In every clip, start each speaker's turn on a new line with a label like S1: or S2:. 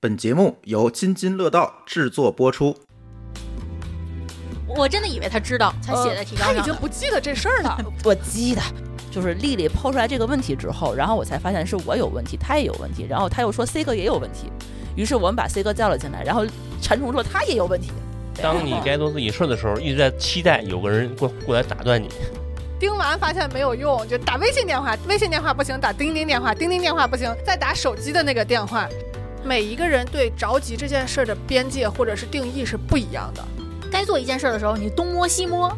S1: 本节目由津津乐道制作播出。
S2: 我真的以为他知道才写在提纲
S3: 呃他
S2: 上
S3: 已经
S2: 的。
S3: 不记得这事儿了。
S4: 我记得，就是丽丽抛出来这个问题之后，然后我才发现是我有问题，她也有问题，然后她又说 C 哥也有问题，于是我们把 C 哥叫了进来，然后馋虫说他也有问题。
S5: 当你该做自己事儿的时候，一直在期待有个人过过来打断你。
S3: 盯完发现没有用，就打微信电话，微信电话不行，打钉钉电话，钉钉电话不行，再打手机的那个电话。每一个人对着急这件事儿的边界或者是定义是不一样的。
S2: 该做一件事儿的时候，你东摸西摸，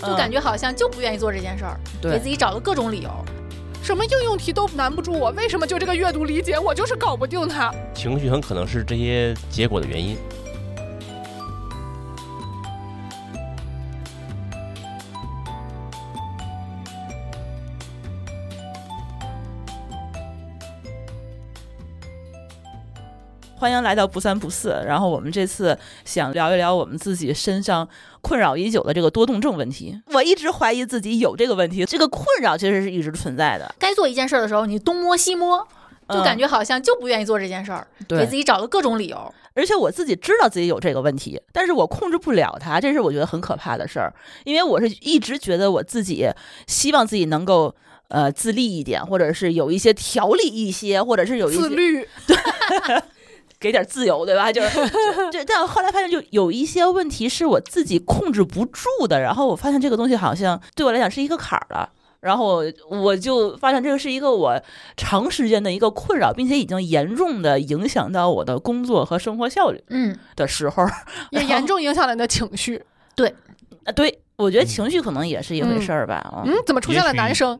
S2: 就
S4: 嗯
S2: 感觉好像就不愿意做这件事儿，给
S4: 对
S2: 自己找了各种理由。
S3: 什么应用题都难不住我，为什么就这个阅读理解我就是搞不定它？
S5: 情绪很可能是这些结果的原因。
S4: 欢迎来到不三不四。然后我们这次想聊一聊我们自己身上困扰已久的这个多动症问题。我一直怀疑自己有这个问题，这个困扰其实是一直存在的，
S2: 该做一件事儿的时候，你东摸西摸，就感
S4: 嗯
S2: 觉好像就不愿意做这件事儿，
S4: 对
S2: 给自己找了各种理由。
S4: 而且我自己知道自己有这个问题，但是我控制不了它，这是我觉得很可怕的事儿。因为我是一直觉得我自己希望自己能够呃自立一点，或者是有一些条理一些，或者是有一
S3: 自
S4: 些
S3: 律，
S4: 给点自由，对吧？就是 这，但我后来发现，就有一些问题是我自己控制不住的。然后我发现这个东西好像对我来讲是一个坎儿了。然后我就发现这个是一个我长时间的一个困扰，并且已经严重的影响到我的工作和生活效率
S2: 嗯，
S4: 的时候，
S3: 也严重影响了你的情绪。
S4: 啊，对，我觉得情绪可能也是一回
S3: 嗯
S4: 事儿吧。嗯
S3: 嗯，怎么出现了男生？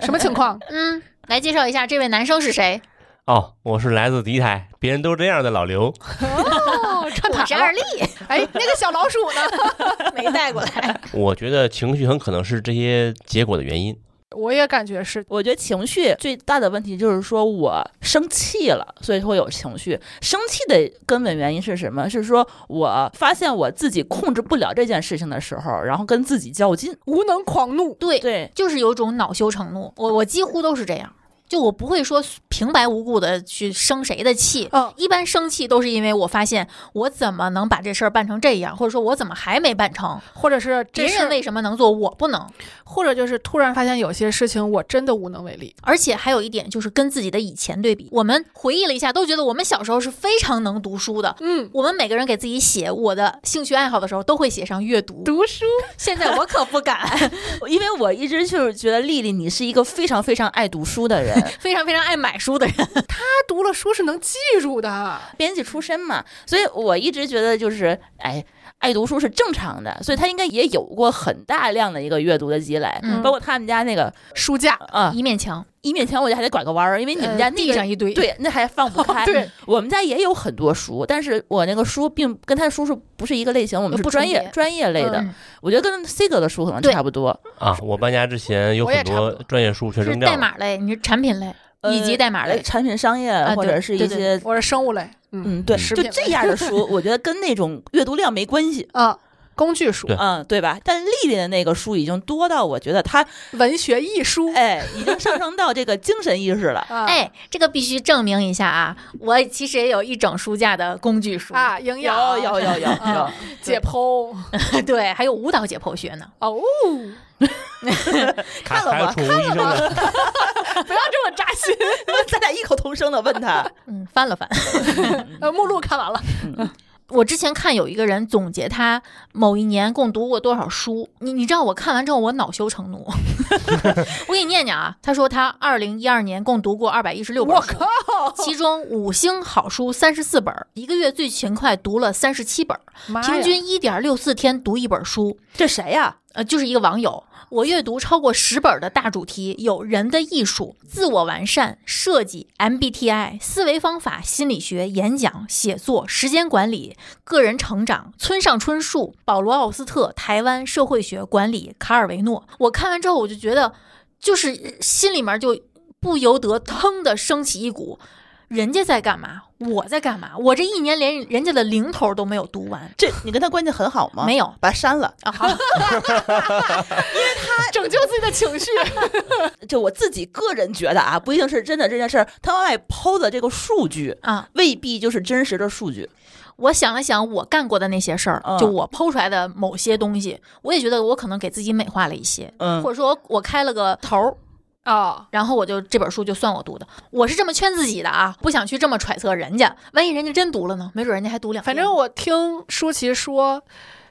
S3: 什么 情况？
S2: 嗯，来介绍一下这位男生是谁？
S5: 哦，我是来自敌台，别人都这样的老刘。
S3: 哦， 串
S2: 我
S3: 台
S2: 是二
S3: 了。
S2: 丽，
S3: 哎，那个小老鼠呢？
S2: 啊 没带过来。
S5: 我觉得情绪很可能是这些结果的原因。
S3: 我也感觉是，
S4: 我觉得情绪最大的问题就是说我生气了，所以会有情绪。生气的根本原因是什么？是说我发现我自己控制不了这件事情的时候，然后跟自己较劲。
S3: 无能狂怒。
S2: 对，
S4: 对，
S2: 就是有一种恼羞成怒。我我几乎都是这样，就我不会说平白无故的去生谁的气。
S3: 嗯，
S2: 一般生气都是因为我发现我怎么能把这事儿办成这样，或者说我怎么还没办成，
S3: 或者是
S2: 别
S3: 这事
S2: 人
S3: 儿，
S2: 为什么能做我不能？
S3: 或者就是突然发现有些事情我真的无能为力。
S2: 而且还有一点就是跟自己的以前对比，我们回忆了一下，都觉得我们小时候是非常能读书的。
S3: 嗯，
S2: 我们每个人给自己写我的兴趣爱好的时候，都会写上阅读。
S3: 读书
S2: 现在我可不敢，
S4: 因为我一直就是觉得丽丽你是一个非常非常爱读书的人，
S2: 非常非常爱买书的人。
S3: 他读了书是能记住的。
S4: 编辑出身嘛，所以我一直觉得就是哎，爱读书是正常的，所以她应该也有过很大量的一个阅读的积累，
S2: 嗯
S4: 包括他们家那个
S3: 书架
S4: 啊、
S2: 一面墙，
S4: 一面墙我家还得拐个弯儿，因为你们家
S2: 呃
S4: 那
S2: 地
S4: 个、
S2: 上一堆，，
S4: 对，那还放不开。
S2: 哎
S3: 对，
S4: 我们家也有很多书，但是我那个书并跟他的书是不是一个类型？我们是
S2: 不
S4: 专
S2: 重
S4: 业
S2: 叠
S4: 专业类的，
S2: 嗯
S4: 我觉得跟 C 哥的书可能
S2: 对
S4: 差不多。
S5: 啊，我搬家之前有
S3: 我也
S5: 很
S3: 差不
S5: 多
S3: 多
S5: 专业书全
S2: 是
S5: 扔掉
S2: 代
S5: 了。
S2: 码类，你是产品类以及
S4: 呃
S2: 代
S3: 哎
S2: 码类。
S4: 产品商业
S2: 啊
S4: 或
S2: 对
S4: 者是
S2: 对
S4: 一
S2: 对
S4: 些
S3: 我是生物类，嗯
S4: 嗯，对，
S5: 嗯
S4: 就
S3: 食品
S4: 这
S3: 类
S4: 样的书，我觉得跟那种阅读量没关系。
S3: 啊，工具书、
S5: 对
S4: 嗯，对吧？但丽丽的那个书已经多到我觉得她
S3: 文学艺书
S4: 哎，已经上升到这个精神意 识了。
S3: 啊，
S2: 哎，这个必须证明一下啊！我其实也有一整书架的工具书，
S3: 啊，营
S4: 有
S3: 养
S4: 有有有有
S3: 啊，解剖
S2: 对，还有舞蹈解剖学呢。
S3: 哦，
S4: 嗯
S5: 还
S4: 看了
S5: 还有
S4: 吧
S5: 宠物医生 的，
S3: 不要这么扎心。
S4: 咱俩异口同声的问他，
S2: 嗯，翻了翻。
S3: 呃，目录看完了，
S2: 我之前看有一个人总结他某一年共读过多少书，你你知道我看完之后我恼羞成怒， 我给你念念啊，他说他二零一二年共读过二百一十六本
S3: 我
S2: 书，
S3: 靠，
S2: 其中五星好书三十四本儿，一个月最勤快读了三十七本儿，
S3: 妈呀
S2: 平均一点六四天读一本书。
S4: 这谁呀、
S2: 呃，就是一个网友，我阅读超过十本儿的大主题有人的艺术、自我完善、设计、MBTI、思维方法、心理学、演讲、写作、时间管理、个人成长、村上春树、保罗·奥斯特、台湾社会学管理、卡尔维诺。我看完之后，我就觉得，就是心里面就不由得腾的升起一股人家在干嘛，我在干嘛，我这一年连人家的零头都没有读完，
S4: 这你跟他关系很好吗？
S2: 没有
S4: 把他删了。
S2: 啊，好，
S3: 拯救自己的情 绪，
S4: 就我自己个人觉得啊，不一定是真的这件事儿，他往外抛的这个数据
S2: 啊，
S4: 未必就是真实的数据。
S2: 我想了想我干过的那些事儿，
S4: 嗯
S2: 就我剖出来的某些东西，我也觉得我可能给自己美化了一些，
S4: 嗯
S2: 或，者说我开了个头儿，
S3: 哦，
S2: 然后我就这本书就算我读的，我是这么劝自己的啊，不想去这么揣测人家，万一人家真读了呢？没准人家还读两遍。
S3: 反正我听舒淇说，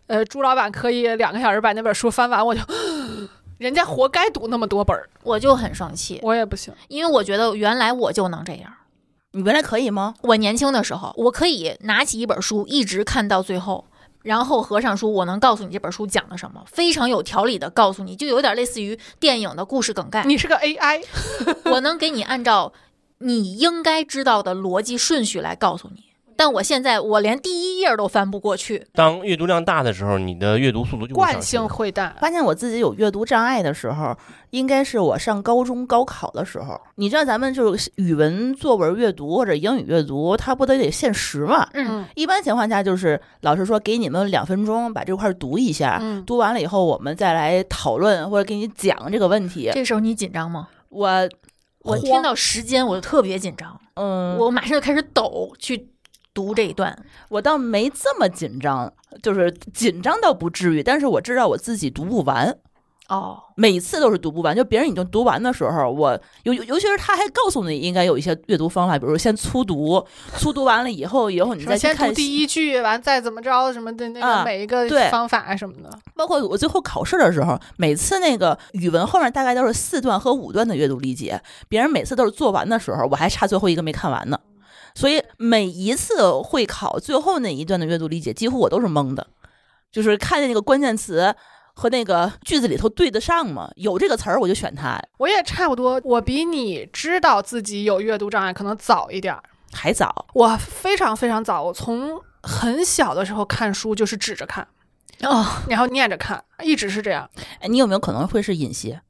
S3: 呃，朱老板可以两个小时把那本书翻完，我就， 人家活该读那么多本儿，
S2: 我就很生气，
S3: 我也不行。
S2: 因为我觉得原来我就能这样。
S4: 你原来可以吗？
S2: 我年轻的时候，我可以拿起一本书一直看到最后，然后合上书，我能告诉你这本书讲了什么，非常有条理的告诉你，就有点类似于电影的故事梗概。
S3: 你是个 AI，
S2: 我能给你按照你应该知道的逻辑顺序来告诉你。但我现在我连第一页都翻不过去，
S5: 当阅读量大的时候，你的阅读速度就会
S3: 惯
S5: 上去
S3: 性会淡。
S4: 发现我自己有阅读障碍的时候，应该是我上高中高考的时候。你知道咱们就是语文作文阅读或者英语阅读，它不得得限时嘛？
S2: 嗯，
S4: 一般情况下就是老师说给你们两分钟把这块儿读一下，
S3: 嗯，
S4: 读完了以后我们再来讨论或者给你讲这个问题。
S2: 这时候你紧张吗？
S4: 我
S2: 我听到时间我就特别紧张，
S4: 嗯，
S2: 我马上就开始抖去读这一段。
S4: 我倒没这么紧张，就是紧张倒不至于，但是我知道我自己读不完。
S2: 哦，
S4: 每次都是读不完，就别人已经读完的时候，我尤尤尤其是他还告诉你应该有一些阅读方法，比如说先粗读，粗读完了以后，以后你
S3: 什
S4: 再
S3: 么
S4: 去
S3: 先读
S4: 看。
S3: 第一句，完再怎么着什么的，那
S4: 啊
S3: 个每一个
S4: 对
S3: 方法什么的。
S4: 包括我最后考试的时候，每次那个语文后面大概都是四段和五段的阅读理解，别人每次都是做完的时候，我还差最后一个没看完呢。所以每一次会考最后那一段的阅读理解，几乎我都是懵的，就是看见那个关键词和那个句子里头对得上吗？有这个词儿我就选它，
S3: 我也差不多，我比你知道自己有阅读障碍可能早一点儿。
S4: 还早
S3: 我非常非常早，我从很小的时候看书就是指着看，
S2: 哦，
S3: 然后念着看，一直是这样。
S4: 哎，你有没有可能会是隐邪？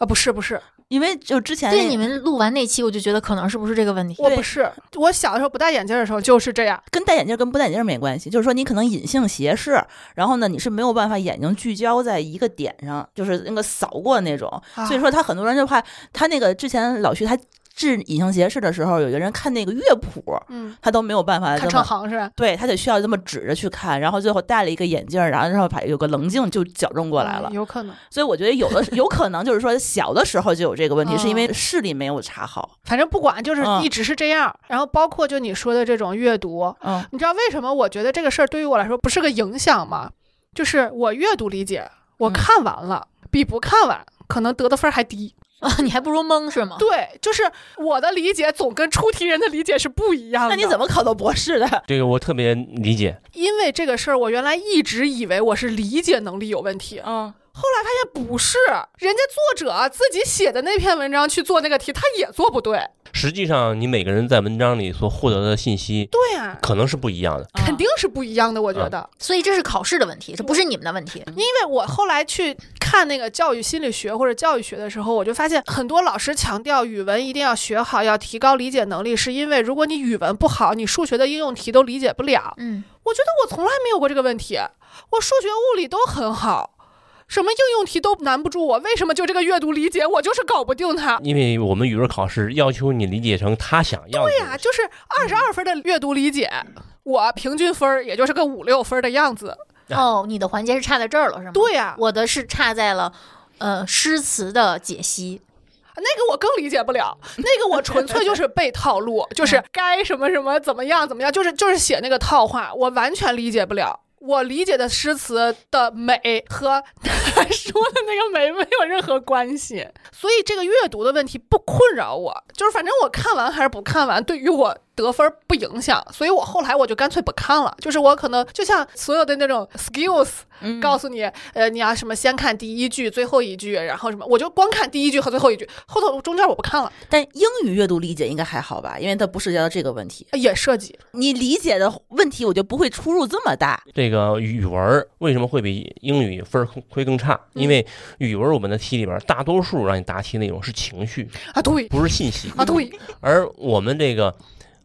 S3: 啊，不是不是，
S4: 因为就之前
S2: 对，你们录完那期我就觉得可能是不是这个问题？
S3: 哎我不是，我小的时候不戴眼镜的时候就是这样。
S4: 跟戴眼镜跟不戴眼镜没关系，就是说你可能隐性斜视，然后呢你是没有办法眼睛聚焦在一个点上，就是那个扫过那种，
S3: 啊
S4: 所以说他很多人就怕他那个之前老徐他治隐性斜视的时候，有一个人看那个乐谱，
S3: 嗯，
S4: 他都没有办法
S3: 看
S4: 这
S3: 成
S4: 么。
S3: 行是吧？
S4: 对他得需要这么指着去看，然后最后戴了一个眼镜，然后然后把有个棱镜就矫正过来了
S3: 嗯。有可能。
S4: 所以我觉得有的有可能就是说小的时候就有这个问题，
S3: 嗯
S4: 是因为视力没有查好。
S3: 反正不管，就是
S4: 嗯
S3: 一直是这样。然后包括就你说的这种阅读，
S4: 嗯
S3: 你知道为什么我觉得这个事儿对于我来说不是个影响吗？就是我阅读理解，我
S4: 嗯
S3: 看完了、比不看完可能得的分儿还低。
S2: 啊，你还不如懵是吗？
S3: 对，就是我的理解总跟出题人的理解是不一样的。
S4: 那你怎
S3: 么？
S4: 么考到博士的？
S5: 这个我特别理解，
S3: 因为这个事儿，我原来一直以为我是理解能力有问题，
S4: 嗯，
S3: 后来发现不是，人家作者自己写的那篇文章去做那个题，他也做不对。
S5: 实际上你每个人在文章里所获得的信息
S3: 对啊，
S5: 可能是不一样的。
S3: 肯定是不一样的，我觉得。
S2: 所以这是考试的问题，这不是你们的问 题。
S3: 因为我后来去看那个教育心理学或者教育学的时候，我就发现很多老师强调语文一定要学好，要提高理解能力，是因为如果你语文不好，你数学的应用题都理解不了。
S2: 嗯，
S3: 我觉得我从来没有过这个问题，我数学、物理都很好，什么应用题都难不住我。为什么就这个阅读理解，我就是搞不定它？
S5: 因为我们语文考试要求你理解成他想要的。
S3: 对呀、啊就是二十二分的阅读理解，我平均分儿也就是个五六分儿的样子。
S2: 哦，你的环节是差在这儿了是吗？
S3: 对呀、
S2: 我的是差在了，呃，诗词的解析。
S3: 那个我更理解不了，那个我纯粹就是被套路，就是该什么什么怎么样怎么样，就是就是写那个套话，我完全理解不了。我理解的诗词的美和他说的那个美没有任何关系，所以这个阅读的问题不困扰我，就是反正我看完还是不看完，对于我得分不影响，所以我后来我就干脆不看了。就是我可能就像所有的那种 skills，
S4: 嗯
S3: 告诉你，呃，你要什么先看第一句、最后一句，然后什么，我就光看第一句和最后一句，后头中间我不看了，
S4: 但英语阅读理解应该还好吧，因为它不涉及到这个问题。
S3: 呃也涉及。
S4: 你理解的问题，我觉得不会出入这么大。
S5: 这个语文儿为什么会比英语分儿会更差？
S3: 嗯
S5: 因为语文儿我们的题里边儿大多数让你答题内容是情绪，
S3: 啊对
S5: 不是信息，
S3: 啊对，
S5: 而我们这个。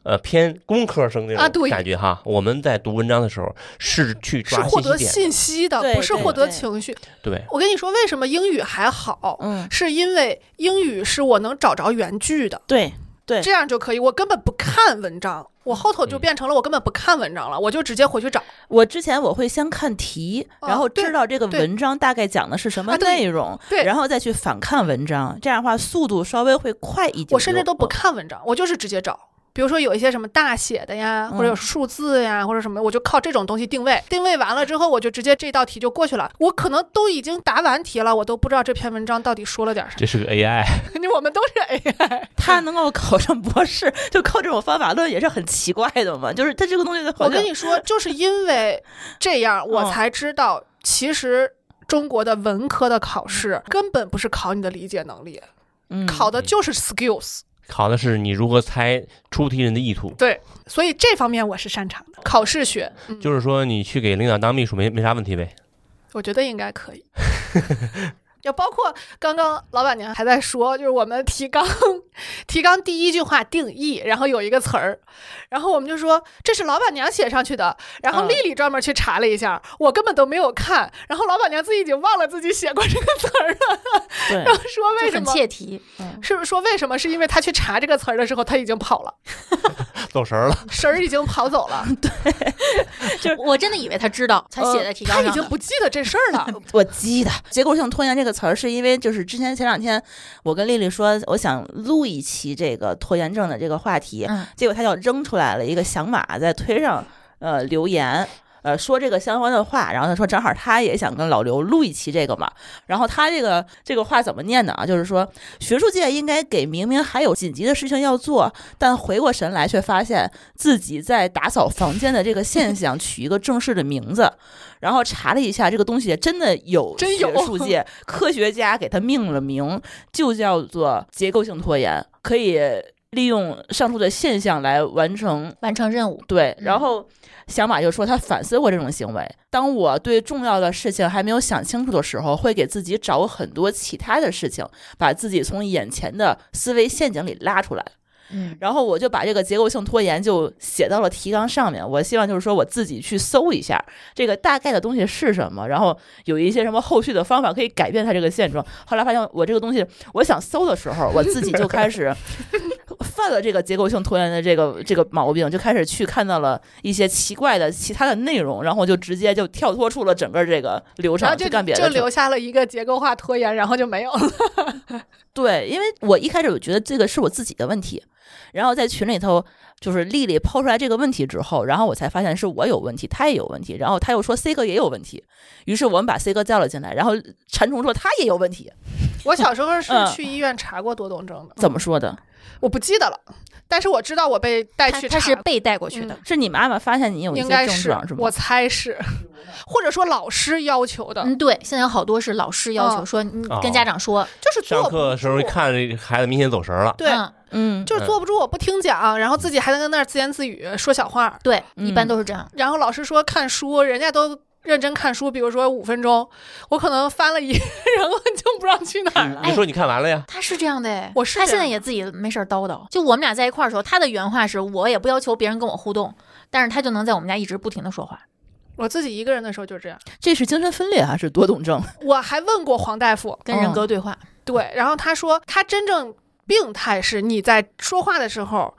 S5: 呃，偏工科生这
S3: 啊
S5: 种
S3: 对
S5: 感觉哈，我们在读文章的时候是去
S3: 是
S5: 抓
S3: 获
S5: 信息
S3: 得
S5: 点，
S3: 信息的，
S4: 对
S3: 不是
S4: 对
S3: 获得
S4: 对
S3: 情绪。
S5: 对，
S3: 我跟你说，为什么英语还好？
S4: 嗯，
S3: 是因为英语是我能找着原句的，
S4: 对，对
S3: 这样就可以。我根本不看文章，我后头就
S5: 嗯
S3: 变成了我根本不看文章了，我就直接回去找。
S4: 我之前我会先看题，
S3: 哦
S4: 然后知道这个
S3: 对
S4: 文章大概讲的是什么
S3: 啊对
S4: 内容，
S3: 对
S4: 然后再去反看文章，这样的话速度稍微会快一点。
S3: 我甚至都不
S4: 嗯
S3: 看文章，我就是直接找。比如说有一些什么大写的呀，或者有
S4: 嗯
S3: 数字呀，或者什么，我就靠这种东西定位。定位完了之后，我就直接这道题就过去了。我可能都已经答完题了，我都不知道这篇文章到底说了点啥。
S5: 这是个 AI，
S3: 我们都是 AI，
S4: 他能够考上博士，就靠这种方法论也是很奇怪的嘛。就是他这个东西，
S3: 我跟你说，就是因为这样，我
S4: 嗯
S3: 才知道其实。中国的文科的考试根本不是考你的理解能力，
S4: 嗯
S3: 考的就是 skills。
S5: 考的是你如何猜出题人的意图。
S3: 对，所以这方面我是擅长的，考试学，嗯
S5: 就是说，你去给领导当秘书没没啥问题呗？
S3: 我觉得应该可以。 就包括刚刚老板娘还在说，就是我们提纲，提纲第一句话定义，然后有一个词儿，然后我们就说这是老板娘写上去的，然后
S4: 嗯
S3: 丽丽专门去查了一下，我根本都没有看，然后老板娘自己已经忘了自己写过这个词儿了，
S4: 对
S3: 然后说为
S2: 就
S3: 什
S2: 很
S3: 么？
S2: 切题。
S3: 是不是说为什么？是因为她去查这个词儿的时候，她已经跑了，
S5: 走神儿了，
S3: 神儿已经跑走了，
S2: 我真的以为呃他知道，才写在提纲
S3: 嗯她
S2: 上
S3: 已
S2: 的。
S3: 经不记得这事儿了。
S4: 我记得“结构性拖延”这个词儿，是因为就是之前前两天我跟丽丽说，我想录一期这个拖延症的这个话题，
S2: 嗯
S4: 结果她就扔出来了一个响马在推上呃留言。呃，说这个相关的话，然后她说正好她也想跟老刘录一期这个嘛，然后她这个这个话怎么念的啊？就是说学术界应该给明明还有紧急的事情要做，但回过神来却发现自己在打扫房间的这个现象取一个正式的名字，然后查了一下，这个东西真的有
S3: 真有
S4: 学术 界科学家给它命了名，就叫做结构性拖延，可以利用上述的现象来完成
S2: 完成任务，
S4: 对，
S2: 嗯
S4: 然后小马就说他反思过这种行为。当我对重要的事情还没有想清楚的时候，会给自己找很多其他的事情，把自己从眼前的思维陷阱里拉出来。
S2: 嗯，
S4: 然后我就把这个结构性拖延就写到了提纲上面。我希望就是说我自己去搜一下这个大概的东西是什么，然后有一些什么后续的方法可以改变它这个现状。后来发现我这个东西，我想搜的时候，我自己就 开始犯了这个结构性拖延的这个这个毛病，就开始去看到了一些奇怪的其他的内容，然后就直接就跳脱出了整个这个流
S3: 然后
S4: 程
S3: 就
S4: 去干别的
S3: 就
S4: 去了。
S3: 留下了一个结构化拖延，然后就没有了。
S4: 对，因为我一开始我觉得这个是我自己的问题，然后在群里头就是丽丽抛出来这个问题之后，然后我才发现是我有问题，她也有问题，然后她又说 C 哥也有问题，于是我们把 C 哥叫了进来，然后馋虫说他也有问题，
S3: 我小时候是
S4: 嗯
S3: 去医院查过多动症的，
S4: 怎么说的？
S3: 我不记得了，但是我知道我被带
S2: 他
S3: 去查，嗯
S2: 他是被带过去的。
S4: 是你妈妈发现你有一
S3: 应
S4: 些
S3: 该
S4: 症
S3: 是
S4: 状是吗
S3: 我？猜是，或者说老师要求的，
S2: 嗯，对，现在有好多是老师要求
S3: 哦
S2: 说，你
S5: 哦
S2: 跟家长说，
S3: 就是坐
S5: 上
S3: 不
S5: 课的时候一
S3: 住
S5: 看这个孩子明显走神儿了，
S3: 对，
S2: 嗯
S4: 嗯，
S3: 就是坐不住，我不听讲，然后自己还能在那儿自言自语说小话，
S2: 对，
S4: 嗯
S2: 一般都是这样。
S3: 然后老师说看书，人家都。认真看书，比如说五分钟，我可能翻了一 页，然后就不知道去哪
S4: 嗯
S3: 儿了。
S5: 你说你看完了呀？
S2: 他是这样的嗯哎，
S3: 我是
S2: 他
S3: 这
S2: 现在
S3: 样
S2: 也自己没事儿叨叨。就我们俩在一块儿的时候，他的原话是我也不要求别人跟我互动，但是他就能在我们家一直不停的说话。
S3: 我自己一个人的时候就这样。
S4: 这是精神分裂还是多动症？
S3: 我还问过黄大夫，
S2: 跟人格对话，
S3: 对，然后他说他真正病态是你在说话的时候，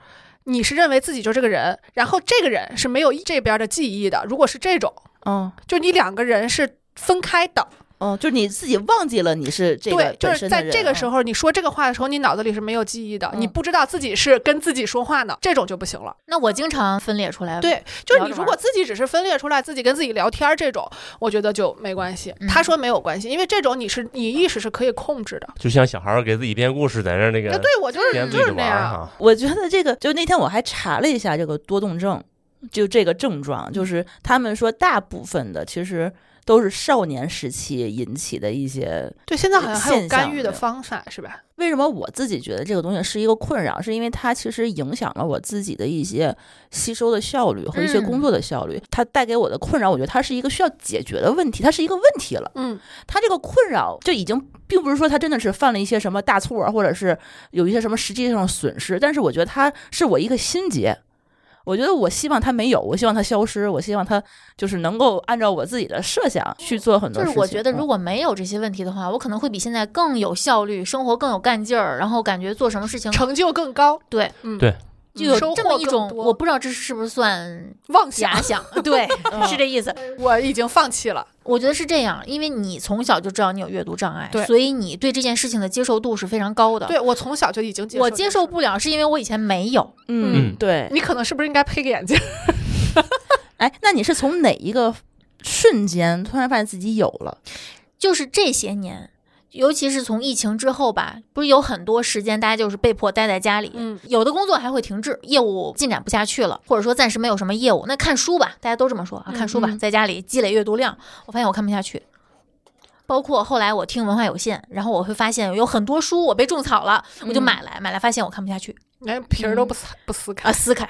S3: 你是认为自己就这个人，然后这个人是没有这边的记忆的。如果是这种，
S4: 嗯，
S3: 就你两个人是分开的，
S4: 哦，就是你自己忘记了你是这个
S3: 对，就
S4: 本
S3: 是
S4: 身
S3: 在
S4: 的啊
S3: 这个时候，你说这个话的时候，你脑子里是没有记忆的，
S4: 嗯
S3: 你不知道自己是跟自己说话呢，这种就不行了。
S2: 那我经常分裂出来，，
S3: 对，就是
S2: 聊
S3: 你
S2: 着
S3: 如
S2: 玩
S3: 果
S2: 儿
S3: 自己只是分裂出来，自己跟自己聊天儿这种，我觉得就没关系
S2: 嗯。
S3: 他说没有关系，因为这种你是你意识是可以控制的。
S5: 就像小孩儿给自己编故事，在那儿那
S3: 那
S5: 个
S3: 啊对我就是
S5: 编自
S3: 就
S5: 己
S3: 是
S5: 的
S3: 那
S5: 玩儿
S3: 样，
S5: 哈。
S4: 我觉得这个，就那天我还查了一下这个多动症，就这个症状，就是他们说大部分的其实都是少年时期引起的一些。
S3: 对，现在好像还有
S4: 现象
S3: 干预的
S4: 对
S3: 方法是吧？
S4: 为什么我自己觉得这个东西是一个困扰，是因为它其实影响了我自己的一些吸收的效率和一些
S2: 嗯
S4: 工作的效率。它带给我的困扰，我觉得它是一个需要解决的问题，它是一个问题了。
S3: 嗯，
S4: 他这个困扰就已经并不是说他真的是犯了一些什么大错啊，或者是有一些什么实际上的损失，但是我觉得他是我一个心结。我觉得我希望他没有，我希望他消失，我希望他就是能够按照我自己的设想去做很多
S2: 就
S4: 事
S2: 是
S4: 情。
S2: 我觉得如
S4: 嗯
S2: 果没有这些问题的话，我可能会比现在更有效率，生活更有干劲儿，然后感觉做什么事情
S3: 成就更高，
S2: 对，
S3: 嗯，
S5: 对
S2: 就有
S3: 收
S2: 这么
S3: 获
S2: 一
S3: 更
S2: 种，
S3: 多
S2: 我不知道这是不是 算
S3: 妄想，
S2: 假想， 对，
S4: 嗯
S2: 是这意思。
S3: 我已经放弃了。
S2: 我觉得 是这样，因为你从小就知道你有阅读障碍
S3: 对，
S2: 所以你对这件事情的接受度是非常高的。
S3: 对我从小就已经接受，
S2: 我接受。不了，是因为我以前没有。
S4: 嗯
S5: 嗯
S4: 对，
S3: 你可能是不是应该配个 眼镜？
S4: 哎，那你是从哪一个瞬间突然发现自己有了？
S2: 就是这些年，尤其是从疫情之后吧，不是有很多时间大家就是被迫待在家里，
S3: 嗯
S2: 有的工作还会停滞，业务进展不下去了，或者说暂时没有什么业务，那看书吧，大家都这么说啊，
S3: 嗯
S2: 看书吧，
S3: 嗯
S2: 在家里积累阅读量。我发现我看不下去。包括后来我听文化有限，然后我会发现有很多书我被种草了，我就
S4: 嗯
S2: 买来，买来发现我看不下去
S3: 连哎皮儿都不撕不撕开
S2: 啊，。撕开，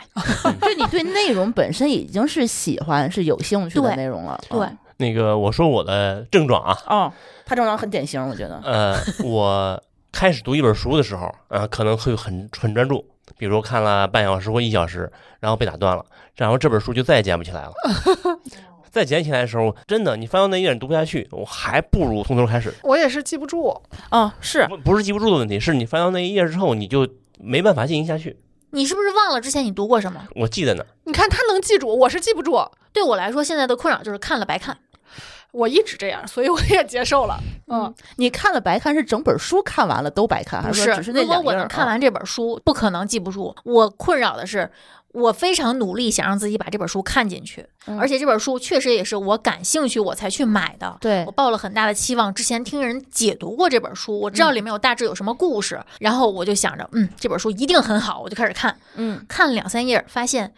S4: 就你对内容本身已经是喜欢、是有兴趣的
S2: 对
S4: 内容了。
S2: 对
S4: 嗯
S5: 那个我说我的症状啊，
S4: 哦，他这种很典型，我觉得。
S5: 呃，我开始读一本书的时候，呃，可能会很很专注，比如看了半小时或一小时，然后被打断了，然后这本书就再也捡不起来了。再捡起来的时候，真的，你翻到那一页你读不下去，我还不如从头开始。
S3: 我也是记不住，
S4: 哦，是
S5: 不不是记不住的问题，是你翻到那一页之后，你就没办法进行下去。
S2: 你是不是忘了之前你读过什么？
S5: 我记在那儿，
S3: 你看他能记住，我是记不住。
S2: 对我来说，现在的困扰就是看了白看。
S3: 我一直这样，所以我也接受了。嗯
S4: 嗯，你看了白看是整本书看完了都白看，还
S2: 不
S4: 是啊说只是那
S2: 如果
S4: 两
S2: 我
S4: 页
S2: 能
S4: 儿？
S2: 看
S4: 啊
S2: 完这本书，不可能记不住。我困扰的是，我非常努力想让自己把这本书看进去，
S4: 嗯
S2: 而且这本书确实也是我感兴趣我才去买的。
S4: 对
S2: 我抱了很大的期望，之前听人解读过这本书，我
S4: 嗯
S2: 知道里面有大致有什么故事，然后我就想着，嗯，这本书一定很好，我就开始看，
S4: 嗯，
S2: 看了两三页，发现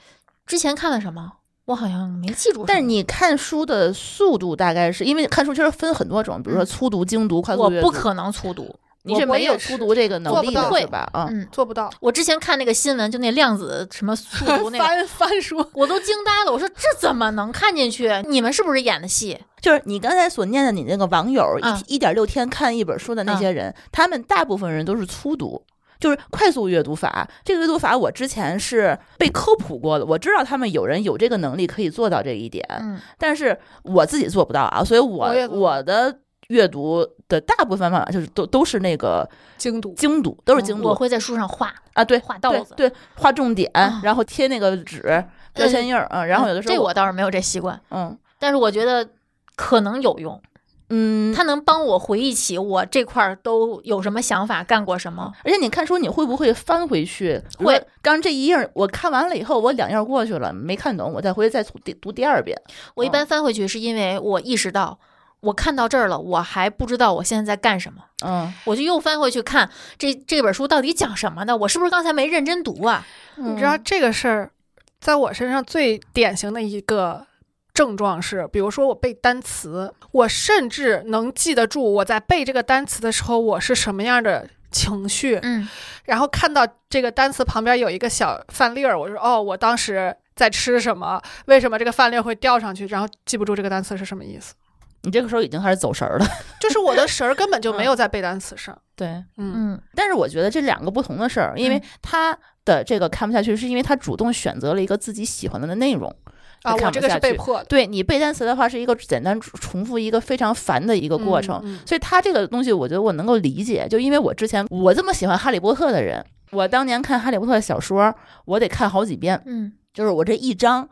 S2: 之前看了什么，我好像没记住什么。
S4: 但是你看书的速度大概是因为看书其实分很多种，比如说粗读、精读、快速
S2: 嗯我
S4: 阅
S2: 不
S4: 读，
S2: 可能粗读，
S4: 你是
S3: 我我
S4: 没有
S3: 也是
S4: 粗读这个
S3: 做
S4: 能
S3: 不
S4: 力
S3: 到
S4: 的是吧？啊，
S2: 嗯，
S3: 做不到。
S2: 我之前看那个新闻，就那量子什么 速读那个，
S3: 翻翻书，
S2: 我都惊呆了，我说这怎么能看进去？你们是不是演的戏？
S4: 就是你刚才所念的你那个网友
S2: 啊
S4: 一一点六天看一本书的那些人，他们大部分人都是粗读。就是快速阅读法，这个阅读法我之前是被科普过的，我知道他们有人有这个能力可以做到这一点，
S2: 嗯，
S4: 但是我自己做不到啊，所以我
S3: 我也做不到
S4: 的阅读的大部分方法就是都都是那个
S3: 精读。
S4: 精读，都是精
S2: 嗯
S4: 读、
S2: 我会在书上画
S4: 啊，对，
S2: 画道子。
S4: 对对，画重点，
S2: 啊
S4: 然后贴那个纸标签印儿，嗯，然后有的时候
S2: 这我倒是没有这习惯，
S4: 嗯
S2: 但是我觉得可能有用，
S4: 嗯，
S2: 它能帮我回忆起我这块儿都有什么想法，干过什么。
S4: 而且你看书你会不会翻回去？比如
S2: 会
S4: 说，刚这一页儿我看完了以后，我两页儿过去了没看懂，我再回去再读第读第二遍。
S2: 我一般翻回去是因为我意识到。我看到这儿了，我还不知道我现在在干什么，
S4: 嗯，
S2: 我就又翻回去看这这本书到底讲什么的。我是不是刚才没认真读啊？
S3: 你
S4: 嗯
S3: 知道这个事儿，在我身上最典型的一个症状是，比如说我背单词，我甚至能记得住我在背这个单词的时候我是什么样的情绪，
S2: 嗯，
S3: 然后看到这个单词旁边有一个小饭粒儿，我就说哦，我当时在吃什么？为什么这个饭粒儿会掉上去？然后记不住这个单词是什么意思，
S4: 你这个时候已经开始走神儿了。
S3: 就是我的神儿根本就没有在背单词上。
S4: 对，
S3: 嗯，
S2: 嗯，
S4: 但是我觉得这两个不同的事儿，因为
S2: 嗯
S4: 他的这个看不下去，是因为他主动选择了一个自己喜欢的内容。
S3: 啊，
S4: 看
S3: 我
S4: 不
S3: 这个
S4: 下
S3: 是被
S4: 去
S3: 迫的
S4: 对你背单词的话，是一个简单重复一个非常烦的一个过程。
S3: 嗯嗯
S4: 所以他这个东西，我觉得我能够理解，就因为我之前我这么喜欢哈利波特的人，我当年看哈利波特的小说，我得看好几遍，
S2: 嗯，
S4: 就是我这一章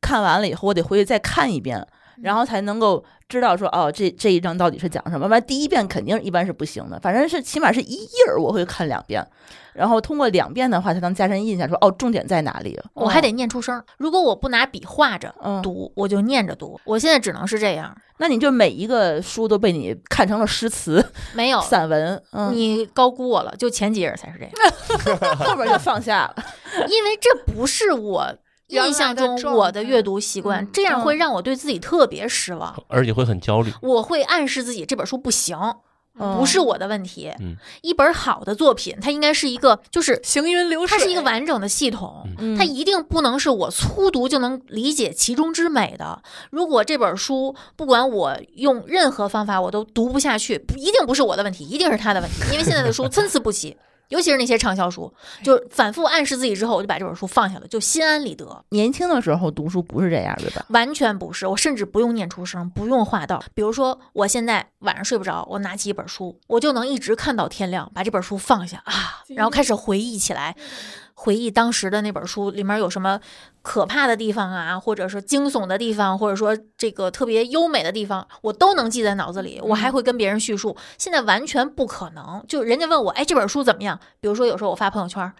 S4: 看完了以后，我得回去再看一遍。然后才能够知道说哦，这这一章到底是讲什么。完，第一遍肯定一般是不行的，反正是起码是一页儿我会看两遍，然后通过两遍的话才能加深印象，说哦重点在哪里。
S2: 我还得念出声儿。如果我不拿笔画着
S4: 嗯，
S2: 读，我就念着读。我现在只能是这样，
S4: 那你就每一个书都被你看成了诗词、
S2: 没有。
S4: 散文，嗯，
S2: 你高估我了，就前几页才是这样，
S4: 后边就放 下了。
S2: 因为这不是我
S3: 原来
S2: 印象
S3: 的
S2: 中
S3: 状
S2: 我的
S3: 态
S2: 阅读习惯
S3: 嗯，
S2: 这样会
S4: 嗯
S2: 让我对自己特别失望。
S5: 而且会很焦虑。
S2: 我会暗示自己这本书不行，
S4: 嗯
S2: 不是我的问题。
S5: 嗯
S2: 一本好的作品，它应该是一个，就是
S3: 行云流水，
S2: 它是一个完整的系统，
S4: 嗯
S2: 它一定不能是我粗读就能理解其中之美的。如果这本书不管我用任何方法我都读不下去，不一定不是我的问题，一定是他的问题，因为现在的书 参差不齐。尤其是那些畅销书，就是反复暗示自己之后，我就把这本书放下了，就心安理得。
S4: 年轻的时候读书不是这样，对吧？
S2: 完全不是，我甚至不用念出声，不用画道。比如说，我现在晚上睡不着，我拿起一本书，我就能一直看到天亮，把这本书放下啊，然后开始回忆起来，回忆当时的那本书里面有什么可怕的地方啊，或者说惊悚的地方，或者说这个特别优美的地方，我都能记在脑子里。我还会跟别人叙述，现在完全不可能。就人家问我，哎，这本书怎么样？比如说有时候我发朋友圈，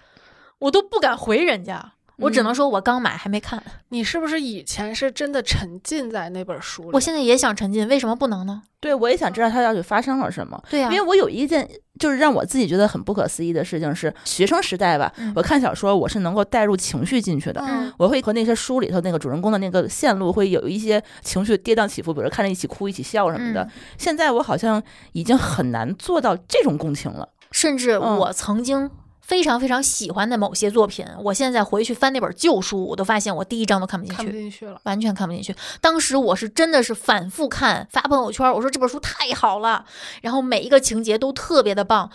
S2: 我都不敢回人家。我只能说，我刚买还没看。
S3: 你是不是以前是真的沉浸在那本书里？
S2: 我现在也想沉浸，为什么不能呢？
S4: 对，我也想知道它到底发生了什么。
S2: 对呀、啊
S4: 因为我有一件就是让我自己觉得很不可思议的事情是，学生时代吧，
S2: 嗯
S4: 我看小说我是能够带入情绪进去的。
S2: 嗯
S4: 我会和那些书里头那个主人公的那个线路会有一些情绪跌宕起伏，比如看着一起哭、一起笑什么的。
S2: 嗯
S4: 现在我好像已经很难做到这种共情了。
S2: 甚至
S4: 嗯
S2: 我曾经非常非常喜欢的某些作品，我现在回去翻那本旧书，我都发现我第一章都看不进
S3: 看不
S2: 去。
S3: 进去了。
S2: 完全看不进去。当时我是真的是反复看，发朋友圈，我说这本书太好了，然后每一个情节都特别的棒，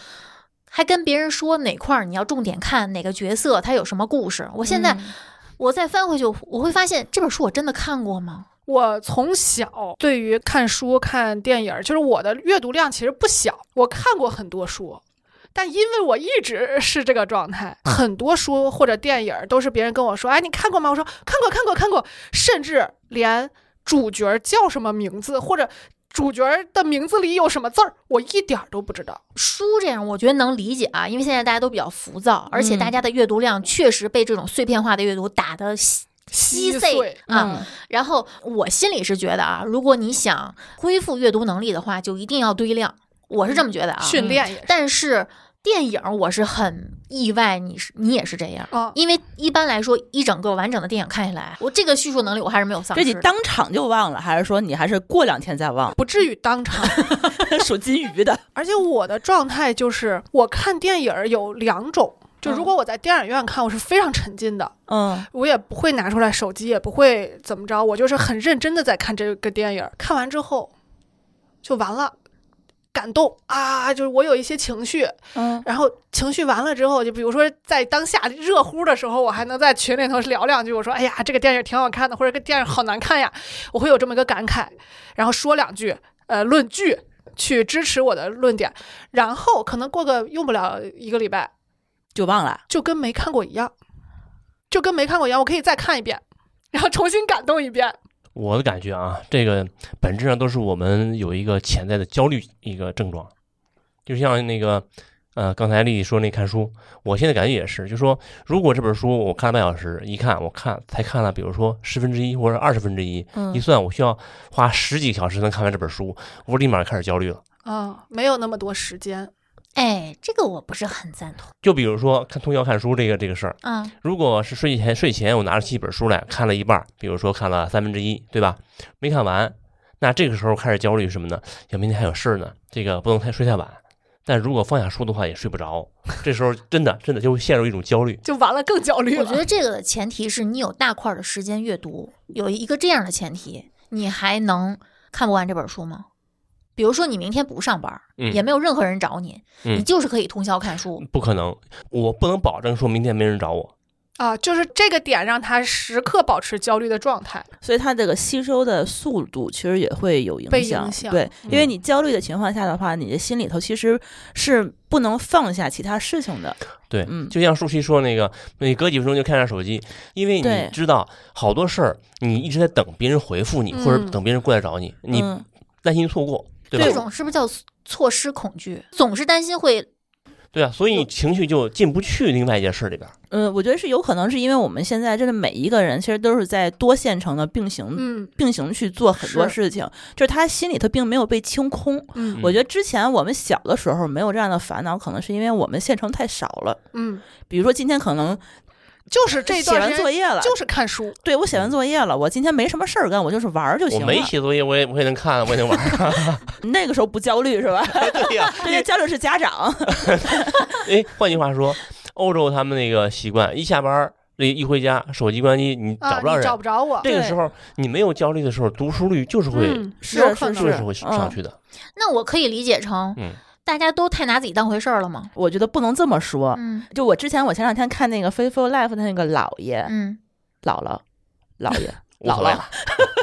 S2: 还跟别人说哪块儿你要重点看哪个角色，他有什么故事。我现在、
S4: 嗯
S2: 我再翻回去，我会发现这本书我真的看过吗？
S3: 我从小对于看书、看电影儿，就是我的阅读量其实不小，我看过很多书。但因为我一直是这个状态，很多书或者电影儿都是别人跟我说：“哎，你看过吗？”我说：“看过，看过，看过。”甚至连主角叫什么名字，或者主角的名字里有什么字儿，我一点儿都不知道。
S2: 书这样，我觉得能理解啊，因为现在大家都比较浮躁，而且大家的阅读量确实被这种碎片化的阅读打得稀稀碎
S3: 碎
S2: 啊。
S4: 嗯
S2: 然后我心里是觉得啊，如果你想恢复阅读能力的话，就一定要堆量，我是这么觉得啊。
S3: 训练也是
S2: 但是电影我是很意外，你是你也是这样。
S3: 啊，
S2: 因为一般来说，一整个完整的电影看下来，我这个叙述能力我还是没有丧
S4: 这
S2: 失
S4: 你
S2: 的。
S4: 当场就忘了，还是说你还是过两天再忘？
S3: 不至于当场
S4: 属金 鱼的，
S3: 而且我的状态就是，我看电影儿有两种，就
S2: 嗯
S3: 如果我在电影院看，我是非常沉浸的，
S4: 嗯
S3: 我也不会拿出来手机，也不会怎么着，我就是很认真的在看这个电影儿。看完之后，就完了，感动啊，就是我有一些情绪，
S4: 嗯
S3: 然后情绪完了之后，就比如说在当下热乎的时候，我还能在群里头聊两句，我说：“哎呀，这个电影挺好看的，或者这个电影好难看呀。”我会有这么一个感慨，然后说两句，呃，论据去支持我的论点，然后可能过个用不了一个礼拜，
S4: 就忘了。
S3: 就跟没看过一样，就跟没看过一样，我可以再看一遍，然后重新感动一遍。
S5: 我的感觉啊，这个本质上都是我们有一个潜在的焦虑一个症状，就像那个呃，刚才丽丽说那看书，我现在感觉也是，就说如果这本书我看了半小时，一看我看才看了，比如说十分之一或者二十分之一，一
S4: 嗯，
S5: 算我需要花十几个小时才能看完这本书，我立马开始焦虑了。
S3: 啊，没有那么多时间，
S2: 哎，这个我不是很赞同
S5: 就比如说看通宵看书这个这个事儿，
S2: 啊。
S5: 如果是睡前睡前我拿着七本书来看了一半儿，比如说看了三分之一，对吧？没看完，那这个时候开始焦虑什么呢？要明天还有事儿呢，这个不能太睡太晚。但如果放下书的话，也睡不着，这时候真的真的就会陷入一种焦虑。
S3: 就完了，更焦虑
S2: 我觉
S3: 了。
S2: 得这个的前提是你有大块儿的时间阅读，有一个这样的前提，你还能看不完这本书吗？比如说你明天不上班儿，
S5: 嗯
S2: 也没有任何人找你，
S5: 嗯
S2: 你就是可以通宵看书。
S5: 不可能，我不能保证说明天没人找我，
S3: 啊，就是这个点让他时刻保持焦虑的状态。
S4: 所以它这个吸收的速度其实也会有影
S3: 被
S4: 响。
S3: 影响
S4: 对，因为
S5: 嗯
S4: 你焦虑的情况下的话，你的心里头其实是不能放下其他事情的。
S5: 对，
S4: 嗯
S5: 就像舒淇说那个，你隔几分钟就看下手机，因为
S4: 对
S5: 你知道好多事儿，你一直在等别人回复你，
S3: 嗯
S5: 或者等别人过来找你，你
S4: 嗯、
S5: 担心错过，对
S2: 这
S5: 吧？
S2: 种是不是叫错失恐惧？总是担心会
S5: 对啊，所以你情绪就进不去另外一件事里边儿。
S4: 呃，我觉得是有可能是因为我们现在真的每一个人其实都是在多线程的并行、
S3: 嗯
S4: 并行去做很多
S3: 是
S4: 事情，就是他心里头并没有被清空。
S3: 嗯
S4: 我觉得之前我们小的时候没有这样的烦恼，可能是因为我们线程太少了。
S3: 嗯，
S4: 比如说今天可能
S3: 就是这一
S4: 写
S3: 段
S4: 完
S3: 时
S4: 作
S3: 间
S4: 业了，
S3: 就是看书，
S4: 对我写完作业了，我今天没什么事儿干，我就是玩儿就
S5: 嗯我
S4: 行了。
S5: 没写作业，我也我也能看，我也能玩儿。
S4: 那个时候不焦虑是吧？
S5: 对呀、
S4: 人家焦虑是家长，
S5: 哎，换句话说，欧洲他们那个习惯，一下班儿一一回家，手机关机，你
S3: 啊，
S5: 找不着
S3: 你
S5: 人。
S3: 找不着我。
S5: 这个
S4: 对
S5: 时候你没有焦虑的时候，读书率就是会、
S3: 嗯，有
S4: 是
S3: 可
S4: 是
S5: 就是
S3: 能。
S5: 会上去的。
S2: 那我可以理解成，
S5: 嗯
S2: 大家都太拿自己当回事儿了吗？
S4: 我觉得不能这么
S5: 啊
S4: 说。
S2: 嗯
S4: 就我之前，我前两天看那个《Faithful Life》的那个姥爷，
S2: 嗯，
S4: 姥姥，姥爷，
S5: 无
S4: 姥
S5: 所谓
S4: 姥
S5: 了，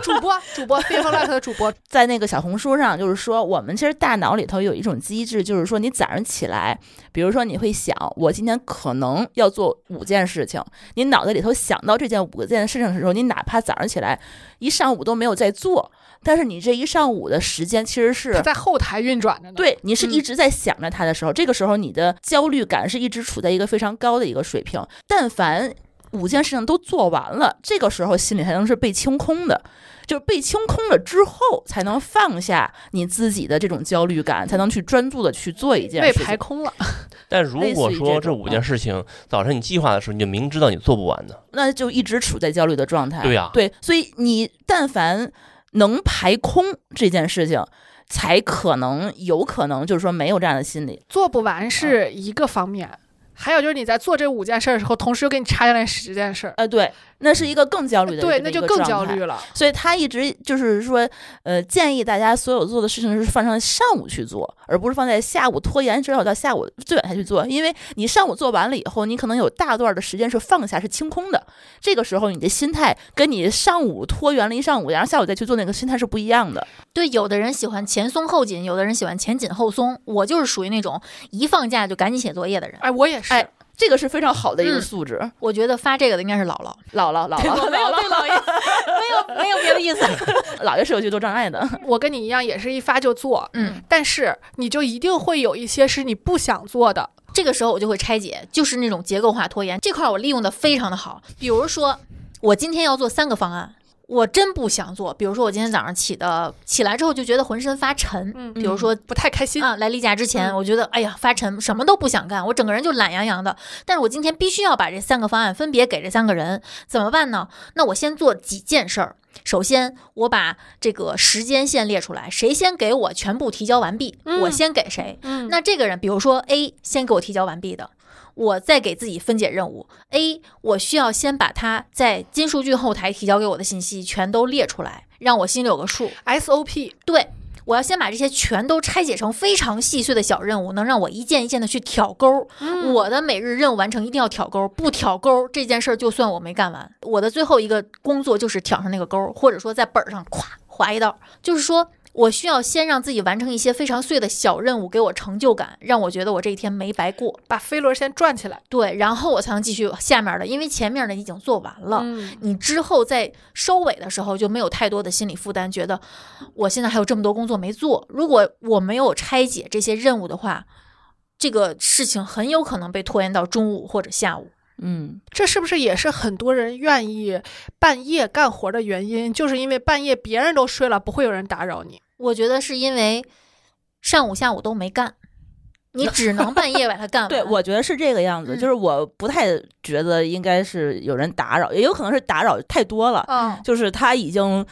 S3: 主播，主播 f a v o r i t 的主播，
S4: 在那个小红书上，就是说我们其实大脑里头有一种机制，就是说你早上起来，比如说你会想，我今天可能要做五件事情，你脑袋里头想到这件五件事情的时候，你哪怕早上起来一上午都没有在做，但是你这一上午的时间其实是
S3: 他在后台运转着呢。，
S4: 对，你是一
S3: 嗯
S4: 直在想着他的时候，这个时候你的焦虑感是一直处在一个非常高的一个水平。但凡五件事情都做完了，这个时候心里才能是被清空的，就是被清空了之后，才能放下你自己的这种焦虑感，才能去专注的去做一件
S3: 被
S4: 事
S3: 排
S4: 情。
S3: 空了。
S5: 但如
S4: 类似
S5: 果
S4: 于这
S5: 说这
S4: 种
S5: 五件事情，早晨你计划的时候，你就明知道你做不完的，
S4: 那就一直处在焦虑的状态。
S5: 对呀
S4: 对，所以你但凡能排空这件事情。才可能有可能就是说没有这样的心理，
S3: 做不完
S4: 嗯
S3: 是一个方面，还有就是你在做这五件事儿的时候，同时又给你插进来十件事儿，
S4: 呃，对，那是一个更焦虑的
S3: 对，
S4: 这么
S3: 那
S4: 一
S3: 就
S4: 个
S3: 更
S4: 状
S3: 焦
S4: 态
S3: 虑了。
S4: 所以他一直就是说，呃，建议大家所有做的事情是放上上午去做，而不是放在下午拖延，至少到下午最晚才去做。因为你上午做完了以后，你可能有大段的时间是放下、是清空的。这个时候，你的心态跟你上午拖延了一上午，然后下午再去做那个心态是不一样的。
S2: 对，有的人喜欢前松后紧，有的人喜欢前紧后松。我就是属于那种一放假就赶紧写作业的人。
S3: 哎，我也是，
S4: 哎这个是非常好的一个
S2: 嗯
S4: 素质。
S2: 我觉得发这个的应该是姥姥，嗯
S4: 姥姥，姥姥，
S2: 没有对姥 爷，没有没有别的意 思。
S4: 姥爷是有阅读障碍的。
S3: 我跟你一样，也是一发就做，
S2: 嗯，
S3: 但是你就一定会有一些是你不想做的，
S2: 这个时候我就会拆解，就是那种结构化拖延这块，我利用的非常的好。比如说，我今天要做三个方案。我真不想做，比如说我今天早上起的起来之后就觉得浑身发沉，
S3: 嗯
S2: 比如说
S3: 不太开心。
S2: 啊，来例假之前，
S3: 嗯
S2: 我觉得哎呀发沉，什么都不想干，我整个人就懒洋洋的。但是我今天必须要把这三个方案分别给这三个人，怎么办呢？那我先做几件事儿。首先，我把这个时间线列出来，谁先给我全部提交完毕，
S3: 嗯
S2: 我先给谁。
S3: 嗯
S2: 那这个人，比如说 A 先给我提交完毕的，我再给自己分解任务。A 我需要先把他在金数据后台提交给我的信息全都列出来，让我心里有个数。
S3: SOP
S2: 对，我要先把这些全都拆解成非常细碎的小任务，能让我一件一件的去挑钩。
S3: 嗯
S4: 嗯
S2: 我的每日任务完成一定要挑钩，不挑钩这件事儿就算我没干完。我的最后一个工作就是挑上那个钩，或者说在本儿上咵划一道，就是说。我需要先让自己完成一些非常碎的小任务，给我成就感，让我觉得我这一天没白过。
S3: 把飞轮先转起来。
S2: 对，然后我才能继续下面的，因为前面的已经做完了。
S3: 嗯，
S2: 你之后在收尾的时候就没有太多的心理负担，觉得我现在还有这么多工作没做。如果我没有拆解这些任务的话，这个事情很有可能被拖延到中午或者下午。
S4: 嗯，
S3: 这是不是也是很多人愿意半夜干活的原因？就是因为半夜别人都睡了，不会有人打扰你。
S2: 我觉得是因为上午、下午都没干，你只能半夜把它干完。
S4: 对，我觉得是这个样子。
S2: 嗯
S4: 就是我不太觉得应该是有人打扰，也有可能是打扰太多了。
S3: 嗯，
S4: 就是他已经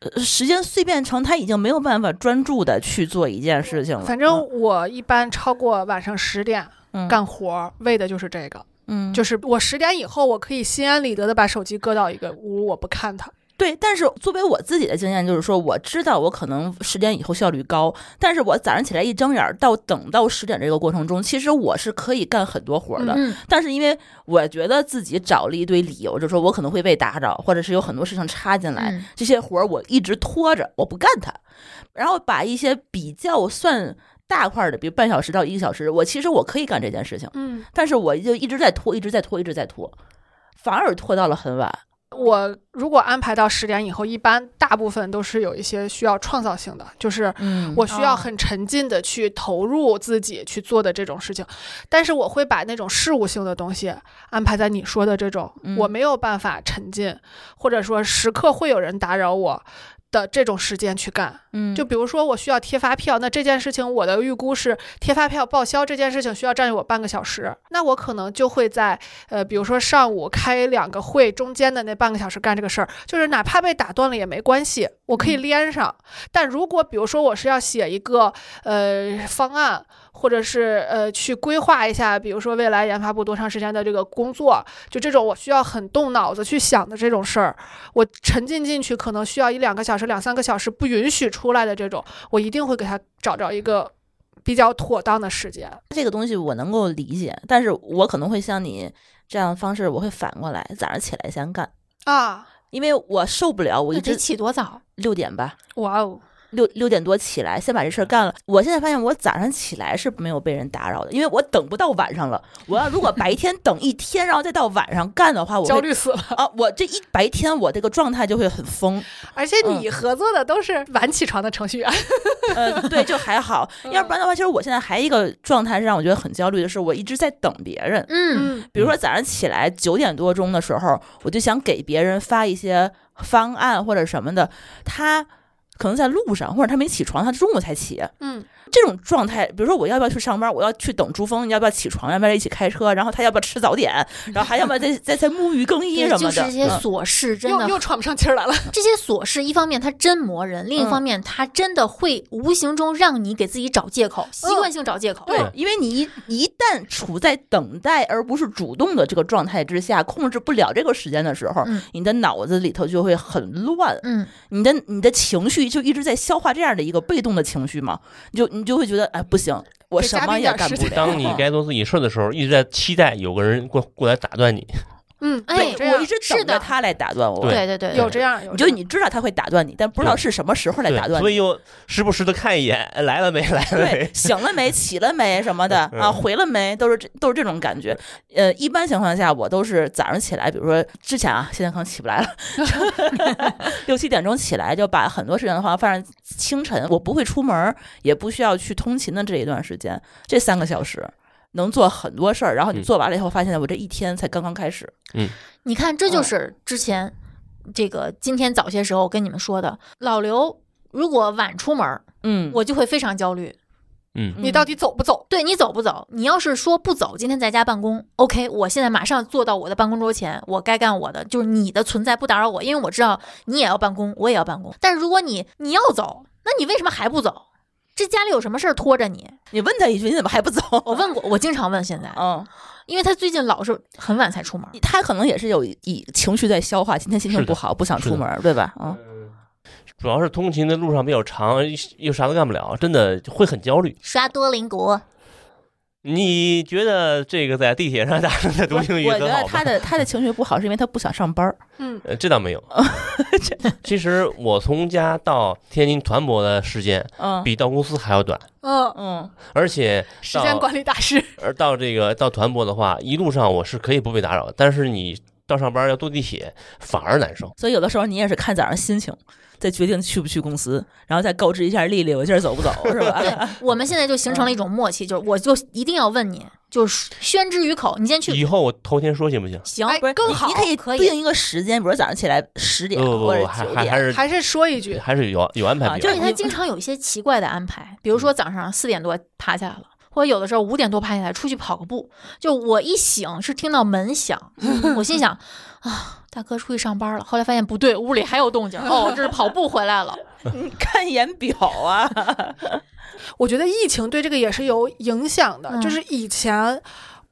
S4: 呃时间碎片成，他已经没有办法专注的去做一件事情了。
S3: 反正我一般超过晚上十点
S4: 嗯，
S3: 干活儿，为的就是这个。
S4: 嗯，嗯
S3: 就是我十点以后，我可以心安理得的把手机搁到一个屋，我不看它。
S4: 对，但是作为我自己的经验，就是说我知道我可能十点以后效率高，但是我早上起来一睁眼儿到等到十点这个过程中，其实我是可以干很多活儿的。
S2: 嗯，
S4: 但是因为我觉得自己找了一堆理由，就说我可能会被打扰，或者是有很多事情插进来，
S2: 嗯
S4: 这些活儿我一直拖着，我不干它，然后把一些比较算大块儿的，比如半小时到一个小时，我其实我可以干这件事情，
S3: 嗯，
S4: 但是我就一直在拖，一直在拖，一直在拖，反而拖到了很晚。
S3: 我如果安排到十点以后，一般大部分都是有一些需要创造性的，就是
S4: 嗯
S3: 我需
S2: 哦
S3: 要很沉浸的去投入自己去做的这种事情，但是我会把那种事务性的东西安排在你说的这种，
S4: 嗯
S3: 我没有办法沉浸，或者说时刻会有人打扰我的这种时间去干。
S4: 嗯
S3: 就比如说我需要贴发票，那这件事情我的预估是贴发票报销这件事情需要占用我半个小时，那我可能就会在呃，比如说上午开两个会中间的那半个小时干这个事儿，就是哪怕被打断了也没关系，我可以连上。但如果比如说我是要写一个呃方案，或者是呃去规划一下，比如说未来研发部多长时间的这个工作，就这种我需要很动脑子去想的这种事儿，我沉浸进去可能需要一两个小时、两三个小时，不允许出来的这种，我一定会给他找着一个比较妥当的时间。
S4: 这个东西我能够理解，但是我可能会像你这样的方式，我会反过来早上起来先干，
S3: 啊，
S4: 因为我受不了，我一
S2: 那得
S4: 直
S2: 起多早？
S4: 六点吧，
S3: 哇哦，
S4: 六六点多起来，先把
S3: 嗯
S4: 这事儿干了。我现在发现我早上起来是没有被人打扰的，因为我等不到晚上了。我要如果白天等一天，然后再到晚上干的话，我会
S3: 焦虑死了！
S4: 啊！我这一白天我这个状态就会很疯。
S3: 而且你合作的都是嗯晚起床的程序员，
S4: 呃，对，就 还好。要不然的话，其实我现在还有一个状态是让我觉得很焦虑的是，我一直在等别人。
S2: 嗯，
S3: 嗯，
S4: 比如说早上起来九点多钟的时候，我就想给别人发一些方案或者什么的，他可能在路上，或者他没起床，他中午才起。
S3: 嗯，
S4: 这种状态，比如说我要不要去上班，我要去等珠峰，你要不要起床，要不要一起开车，然后他要不要吃早点，然后还要不要 再再再沐浴更衣
S2: 对
S4: 什么
S2: 就
S4: 的，
S2: 是这些
S4: 嗯
S2: 琐事，真
S3: 又
S2: 的
S3: 又喘不上气儿来了。
S2: 这些琐事，一方面它真磨人，另一方面它真的会无形中让你给自己找借口，习惯性找借口。
S4: 嗯对，因为你一一旦处在等待而不是主动的这个状态之下，控制不了这个时间的时候，
S2: 嗯
S4: 你的脑子里头就会很乱，
S2: 嗯，
S4: 你的你的情绪就一直在消化这样的一个被动的情绪嘛，你就你就会觉得哎不行，我
S3: 给
S4: 什
S3: 嘉
S4: 么
S3: 宾
S4: 也
S3: 点
S4: 干
S3: 时
S4: 不了。
S3: 间
S5: 当你
S4: 嗯
S5: 该做自己事儿的时候，一直在期待有个人过过来打断你。
S3: 嗯，
S2: 哎
S3: 有这
S4: 对，我
S3: 样
S4: 一直
S2: 是
S4: 等着
S2: 的
S4: 他来打断我，
S5: 对
S2: 对对对，
S3: 有这样，有
S4: 你
S3: 这
S4: 就
S3: 样
S4: 你知道他会打断你，但不知道是什么时候来
S5: 对，
S4: 打断
S5: 所以
S4: 你。
S5: 又时不时的看一眼，哎来了没，来 了
S4: 对
S5: 没，。
S4: 醒了没，起了没什么的
S5: 嗯
S4: 啊，回了没，都是这都是这种感觉。呃，一般情况下，我都是早上起来，比如说之前啊，现在可能起不来了，六七点钟起来，就把很多事情的话放在清晨，我不会出门，也不需要去通勤的这一段时间，这三个小时。能做很多事儿，然后你
S5: 嗯
S4: 做完了以后，发现我这一天才刚刚开始。
S2: 你看，这就是之前这个今天早些时候跟你们说的，老刘如果晚出门儿，
S4: 嗯，
S2: 我就会非常焦虑。
S5: 嗯，
S3: 你到底走不走？
S2: 对你走不走？你要是说不走，今天在家办公，OK，我现在马上坐到我的办公桌前，我该干我的，就是你的存在不打扰我，因为我知道你也要办公，我也要办公。但如果你你要走，那你为什么还不走？这家里有什么事儿拖着你？
S4: 你问他一句，你怎么还不走？
S2: 我问过，我经常问现在，
S4: 嗯，
S2: 因为他最近老是很晚才出门。
S4: 他可能也是有以情绪在消化，今天心情
S5: 是的
S4: 不好，不想
S5: 是
S4: 出
S5: 的
S4: 门，对吧？嗯，
S5: 主要是通勤的路上比较长，又啥都干不了，真的会很焦虑。
S2: 刷多邻国，
S5: 你觉得这个在地铁上大声的读英语
S4: 我觉
S5: 很
S4: 得
S5: 好
S4: 他
S5: 吗？
S4: 的他的情绪不好，是因为他不想上 班儿。
S3: 嗯
S5: 呃，这倒没有。
S4: 哦
S5: 其实我从家到天津团泊的时间
S4: 嗯
S5: 比到公司还要短，
S3: 嗯，
S4: 嗯
S5: 而且
S3: 时
S5: 到
S3: 间管理大师，
S5: 而到这个到团泊的话，一路上我是可以不被打扰的，但是你到上班要坐地铁反而难受。
S4: 所以有的时候你也是看早上心情，再决定去不去公司，然后再告知一下丽丽我今儿走 不走，是
S2: 对
S4: 吧？
S2: 我们现在就形成了一种默契，就是我就一定要问你，就是宣之于口，你先去
S5: 以后我头天说行不行？
S2: 行，
S3: 哎
S4: 不是，
S3: 更
S4: 你
S3: 好
S4: 你可以
S2: 可以
S4: 定一个时间，比如早上起来十点
S5: 不不不，
S4: 或者
S5: 还
S4: 九
S5: 还还
S4: 点。
S5: 是
S3: 还是说一句，
S5: 还是有有安
S4: 啊
S5: 排比
S4: 就
S5: 较
S2: 而
S4: 是
S5: 好。
S2: 且
S4: 你
S2: 他经常有一些奇怪的安排，比如说早上四点多爬起来了。或者有的时候五点多爬起来出去跑个步，就我一醒是听到门响，我心想啊，大哥出去上班了。后来发现不对，屋里还有动静，哦，这是跑步回来了。
S4: 你看一眼表 啊，
S3: 我觉得疫情对这个也是有影响的，
S2: 嗯
S3: 就是以前。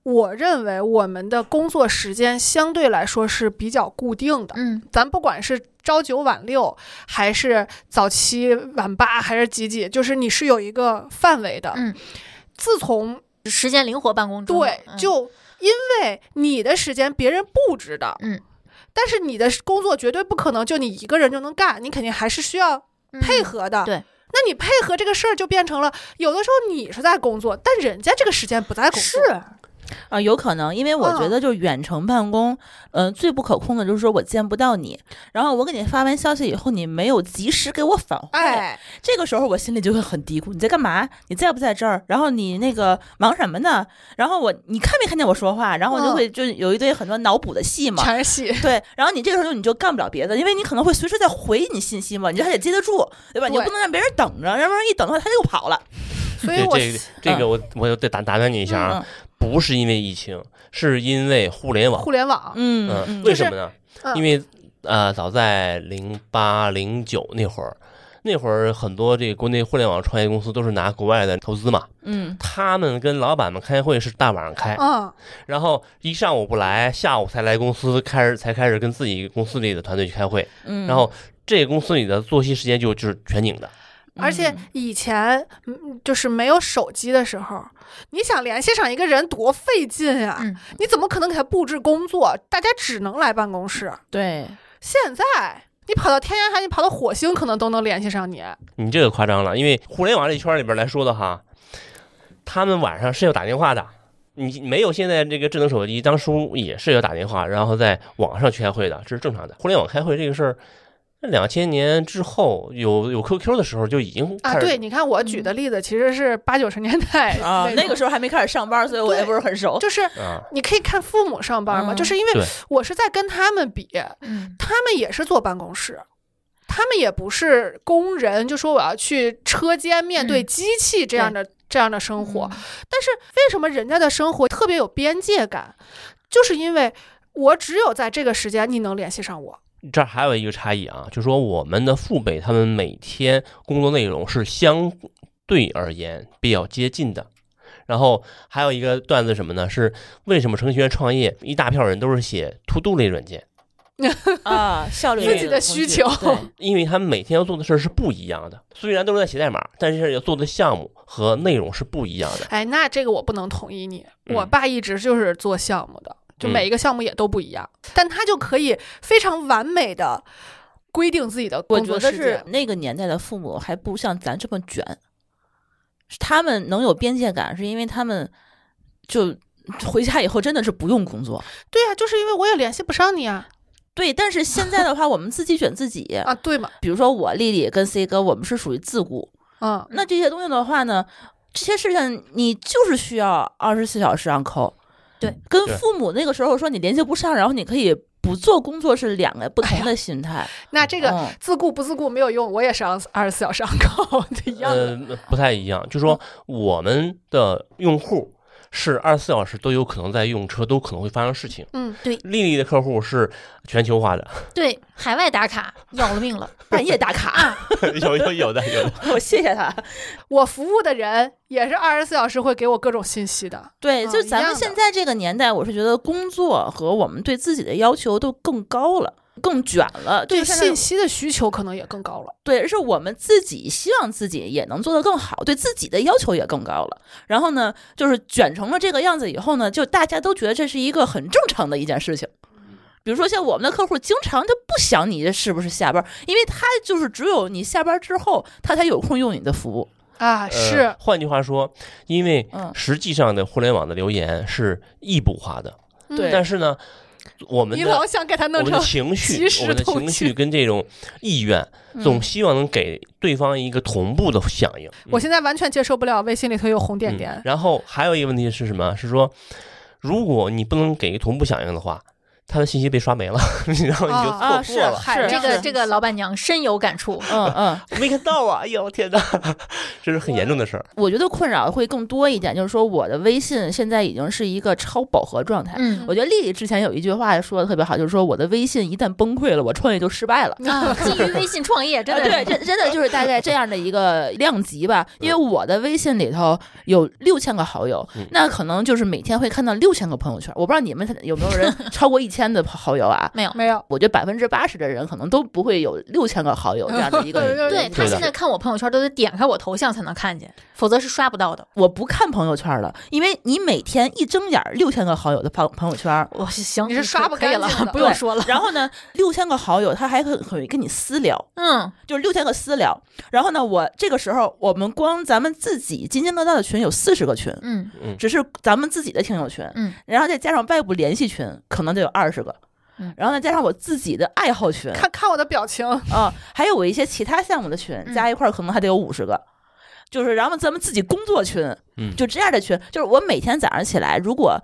S3: 我认为我们的工作时间相对来说是比较固定的，
S2: 嗯，
S3: 咱不管是朝九晚六，还是早七晚八，还是几几，就是你是有一个范围的。
S2: 嗯，
S3: 自从
S2: 时间灵活办公中，
S3: 对，
S2: 嗯
S3: 就因为你的时间别人不知道，
S2: 嗯，
S3: 但是你的工作绝对不可能就你一个人就能干，你肯定还是需要配、合的。
S2: 嗯对。
S3: 那你配合这个事儿，就变成了有的时候你是在工作，但人家这个时间不在
S2: 嗯
S3: 工
S2: 是
S3: 作。，
S4: 啊，有可能，因为我觉
S3: 嗯
S4: 得就是远程办公，嗯、最不可控的就是说我见不到你，然后我给你发完消息以后，你没有及时给我反馈，
S3: 哎，
S4: 这个时候我心里就会很嘀咕，你在干嘛？你在不在这儿？然后你那个忙什么呢？然后我你看没看见我说话？然后我就
S3: 嗯
S5: 哦
S4: 会就有一堆很多脑补的戏嘛。
S3: 全是戏。
S4: 对，然后你这个时候你就干不了别的，因为你可能会随时在回你信息嘛，你就还得接得住，对吧？你又
S3: 对
S4: 不能让别人等着，要不然一等的话他就跑了。
S3: 所以
S5: 对
S3: 我
S5: 这个这
S4: 嗯
S5: 个我我得打打断你一下啊，不是因为疫情，是因为互联网
S3: 互。联网，
S4: 嗯
S5: 嗯，
S4: 嗯，
S3: 就
S5: 为
S3: 是
S5: 什么呢？
S3: 嗯
S5: 因为呃，早在零八零九那会儿，那会儿很多这个国内互联网创业公司都是拿国外的投资嘛，
S4: 嗯
S5: 他们跟老板们开会是大晚上开，
S3: 嗯，
S5: 然后一上午不来，下午才来公司开始才开始跟自己公司里的团队去开会，
S4: 嗯，
S5: 然后这个公司里的作息时间就就是全拧的，
S3: 而且
S4: 嗯
S3: 以前嗯就是没有手机的时候，你想联系上一个人多费劲呀、
S2: 嗯
S3: 你怎么可能给他布置工作？大家只能来办公室。
S4: 对，
S3: 现在你跑到天涯海，你跑到火星，可能都能联系上你。
S5: 你这个夸张了，因为互联网这圈里边来说的哈，他们晚上是要打电话的。你没有现在这个智能手机，当初也是要打电话，然后在网上去开会的，这是正常的。互联网开会这个事儿，两千年之后有有 QQ 的时候就已经开
S3: 啊，
S5: 始
S3: 对，你看我举的例子其实是八九十年代
S4: 啊，那个时
S3: 候。
S4: 候还没开始上班，所以我也
S3: 对
S4: 不是很熟。
S3: 就是
S5: 啊，
S3: 你可以看父母上班嘛，
S4: 嗯
S3: 就是因为
S5: 对
S3: 我是在跟他们比，
S2: 嗯
S3: 他们也是坐办公室，他们也不是工人，就说我要去车间面对
S2: 嗯
S3: 机器这样的、这样的生活。
S2: 嗯
S3: 但是为什么人家的生活特别有边界感？就是因为我只有在这个时间你能联系上我。
S5: 这儿还有一个差异啊，就是说我们的父辈他们每天工作内容是相对而言比较接近的。然后还有一个段子是什么呢？是为什么程序员创业一大票人都是写 To Do 类软件？
S4: 啊，效率
S5: 自
S4: 类
S5: 己
S3: 的
S4: 东
S3: 需
S4: 西
S3: 求
S4: 对
S5: 因为他们每天要做的事儿是不一样的。虽然都是在写代码，但是要做的项目和内容是不一样的。
S3: 哎，那这个我不能同意你。
S5: 嗯
S3: 我爸一直就是做项目的，就
S5: 嗯
S3: 每一个项目也都不一样，但他就可以非常完美的规定自己的
S4: 我
S3: 工
S4: 觉
S3: 作
S4: 得
S3: 时
S4: 是
S3: 间。
S4: 那个年代的父母还不像咱这么卷，是他们能有边界感，是因为他们就回家以后真的是不用工作。
S3: 对呀、就是因为我也联系不上你啊
S4: 对，但是现在的话，我们自己选自己。
S3: 啊，对嘛，
S4: 比如说我丽丽跟 C 哥，我们是属于自雇。
S3: 嗯，
S4: 那这些东西的话呢，这些事情你就是需要二十四小时上扣。
S2: 对，
S4: 跟
S5: 对
S4: 父母那个时候说你联系不上，然后你可以不做工作是两个不
S3: 哎
S4: 同
S3: 呀
S4: 的心态。
S3: 那这
S5: 哦
S3: 个
S4: 嗯
S3: 自顾不自顾没有用，我也是二二十四小时上 岗一样的。
S5: 呃，不太一样，就是说我们的用户是二十四小时都有可能在用车，都可能会发生事情。
S3: 嗯，
S5: 丽丽的客户是全球化的，
S2: 对，海外打卡要了命了，
S4: 半夜打卡，
S5: 有有有的
S3: 啊
S5: 有的。
S4: 我谢谢他。
S3: 我服务的人也是二十四小时会给我各种信息的。
S4: 对，
S3: 啊
S4: 就
S3: 一
S4: 咱
S3: 样
S4: 们
S3: 的
S4: 现在这个年代，我是觉得工作和我们对自己的要求都更高了，更卷了。
S3: 对
S4: 就是现
S3: 信
S4: 在
S3: 息的需求可能也更高了。
S4: 对，而是我们自己希望自己也能做得更好，对自己的要求也更高了。然后呢，就是卷成了这个样子以后呢，就大家都觉得这是一个很正常的一件事情。比如说，像我们的客户，经常他不想你是不是下班，因为他就是只有你下班之后，他才有空用你的服务。
S3: 啊，
S5: 呃
S3: 是，
S5: 换句话说，因为
S4: 嗯
S5: 实际上的互联网的留言是异步化的，
S3: 嗯
S4: 对
S5: 但是呢，我们
S3: 你
S5: 的
S3: 老想给他
S5: 我
S3: 弄
S5: 们
S3: 成
S5: 的情绪
S3: 即时，
S5: 我们的
S3: 通
S5: 情
S3: 信
S5: 绪跟这种意愿，总
S4: 嗯
S5: 希望能给对方一个同步的响应。
S3: 我现在完全接受不了微信里头有红点
S5: 嗯
S3: 点。
S5: 然后还有一个问题是什么？是说，如果你不能给同步响应的话，他的信息被刷没了， 然后你就
S3: 啊
S4: 啊
S5: 错
S4: 是
S5: 过了。
S3: 嗨
S4: 是
S2: 这个
S4: 是
S2: 这个老板娘深有感触。
S4: 嗯嗯，
S5: 我没看到啊！哎呦，我天哪， 这是很严重的事儿。
S4: 我觉得困扰会更多一点，就是说我的微信现在已经是一个超饱和状态。
S2: 嗯，
S4: 我觉得丽丽之前有一句话说的特别好，就是说我的微信一旦崩溃了，我创业就失败了。
S2: 啊，基于微信创业，真
S4: 啊
S2: 的
S4: 对，
S2: 是
S4: 真真的就是大概这样的一个量级吧。因为我的微信里头有六千个好友，
S5: 嗯
S4: 那可能就是每天会看到六千个朋友圈。我不知道你们有没有人超过一千的好友啊？
S2: 没有。
S3: 没有，
S4: 我觉得百分之八十的人可能都不会有六千个好友这样的一个。
S3: 对
S2: 对他
S5: 对的
S2: 现在看我朋友圈都得点开我头像才能看见，否则是刷不到的。
S4: 我不看朋友圈了，因为你每天一睁眼六千个好友的朋朋友圈，
S2: 我行，
S3: 你是
S2: 可
S3: 刷不
S2: 可以
S3: 干
S2: 了
S3: 净，的
S2: 不用
S4: 对
S2: 说了。
S4: 然后呢，六千个好友，他还可可以跟你私聊，
S2: 嗯，
S4: 就是六千个私聊。然后呢，我这个时候我们光咱们自己津津乐道的群有四十个群，
S2: 嗯
S4: 只是咱们自己的听友群，
S2: 嗯，
S4: 然后再加上外部联系群，可能得有二十个
S2: 嗯。
S4: 然后呢，加上我自己的爱好群，
S3: 看看我的表情，
S4: 啊，还有我一些其他项目的群，
S2: 嗯
S4: 加一块儿可能还得有五十个。就是，然后咱们自己工作群，
S5: 嗯
S4: 就这样的群，就是我每天早上起来，如果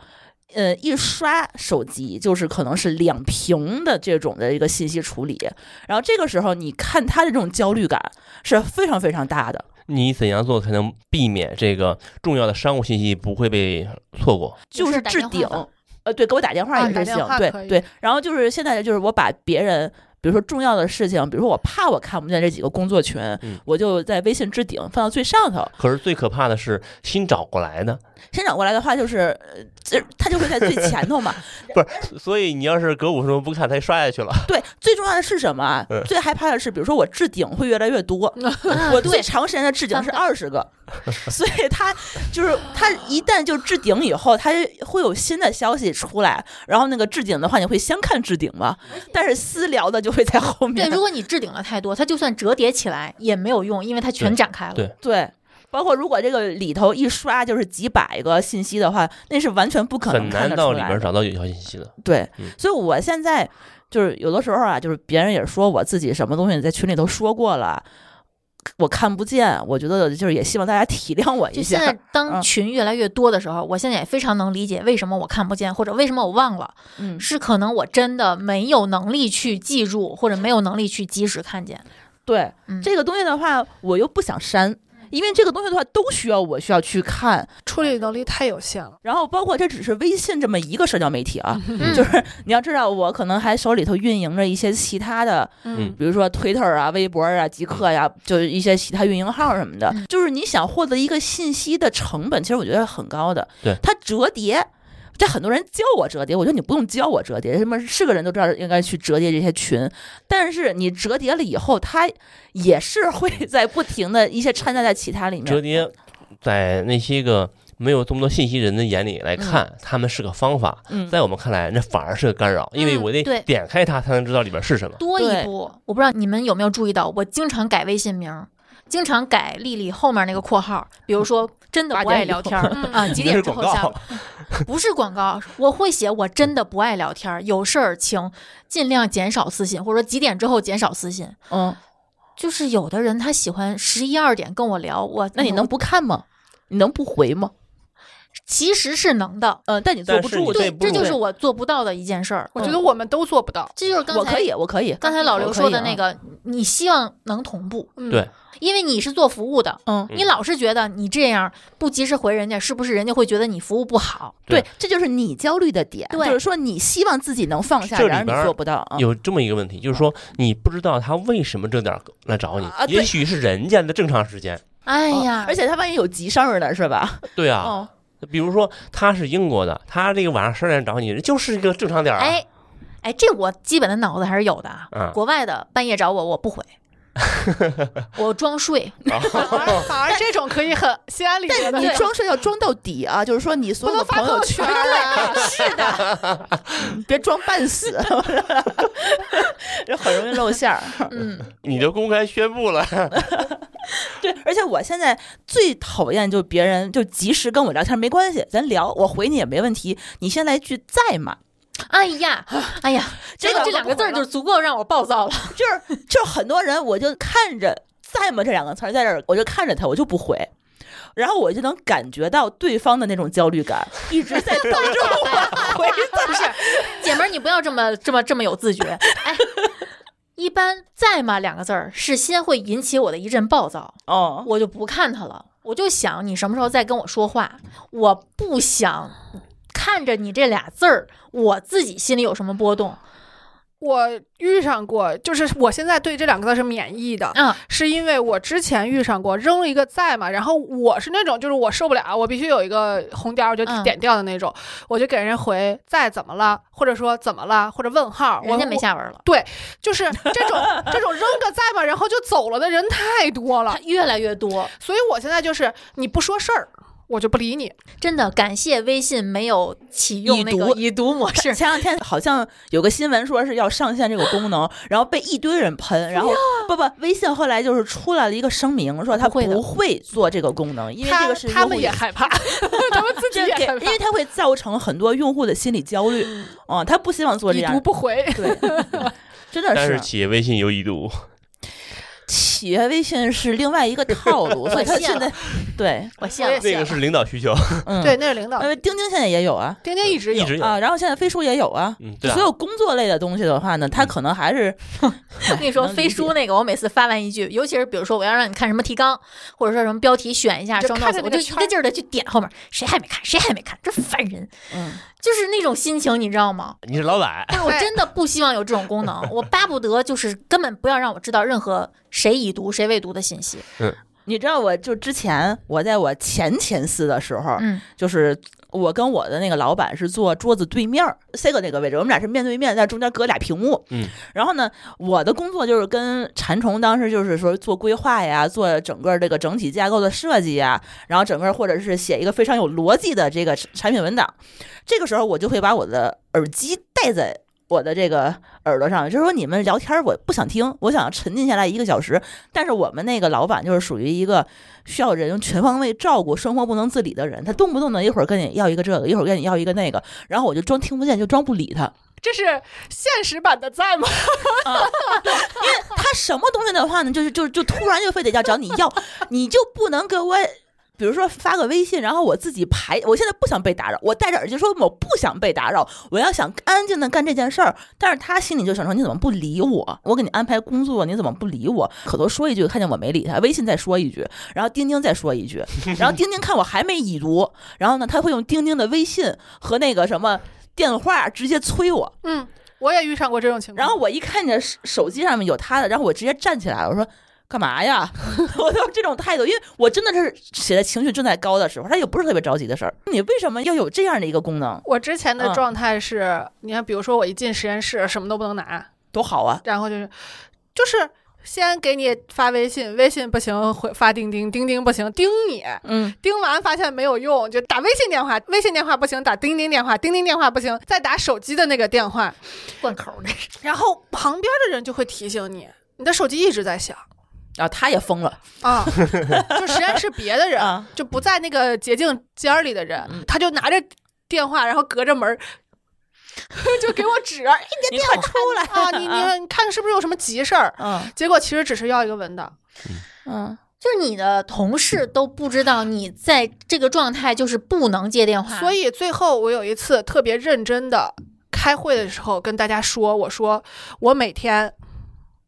S4: 呃一刷手机，就是可能是两屏的这种的一个信息处理，然后这个时候你看他的这种焦虑感是非常非常大的。
S5: 你怎样做才能避免这个重要的商务信息不会被错过？
S4: 就
S2: 没事
S4: 是
S2: 打
S4: 置
S2: 电话
S4: 顶
S2: 吧。
S4: 呃，对，给我打电话
S3: 啊
S4: 也
S3: 打
S4: 是
S3: 电
S4: 行，
S3: 话
S4: 对
S3: 可以
S4: 对。然后就是现在就是我把别人，比如说重要的事情，比如说我怕我看不见这几个工作群，
S5: 嗯
S4: 我就在微信置顶放到最上头。
S5: 可是最可怕的是新找过来的，
S4: 先转过来的话就是，呃这他就会在最前头 嘛。
S5: 所以你要是隔五分钟不看，他就刷下去了。
S4: 对，最重要的是什么啊
S5: 嗯？
S4: 最害怕的是，比如说我置顶会越来越多，
S2: 啊
S4: 我最长时间的置顶是
S2: 嗯
S4: 二十 个，所以他就是他一旦就置顶以后，他会有新的消息出来，然后那个置顶的话，你会先看置顶嘛，但是私聊的就会在后
S2: 对，
S4: 面
S2: 如。果你置顶了太多，它就算折叠起来也没有用，因为它全
S5: 对
S2: 展开了。
S5: 对
S4: 对。包括如果这个里头一刷就是几百个信息的话，那是完全不可 能
S5: 很
S4: 看
S5: 难
S4: 得出
S5: 到
S4: 来
S5: 里
S4: 的。
S5: 边找到有效信息的。
S4: 对
S5: 嗯，
S4: 所以我现在就是有的时候啊，就是别人也说我自己什么东西在群里头说过了，我看不见，我觉得就是也希望大家体谅我一
S2: 就现
S4: 下
S2: 在。，当
S4: 嗯
S2: 群越来越多的时候，我现在也非常能理解为什么我看不见，或者为什么我忘了，
S4: 嗯，
S2: 是可能我真的没有能力去记住，或者没有能力去及时看见。
S4: 对
S2: 嗯，
S4: 这个东西的话，我又不想删。因为这个东西的话，都需要我需要去看，
S3: 处理能力太有限了。
S4: 然后包括这只是微信这么一个社交媒 体啊，
S2: 嗯
S4: 就是你要知道，我可能还手里头运营着一些其他的，
S5: 嗯
S4: 比如说 Twitter 啊、微博啊、极客呀、就是一些其他运营号什么的
S2: 嗯，
S4: 就是你想获得一个信息的成本，其实我觉得很高的。
S5: 对
S4: 它折叠，这很多人教我折叠，我觉得你不用教我折叠，什么是个人都知道应该去折叠这些群，但是你折叠了以后，它也是会在不停的一些掺杂在其他里面。
S5: 嗯折叠，在那些个没有这么多信息人的眼里来看，他们是个方法，
S4: 嗯，
S5: 在我们看来，那反而是个干扰，因为
S2: 嗯
S5: 我得
S2: 对
S5: 点开它才能知道里边是什么。
S2: 多一
S4: 对
S2: 步，我不知道你们有没有注意到，我经常改微信名儿，经常改丽丽后面那个括号，比如 说真的
S4: 八
S2: 不爱
S4: 点以
S2: 聊
S4: 后
S2: 天儿 啊，几
S5: 那
S2: 点
S5: 是
S2: 之后
S5: 广
S2: 下
S5: 告
S2: 班。， 不是广告，我会写我真的不爱聊天儿，有事儿请尽量减少私信，或者说几点之后减少私信。
S4: 嗯，
S2: 就是有的人他喜欢十一二点跟我聊，我
S4: 那你能不看吗？你能不回吗？
S2: 其实是能的，
S4: 嗯，但你坐
S5: 但
S4: 不
S5: 是
S4: 住
S5: 你
S4: 的，
S5: 对
S2: 对，
S5: 不
S2: 这就是
S4: 对
S2: 我做不到的一件事儿。嗯
S3: 我觉得我们都做不 到。
S2: 这就是刚才
S4: 我可以，我可以。
S2: 刚才老刘
S4: 我可
S2: 说
S4: 以
S2: 的
S4: 啊
S2: 那个，你希望能同步，
S3: 嗯
S5: 对，
S2: 因为你是做服务的，
S4: 嗯
S2: 你老是觉得你这样不及时回人家，是不是人家会觉得你服务不好？
S5: 对
S4: 对，这就是你焦虑的点，
S2: 对
S4: 就是说你希望自己能放下，
S5: 这里
S4: 然而
S5: 边
S4: 你
S5: 儿
S4: 做不到啊。
S5: 有这么一个问题，就是说你不知道他为什么这点儿来找你
S4: 啊，对
S5: 也许是人家的正常时间。
S2: 哎呀，
S4: 哦而且他万一有急事儿呢，是 吧？
S5: 对啊，
S4: 哦，
S5: 比如说他是英国的，他这个晚上十二点找你，人就是一个正常点儿啊。
S2: 哎，哎，这我基本的脑子还是有的啊。
S5: 嗯
S2: 国外的半夜找我，我 不回，我装 睡。
S3: 反而反而这种可以很心安理得的
S4: 但你装睡要装到底啊，就是说你所有的
S3: 不能
S4: 朋
S3: 发朋
S4: 友
S3: 友
S4: 圈
S3: 圈
S4: 啊，是的，别装半死， 这很容易露馅儿。
S2: 嗯，
S5: 你就公开宣布了，
S4: 对，而且我现在最讨厌就别人就及时跟我聊天没关系，咱聊，我回你也没问题，你先来一句在吗？
S2: 哎呀，哎呀，
S4: 这
S2: 这个
S4: 个我
S2: 这两
S4: 不
S2: 个字
S4: 回
S2: 儿
S4: 了
S2: 就足够让我暴躁了。
S4: 就是就是很多人，我就看着“在吗”这两个词儿在这儿，我就看着他，我就不回。然后我就能感觉到对方的那种焦虑感，一直在等着我回
S2: 不是， 姐们儿，你不要这么这么这么有自觉。哎，一般“在吗”两个字儿是先会引起我的一阵暴躁，
S4: 哦，
S2: 我就不看他了，我就想你什么时候再跟我说话，我不想看着你这俩字儿，我自己心里有什么波动。
S3: 我遇上过，就是我现在对这两个字是免疫的，
S2: 嗯，
S3: 是因为我之前遇上过，扔了一个在嘛，然后我是那种就是我受不了，啊我必须有一个红点儿，我就
S2: 嗯
S3: 点掉的那种，我就给人家回在怎么了，或者说怎么了，或者问号，我
S2: 人家没下文了，
S3: 就是 这种这种扔个在嘛，然后就走了的人太多了
S2: 他，越来越多。
S3: 所以我现在就是你不说事儿，我就不理你。
S2: 真的感谢微信没有启用那个
S4: 已读
S2: 已读模式，
S4: 前两天好像有个新闻说是要上线这个功能，然后被一堆人喷，然后不不，微信后来就是出来了一个声明，说他
S2: 不会的
S4: 不会做这个功能，因为这
S3: 他
S4: 个是
S3: 他
S4: 用户
S3: 们也害怕， 他们自己
S4: 这
S3: 也
S4: 给
S3: 害，
S4: 因为
S3: 怕，
S4: 它会造成很多用户的心理焦虑，嗯，他不希望做这
S3: 已
S4: 样
S3: 读，不回。
S4: 对， 真的
S5: 但是
S4: 是
S5: 企业微信有已 读，
S4: 啊企业微信是另外一个套 路，所以 他
S2: 我信
S4: 现在对，
S2: 我信
S3: 我
S2: 了
S3: 也。
S5: 那个是领导需求，
S4: 嗯，
S3: 对，，那是领导
S4: 因，为钉钉现在也有啊，
S3: 天天一直
S5: 一
S3: 有。
S5: 直有，
S4: 啊，然后现在飞书也有啊。
S5: 嗯，对啊嗯
S4: 所，有工作类的东西的话呢，它可能还是
S2: 我跟你说，
S4: 能理解
S2: 飞书那个，我每次发完一句，尤其是比如说我要让你看什么提纲，或者说什么标题选一下
S3: 就
S2: 双
S3: 看
S2: 动词，
S3: 着那
S2: 我
S3: 个
S2: 就一
S3: 圈
S2: 个
S3: 儿
S2: 劲儿的去点后面，谁还没看，谁还没看，真烦人，
S4: 嗯，
S2: 就是那种心情，你知道吗？
S5: 你是老板，
S2: 但是我
S3: 对
S2: 真的不希望有这种功能，我巴不得就是根本不要让我知道任何谁已读谁未读的信息。
S4: 你知道，我就之前我在我前前司的时候，
S2: 嗯
S4: 就是我跟我的那个老板是坐桌子对面儿 C 哥那个位置，我们俩是面对面，但中间隔俩屏幕。
S5: 嗯，
S4: 然后呢，我的工作就是跟馋虫当时就是说做规划呀，做整个这个整体架构的设计呀，然后整个或者是写一个非常有逻辑的这个产品文档。这个时候我就会把我的耳机戴在。我的这个耳朵上，就是说你们聊天儿我不想听，我想沉浸下来一个小时。但是我们那个老板就是属于一个需要人全方位照顾、生活不能自理的人，他动不动的一会儿跟你要一个这个，一会儿跟你要一个那个，然后我就装听不见，就装不理他。
S3: 这是现实版的在吗？
S4: 他什么东西的话呢，就是就就突然就非得要找你要，你就不能给我。比如说发个微信，然后我自己排，我现在不想被打扰，我戴着耳机说我不想被打扰，我要想安安静静干这件事儿。但是他心里就想说你怎么不理我？我给你安排工作，你怎么不理我？口头说一句，看见我没理他，微信再说一句，然后钉钉再说一句，然后钉钉看我还没已读，然后呢，他会用钉钉的微信和那个什么电话直接催我，
S3: 嗯，我也遇上过这种情况。
S4: 然后我一看见手手机上面有他的，然后我直接站起来了，我说。干嘛呀？ 我都这种态度，因为我真的是写的情绪正在高的时候，他也不是特别着急的事儿。你为什么要有这样的一个功能？
S3: 我之前的
S4: 嗯
S3: 状态是，你看，比如说我一进实验室，什么都不能拿，
S4: 多好啊！
S3: 然后就是就是先给你发微信，微信不行回发钉钉，钉钉不行钉你，
S4: 嗯，
S3: 钉完发现没有用，就打微信电话，微信电话不行打钉钉电话，钉钉电话不行再打手机的那个电话，
S2: 贯口的，
S3: 然后旁边的人就会提醒你，你的手机一直在响。
S4: 然后他也疯了
S3: 啊，就实验室别的人
S4: 啊，
S3: 就不在那个捷径尖儿里的人，他就拿着电话，然后隔着门儿就给我指，哎，
S4: 你快出来
S3: 啊，你你你看是不是有什么急事儿？
S4: 嗯
S3: 结果其实只是要一个文档，
S4: 嗯，
S2: 就是你的同事都不知道你在这个状态，就是不能接电话，
S3: 所以最后我有一次特别认真的开会的时候跟大家说，我说我每天。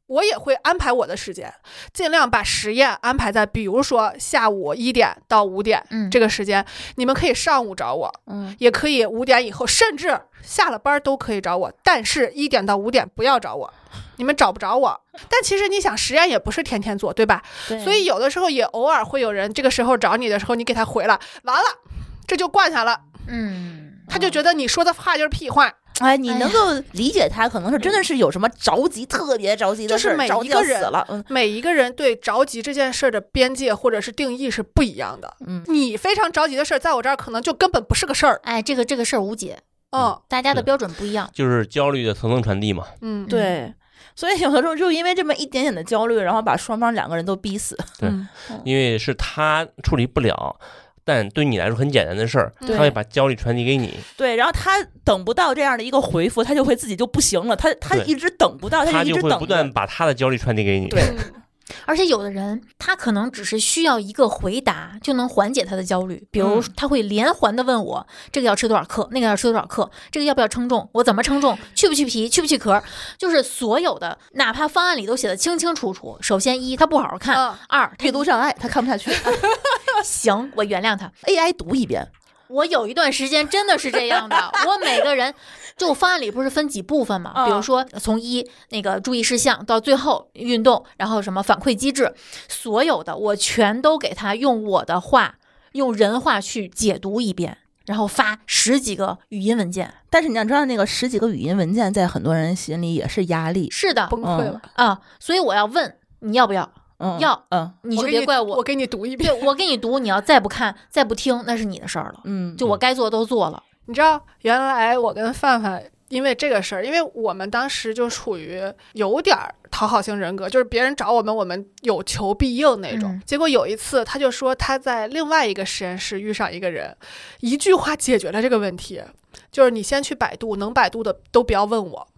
S3: 我也会安排我的时间，尽量把实验安排在，比如说下午一点到五点
S2: 嗯，
S3: 这个时间，你们可以上午找我，
S4: 嗯，
S3: 也可以五点以后，甚至下了班都可以找我，但是一点到五点不要找我，你们找不着我。但其实你想，实验也不是天天做，对吧？
S4: 嗯
S2: 对
S3: 所以有的时候也偶尔会有人这个时候找你的时候，你给他回了，完了。这就惯下了，
S2: 嗯，
S3: 他就觉得你说的话就是屁话，
S4: 哎，你能够理解他，可能是真的是有什么着急，特别着急的事
S3: 就
S4: 儿，
S3: 是每一个
S4: 着急要死
S3: 人
S4: 了。嗯
S3: 每一个人对着急这件事儿的边界或者是定义是不一样的。
S4: 嗯，
S3: 你非常着急的事儿，在我这儿可能就根本不是个事儿。
S2: 哎，这个这个事儿无解，
S3: 嗯
S2: 大家的
S5: 是
S2: 标准不一样。
S5: 就是焦虑的层层传递嘛。
S3: 嗯，
S4: 对。所以有的时候就因为这么一点点的焦虑，然后把双方两个人都逼死。
S5: 对
S3: 嗯
S5: 因为是他处理不了，但对你来说很简单的事儿，
S3: 嗯
S5: 他会把焦虑传递给你，
S4: 对，然后他等不到这样的一个回复，他就会自己就不行了，他他
S5: 对
S4: 一直等不到，
S5: 他
S4: 就一
S5: 就
S4: 直
S5: 会
S4: 等
S5: 不
S4: 着
S5: 断把他的焦虑传递给你。
S4: 对
S3: 嗯
S2: 而且有的人他可能只是需要一个回答就能缓解他的焦虑，比如
S4: 嗯
S2: 他会连环的问我这个要吃多少克，那个要吃多少克，这个要不要称重，我怎么称重，去不去皮，去不去壳，就是所有的，哪怕方案里都写的清清楚楚。首先一他不好好看，
S3: 嗯
S2: 二
S4: 阅读障碍，他看不 下去
S2: 他行，我原谅他。
S4: ，AI 读一遍，
S2: 我有一段时间真的是这样的，我每个人就方案里不是分几部分嘛？比如
S4: 嗯
S2: 说从一那个注意事项到最后运动，然后什么反馈机制，所有的我全都给他用我的话，用人话去解读一遍，然后发十几个语音文件。
S4: 但是你要知道，那个十几个语音文件在很多人心里也是压力。
S2: 是的
S3: 崩溃了。
S2: 啊，所以我要问你要不要，
S4: 嗯，
S2: 要，
S4: 嗯
S2: 你
S3: 我
S2: 就
S3: 给
S2: 别怪
S3: 我给你读一遍
S2: 对。我给你读，你要再不看再不听，那是你的事儿了。
S4: 嗯，
S2: 就我该做都做了，
S3: 你知道，原来我跟范范因为这个事儿，因为我们当时就处于有点儿讨好型人格，就是别人找我们，我们有求必应那种。
S2: 嗯
S3: 结果有一次，他就说他在另外一个实验室遇上一个人，一句话解决了这个问题，就是你先去百度，能百度的都不要问我。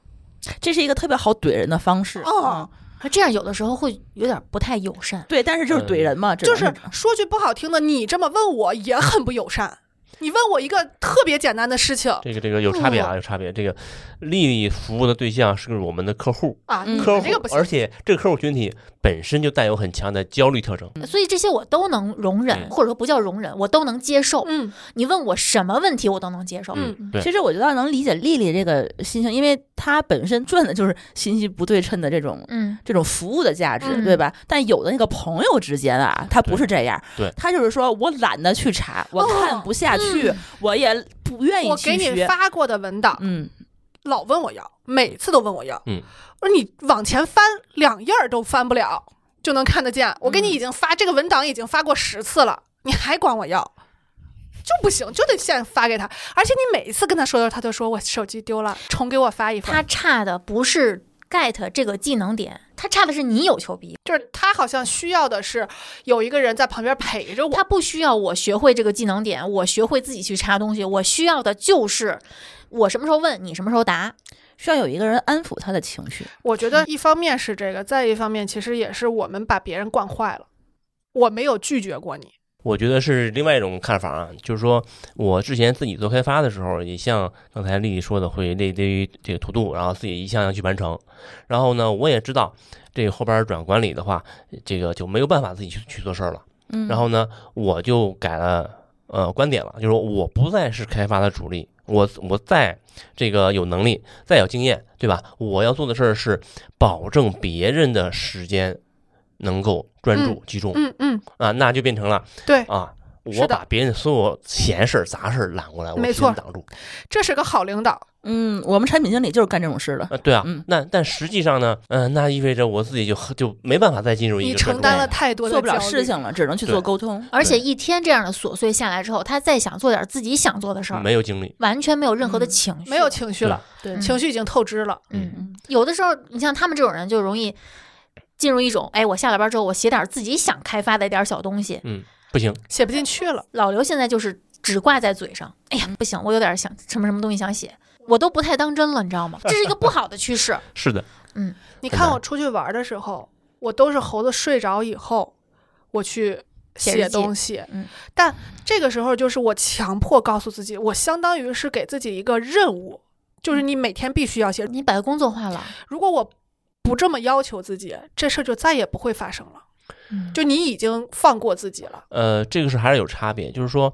S4: 这是一个特别好怼人的方式。
S3: 哦
S4: 嗯，
S2: 这样有的时候会有点不太友善。
S4: 对，但是
S5: 呃
S4: 就是怼人嘛，只
S3: 就
S4: 能
S3: 是说句不好听的，你这么问我也很不友善。你问我一个特别简单的事情
S5: 这个这个有差别
S4: 嗯
S5: 啊，有差别。这个丽丽服务的对象是我们的客户，
S3: 啊，
S4: 嗯
S3: 你
S5: 客户
S3: 这个不，行
S5: 而。且这个客户群体本身就带有很强的焦虑特征。
S4: 嗯
S2: 所以这些我都能容忍，
S5: 嗯
S2: 或者说不叫容忍，我都能接受。
S3: 嗯，
S2: 你问我什么问题，我都能接受。
S3: 嗯
S5: 对，
S4: 其实我觉得能理解丽丽这个心情，因为她本身赚的就是信息不对称的这种
S2: 嗯
S4: 这种服务的价值，
S2: 嗯
S4: 对吧？但有的那个朋友之间啊，他不是这样，
S5: 对
S4: 他就是说我懒得去查，我看不下去，我也不愿意
S3: 哦嗯我给
S4: 去
S3: 你
S4: 学。
S3: 发过的文档，
S4: 嗯，
S3: 老问我要，每次都问我要。
S5: 嗯，
S3: 我说你往前翻两页儿都翻不了，就能看得见。我给你
S4: 嗯
S3: 已经发、这个文档已经发过十次了，你还管我要，就不行，就得现在发给他。而且你每一次跟他说的时候，他就说我手机丢了，重给我发一份。
S2: 他差的不是 get 这个技能点，他差的是你有求必应，
S3: 就是他好像需要的是有一个人在旁边陪着我。
S2: 他不需要我学会这个技能点，我学会自己去查东西，我需要的就是我什么时候问你什么时候答。
S4: 需要有一个人安抚他的情绪。
S3: 我觉得一方面是这个，再一方面其实也是我们把别人惯坏了。我没有拒绝过你，
S5: 我觉得是另外一种看法啊，就是说我之前自己做开发的时候，也像刚才丽丽说的，会类似于这个 to do，然后自己一项项去完成。然后呢，我也知道这个后边转管理的话，这个就没有办法自己去去做事儿了。
S4: 嗯，
S5: 然后呢，我就改了呃观点了，就是我不再是开发的主力，我我再这个有能力，再有经验，对吧？我要做的事儿是保证别人的时间能够专注集中、
S3: 嗯嗯，
S5: 啊，那就变成了
S3: 对，
S5: 啊，
S3: 是的
S5: 我把别人所有闲事儿、杂事儿揽过来，我
S3: 没
S5: 提
S3: 错
S5: 前挡住
S3: 这是个好领导。
S4: 嗯，我们产品经理就是干这种事
S3: 呃
S4: 的。
S5: 啊，对啊，
S4: 嗯
S5: 那但实际上呢，嗯、那意味着我自己就就没办法再进入一
S3: 你
S5: 个
S3: 承担了
S5: 太
S3: 太多的
S4: 做不了
S3: 焦虑啊
S4: 事情了，只能去做
S5: 对
S4: 沟通。
S2: 而且
S5: 对
S2: 一天这样的琐碎下来之后，他再想做点自己想做的事儿，
S5: 没有精力，
S2: 完全没有任何的
S4: 嗯
S2: 情绪，
S3: 没有情绪了，
S4: 对
S2: 嗯
S3: 情绪已经透支了。
S5: 嗯
S2: 嗯，有的时候你像他们这种人就容易进入一种，哎，我下了班之后我写点自己想开发的一点小东西。
S5: 不行，
S3: 写不进去了。
S2: 老刘现在就是只挂在嘴上，哎呀，不行，我有点想什么什么东西想写，我都不太当真了，你知道吗？这是一个不好的趋势。
S5: 是的，
S3: 你
S5: 很
S3: 看
S5: 难
S3: 我出去玩的时候，我都是猴子睡着以后，我去
S2: 写
S3: 写
S2: 日记
S3: 东西。
S2: 嗯
S3: 但这个时候就是我强迫告诉自己，我相当于是给自己一个任务，就是
S2: 嗯
S3: 你每天必须要写。
S2: 你把它工作化了，
S3: 如果我不这么要求自己，这事儿就再也不会发生了。
S2: 嗯
S3: 就你已经放过自己了，
S5: 呃，这个是还是有差别，就是说，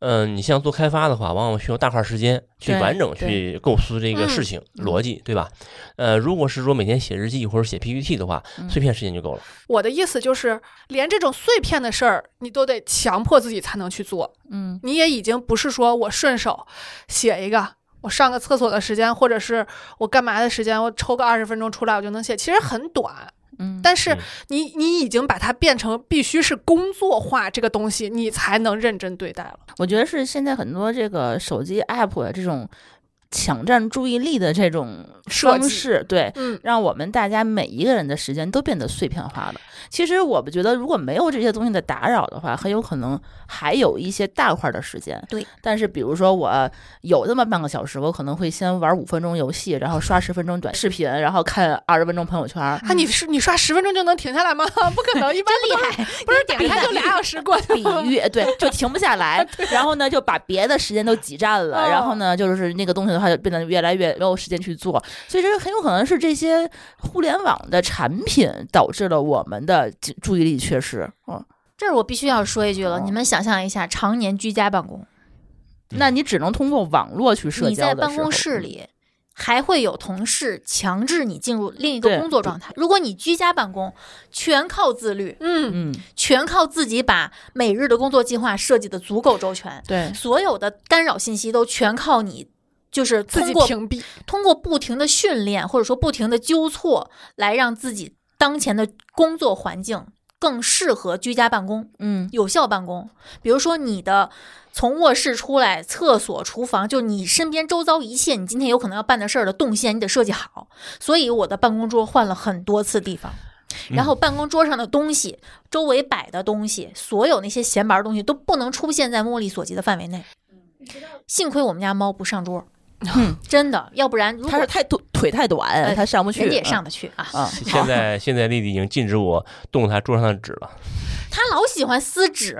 S5: 嗯，你像做开发的话，往往需要大块时间去
S4: 对
S5: 完整
S4: 对
S5: 去构思这个事情
S4: 嗯
S5: 逻辑，对吧？呃，如果是说每天写日记或者写 PPT 的话，
S4: 嗯
S5: 碎片时间就够了。
S3: 我的意思就是，连这种碎片的事儿，你都得强迫自己才能去做。
S4: 嗯，
S3: 你也已经不是说我顺手写一个，我上个厕所的时间，或者是我干嘛的时间，我抽个二十分钟出来我就能写，其实很短。
S4: 嗯，
S3: 但是
S5: 嗯
S3: 你你已经把它变成必须是工作化这个东西，你才能认真对待了。
S4: 啊我觉得是现在很多这个手机 app 这种抢占注意力的这种
S3: 设
S4: 方
S3: 计
S4: 式，对，
S3: 嗯，
S4: 让我们大家每一个人的时间都变得碎片化了。其实我们觉得，如果没有这些东西的打扰的话，很有可能还有一些大块儿的时间。
S2: 对，
S4: 但是比如说我有那么半个小时，我可能会先玩五分钟游戏，然后刷十分钟短视频，然后看二十分钟朋友圈儿。
S3: 啊，你是你刷十分钟就能停下来吗？ 不可能，一般
S2: 真
S3: 不
S2: 厉
S3: 都是
S2: 害，
S3: 不是
S2: 你
S3: 打
S2: 点
S3: 开
S2: 开
S3: 就俩小时过去
S4: 比
S3: 了。嗯
S4: 喻，对，就停不下来，
S2: 啊
S4: 然后呢，就把别的时间都挤占
S2: 嗯
S4: 了，然后呢，就是那个东西的话，就变得越来越没有时间去做，所以这很有可能是这些互联网的产品导致了我们的注注意力缺失。嗯，
S2: 这儿我必须要说一句
S4: 哦
S2: 了，你们想象一下，常年居家办公，
S5: 嗯
S4: 那你只能通过网络去社
S2: 你
S4: 交的
S2: 在
S4: 时
S2: 办
S4: 候。嗯
S2: 公室里。还会有同事强制你进入另一
S4: 对
S2: 个工作状态。如果你居家办公，全靠自律，
S3: 嗯，
S4: 嗯，
S2: 全靠自己把每日的工作计划设计的足够周全，
S4: 对，
S2: 所有的干扰信息都全靠你，就是
S3: 自
S2: 通
S3: 己
S2: 过
S3: 屏蔽，
S2: 通过不停的训练或者说不停的纠错，来让自己当前的工作环境更适合居家办公、
S4: 嗯，
S2: 有效办公。比如说你的从卧室出来，厕所、厨房，就你身边周遭一切你今天有可能要办的事儿的动线，你得设计好。所以我的办公桌换了很多次地方。
S4: 嗯
S2: 然后办公桌上的东西、周围摆的东西，所有那些闲玩的东西都不能出现在茉莉所及的范围内。幸亏我们家猫不上桌，真的，要不然如果
S4: 他嗯是太短，腿太短，
S2: 呃
S4: 他上不去。
S2: 人家也
S4: 嗯
S2: 上得去啊。
S4: 啊，
S5: 现 在现在丽丽已经禁止我动她桌上的纸了，
S2: 他老喜欢撕纸，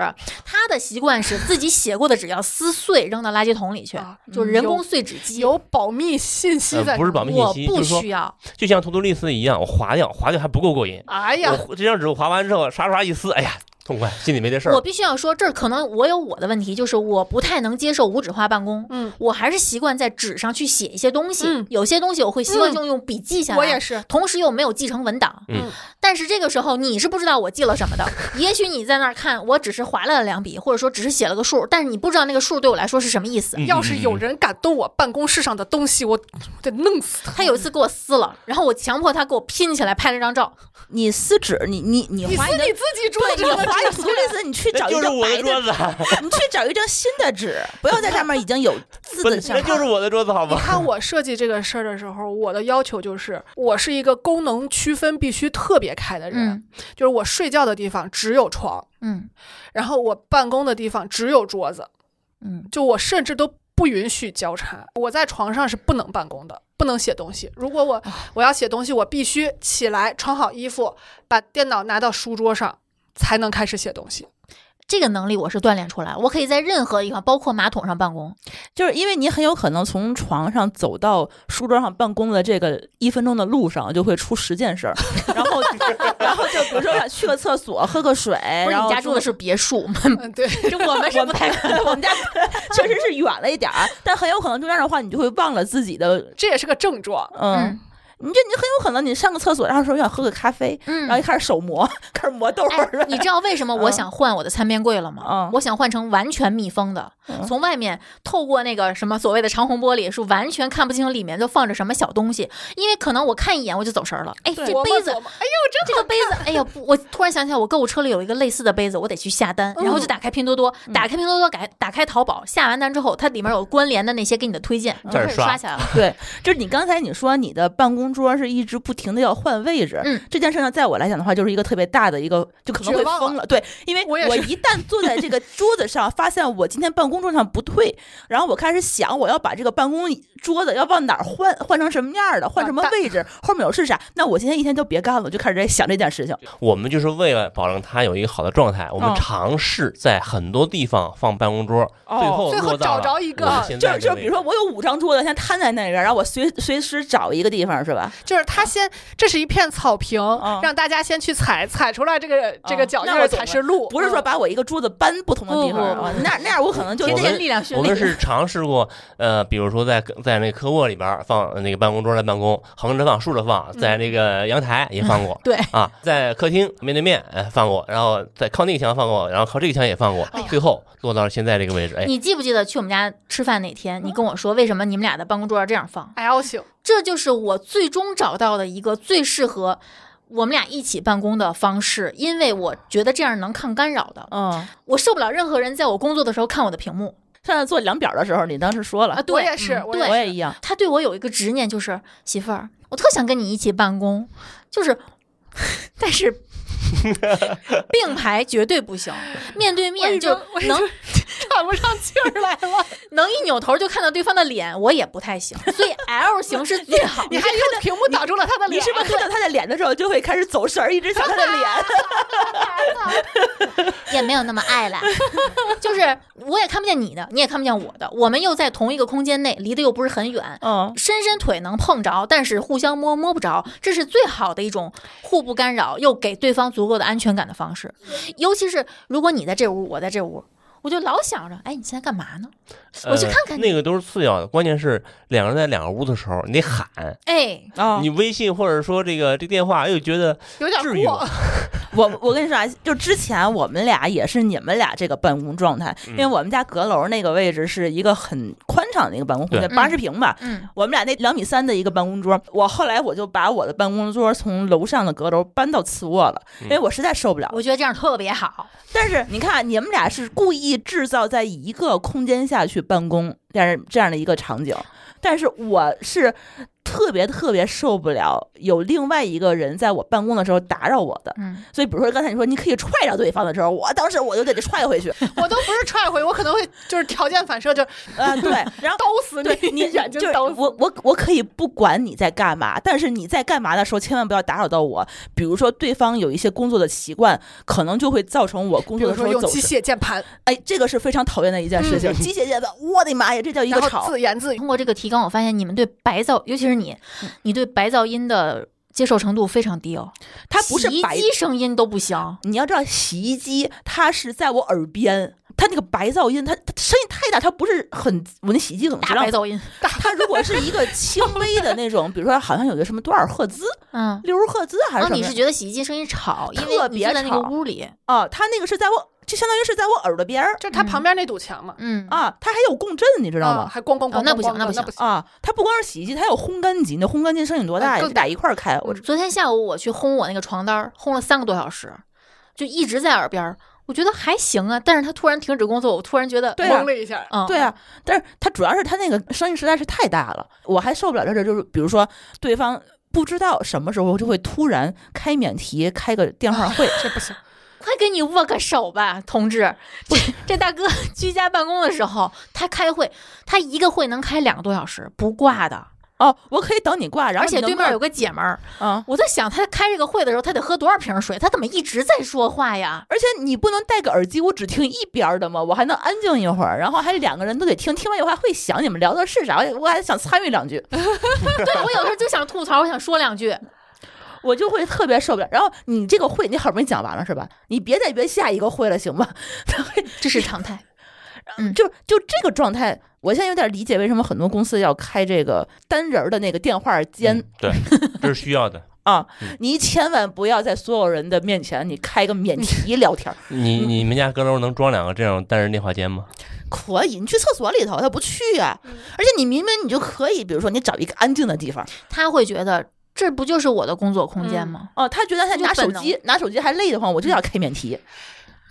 S2: 他的习惯是自己写过的纸要撕碎扔到垃圾桶里去，
S3: 啊
S2: 就是人工碎纸机。
S3: 有保密信息在。
S5: 呃，不是保密信
S2: 我
S5: 息，
S2: 不
S5: 就是说
S2: 需要，
S5: 就像 to do list 一样，我划掉，划掉还不够过瘾。
S3: 哎呀，
S5: 我这张纸我划完之后，刷刷一撕，哎呀，痛快，心里没这事儿
S2: 我。必须要说，这儿可能我有我的问题，就是我不太能接受无纸化办公。
S3: 嗯，
S2: 我还是习惯在纸上去写一些东西，
S3: 嗯
S2: 有些东西我会习惯性用笔记下来。
S3: 我也是，
S2: 同时又没有继承文档，
S5: 嗯，
S2: 但是这个时候你是不知道我记了什么的。也许你在那儿看，我只是划了两笔，或者说只是写了个数，但是你不知道那个数对我来说是什么意思。
S5: 嗯
S3: 要是有，人敢动我办公室上的东西，我我得弄死他。
S2: 他有一次给我撕了，然后我强迫他给我拼起来拍了张照。
S4: 你撕纸，你你你
S3: 你
S4: 划
S3: 撕
S4: 一张
S3: 你自己桌
S4: 对，
S3: 子
S4: 你
S3: 上的
S4: 划
S3: 纸
S4: 图 类似，你去
S5: 嗯那
S4: 找一
S5: 就是
S4: 张
S5: 我
S4: 白的
S5: 的桌子，啊
S4: 你去找一张新的纸，不要在上面已经有字
S5: 不
S4: 的
S5: 是，
S4: 上
S5: 那
S4: 面。
S5: 就是我的桌子，好
S3: 你
S5: 吧？
S3: 看我设计这个事儿的时候，我的要求就是，我是一个功能区分必须特别开的人，
S2: 嗯
S3: 就是我睡觉的地方只有床，
S2: 嗯
S3: 然后我办公的地方只有桌子，
S2: 嗯，
S3: 就我甚至都不允许交叉。我在床上是不能办公的，不能写东西。如果我我要写东西，我必须起来穿好衣服，把电脑拿到书桌上，才能开始写东西。
S2: 这个能力我是锻炼出来，我可以在任何地方，包括马桶上办公。
S4: 就是因为你很有可能从床上走到书桌上办公的这个一分钟的路上，就会出十件事儿，然后 然后就比如说去个厕所、喝个水，
S2: 不是
S4: 然
S2: 你
S4: 后
S2: 家哎住的是别墅吗？
S3: 嗯，对，
S2: 就我们是不太可能。
S4: 我们家确实是远了一点儿，但很有可能中间的话，你就会忘了自己的
S3: 这也是个症状。
S4: 嗯。
S2: 嗯
S4: 你这你很有可能，你上个厕所，然后说想喝个咖啡，
S2: 嗯
S4: 然后一开始手磨， 开始磨豆儿
S2: 哎，你知道为什么我想换我的餐边柜了吗？
S4: 嗯
S2: 我想换成完全密封的，
S4: 嗯
S2: 从外面透过那个什么所谓的长虹玻璃，是完全看不清里面就放着什么小东西，因为可能我看一眼我就走神儿了。哎，这
S3: 琢磨
S2: 杯子
S3: 琢。磨哎
S2: 这个杯子，哎呀，不我突然想起来，我购物车里有一个类似的杯子，我得去下单，
S3: 嗯
S2: 然后就打开拼多多，打开拼多多，打开打开淘宝，下完单之后，它里面有关联的那些给你的推荐，
S5: 这儿
S2: 开始
S5: 刷
S2: 刷起来了。
S4: 对，就是你刚才你说你的办公桌是一直不停的要换位置，
S2: 嗯，
S4: 这件事呢，在我来讲的话，就是一个特别大的一个，就可能会
S3: 绝望
S4: 疯
S3: 了
S4: 了。对，因为
S3: 我也是
S4: 一旦坐在这个桌子上，发现我今天办公桌上不对，然后我开始想我要把这个办公桌子要往哪儿换，换成什么样儿的，换什么
S3: 完蛋
S4: 位置，后面有是啥，那我今天一天就别干了，就开始在想这件事情。
S5: 我们就是为了保证她有一个好的状态，我们
S4: 嗯
S5: 尝试在很多地方放办公桌，最后
S3: 最后
S5: 落到
S3: 找着
S5: 了
S3: 一个
S5: 我们现
S4: 就
S5: 在
S4: 是
S5: 这
S4: 就
S5: 个
S4: 比如说我有五张桌子，先摊在那边，然后我随随时找一个地方，是吧？
S3: 就是他先，这是一片草坪，
S4: 嗯
S3: 让大家先去踩，踩出来这个这个脚印
S4: 那我
S3: 儿
S4: 懂了
S3: 才是路，
S4: 不是说
S3: 嗯
S4: 把我一个桌子搬不同的地方
S2: 不
S4: 啊，那那样我可能就
S5: 我们
S2: 力量训
S5: 我们是尝试过，呃，比如说在在那客卧里边儿放呃那个办公桌来办公，横着放、竖着放，在那个阳台也放过，
S2: 嗯 对
S5: 啊，在客厅面对面哎放过，然后在靠那个墙放过，然后靠这个墙也放过，最后落到了现在这个位置。哎，
S2: 哎你记不记得去我们家吃饭那天，你跟我说为什么你们俩的办公桌要这样放？
S3: L 型，
S2: 这就是我最终找到的一个最适合我们俩一起办公的方式，因为我觉得这样能抗干扰的。
S4: 嗯。
S2: 我受不了任何人在我工作的时候看我的屏幕。
S4: 上次做量表的时候，你当时说了，
S2: 啊，对，
S3: 我也是
S2: 嗯
S3: 我
S2: 对，
S4: 我也一样，
S2: 他对我有一个执念，就是媳妇儿，我特想跟你一起办公，就是，但 是并排绝对不行，面对面就
S3: 我已经
S2: 能
S3: 喘不上气儿来了。
S2: 能一扭头就看到对方的脸，我也不太行， 所以 L 型是最好
S3: 你
S2: 的
S3: 还。用屏幕挡住了他的
S4: 你
S3: 脸？
S4: 是不是看到他的脸的时候就会开始走神儿，一直想他 的脸？
S2: 也没有那么爱啦，就是我也看不见你的，你也看不见我的，我们又在同一个空间内，离得又不是很远，
S4: 嗯，
S2: 伸伸腿能碰着，但是互相摸摸不着，这是最好的一种互不干扰又给对方足够的安全感的方式。尤其是如果你在这屋，我在这屋，我就老想着，哎，你现在干嘛呢？我去看看
S5: 呃
S2: 你
S5: 那个都是次要的，关键是两个人在两个屋的时候，你得喊。
S2: 哎，
S4: 哦
S5: 你微信或者说这个这电话，又觉得
S3: 有点
S5: 至于
S3: 过
S5: 吗？
S4: 我我跟你说啊，就之前我们俩也是你们俩这个办公状态，因为我们家阁楼那个位置是一个很宽敞的一个办公空间，
S2: 对
S4: 八十平吧。
S2: 嗯，
S4: 我们俩那两米三的一个办公桌，我后来我就把我的办公桌从楼上的阁楼搬到次卧了，因为我实在受不了了。
S2: 我觉得这样特别好。
S4: 但是你看，啊你们俩是故意制造在一个空间下去办公，但是这样的一个场景。但是我是特别特别受不了有另外一个人在我办公的时候打扰我的，
S2: 嗯，
S4: 所以比如说刚才你说你可以踹着对方的时候，我当时我就得踹回去，
S3: 我都不是踹回，我可能会就是条件反射，就是
S4: 啊、对， 然后。
S3: 刀死
S4: 对
S3: 你，
S4: 你
S3: 眼睛
S4: 就是
S3: 刀死。
S4: 我我我可以不管你在干嘛，但是你在干嘛的时候千万不要打扰到我。比如说对方有一些工作的习惯，可能就会造成我工
S3: 比
S4: 作
S3: 如
S4: 的时
S3: 说
S4: 候
S3: 用
S4: 走
S3: 机
S4: 神。
S3: 械键盘，
S4: 哎，这个是非常讨厌的一件事
S2: 嗯
S4: 情。机械键盘，我的妈呀，这叫一
S3: 然
S4: 个
S3: 后
S4: 吵。
S3: 自言自语。
S2: 通过这个提纲，我发现你们对白噪，尤其是你，
S4: 嗯
S2: 你对白噪音的接受程度非常低哦。
S4: 它不是
S2: 洗衣
S4: 白，
S2: 机声音都不行，
S4: 你要知道，洗衣机它是在我耳边，它那个白噪音，它它声音太大，它不是很，我那洗衣机可能
S2: 大
S4: 知道
S2: 白，噪音。
S4: 它如果是一个轻微的那种，比如说好像有一个什么多少赫兹、
S2: 嗯，
S4: 六十赫兹还是
S2: 哦，
S4: 什么
S2: 你
S4: 呀，
S2: 是觉得洗衣机声音吵，因为
S4: 特
S2: 你
S4: 别
S2: 就在那个
S4: 吵
S2: 屋里。
S4: 哦，它那个是在我，就相当于是在我耳朵边儿
S3: 就是他
S2: 嗯
S3: 旁边那堵墙嘛，
S2: 嗯，
S4: 啊，它还有共振，你知道
S3: 啊，
S4: 吗？
S3: 还咣咣咣咣
S2: 哦
S3: 咣的，
S2: 那不行那
S3: 那
S2: 不行
S3: 不行。
S4: 啊，它不光是洗衣机，它有烘干机，那烘干机声音多大
S3: 啊
S2: 呃
S4: 呀？
S3: 更
S4: 就俩一块儿开，我
S2: 昨天下午我去烘我那个床单儿，烘了三个多小时，就一直在耳边儿。我觉得还行啊，但是他突然停止工作，我突然觉得，
S4: 对啊
S3: 懵了一下，
S2: 嗯，
S4: 对，啊，但是它主要是它那个声音实在是太大了，我还受不了这事儿，就是比如说对方不知道什么时候就会突然开免提，开个电话
S2: 啊
S4: 会，
S3: 这不行。
S2: 快给你握个手吧，同志。这这大哥 居家办公的时候，他开会，他一个会能开两个多小时不挂的，
S4: 哦，我可以等你挂，然后
S2: 而且
S4: 你能
S2: 对面
S4: 挂
S2: 有个姐们儿，
S4: 啊。
S2: 我在想他开这个会的时候，他得喝多少瓶水？他怎么一直在说话 呀？
S4: 而且你不能戴个耳机，我只听一边儿的嘛，我还能安静一会儿，然后还两个人都得听，听完以后还会想你们聊的是啥，我我还想参与两句，
S2: 对啊我有时候就想吐槽，我想说两句，
S4: 我就会特别受不了。然后你这个会你好不容易讲完了是吧？你别再约下一个会了行吗？
S2: 这是常态。嗯
S4: 就就这个状态，我现在有点理解为什么很多公司要开这个单人儿的那个电话间、
S5: 嗯对，这是需要 的。
S4: 啊
S5: 嗯，
S4: 你千万不要在所有人的面前你开个免提聊天儿，
S5: 你你们家阁楼能装两个这样单人电话间吗？
S4: 可以，你去厕所里头他不去啊，而且你明明你就可以，比如说你找一个安静的地方，
S2: 他会觉得这不就是我的工作空间吗？
S4: 哦，他觉得他
S2: 就
S4: 拿手
S2: 本能
S4: 机拿手机还累得慌，我就要开免提，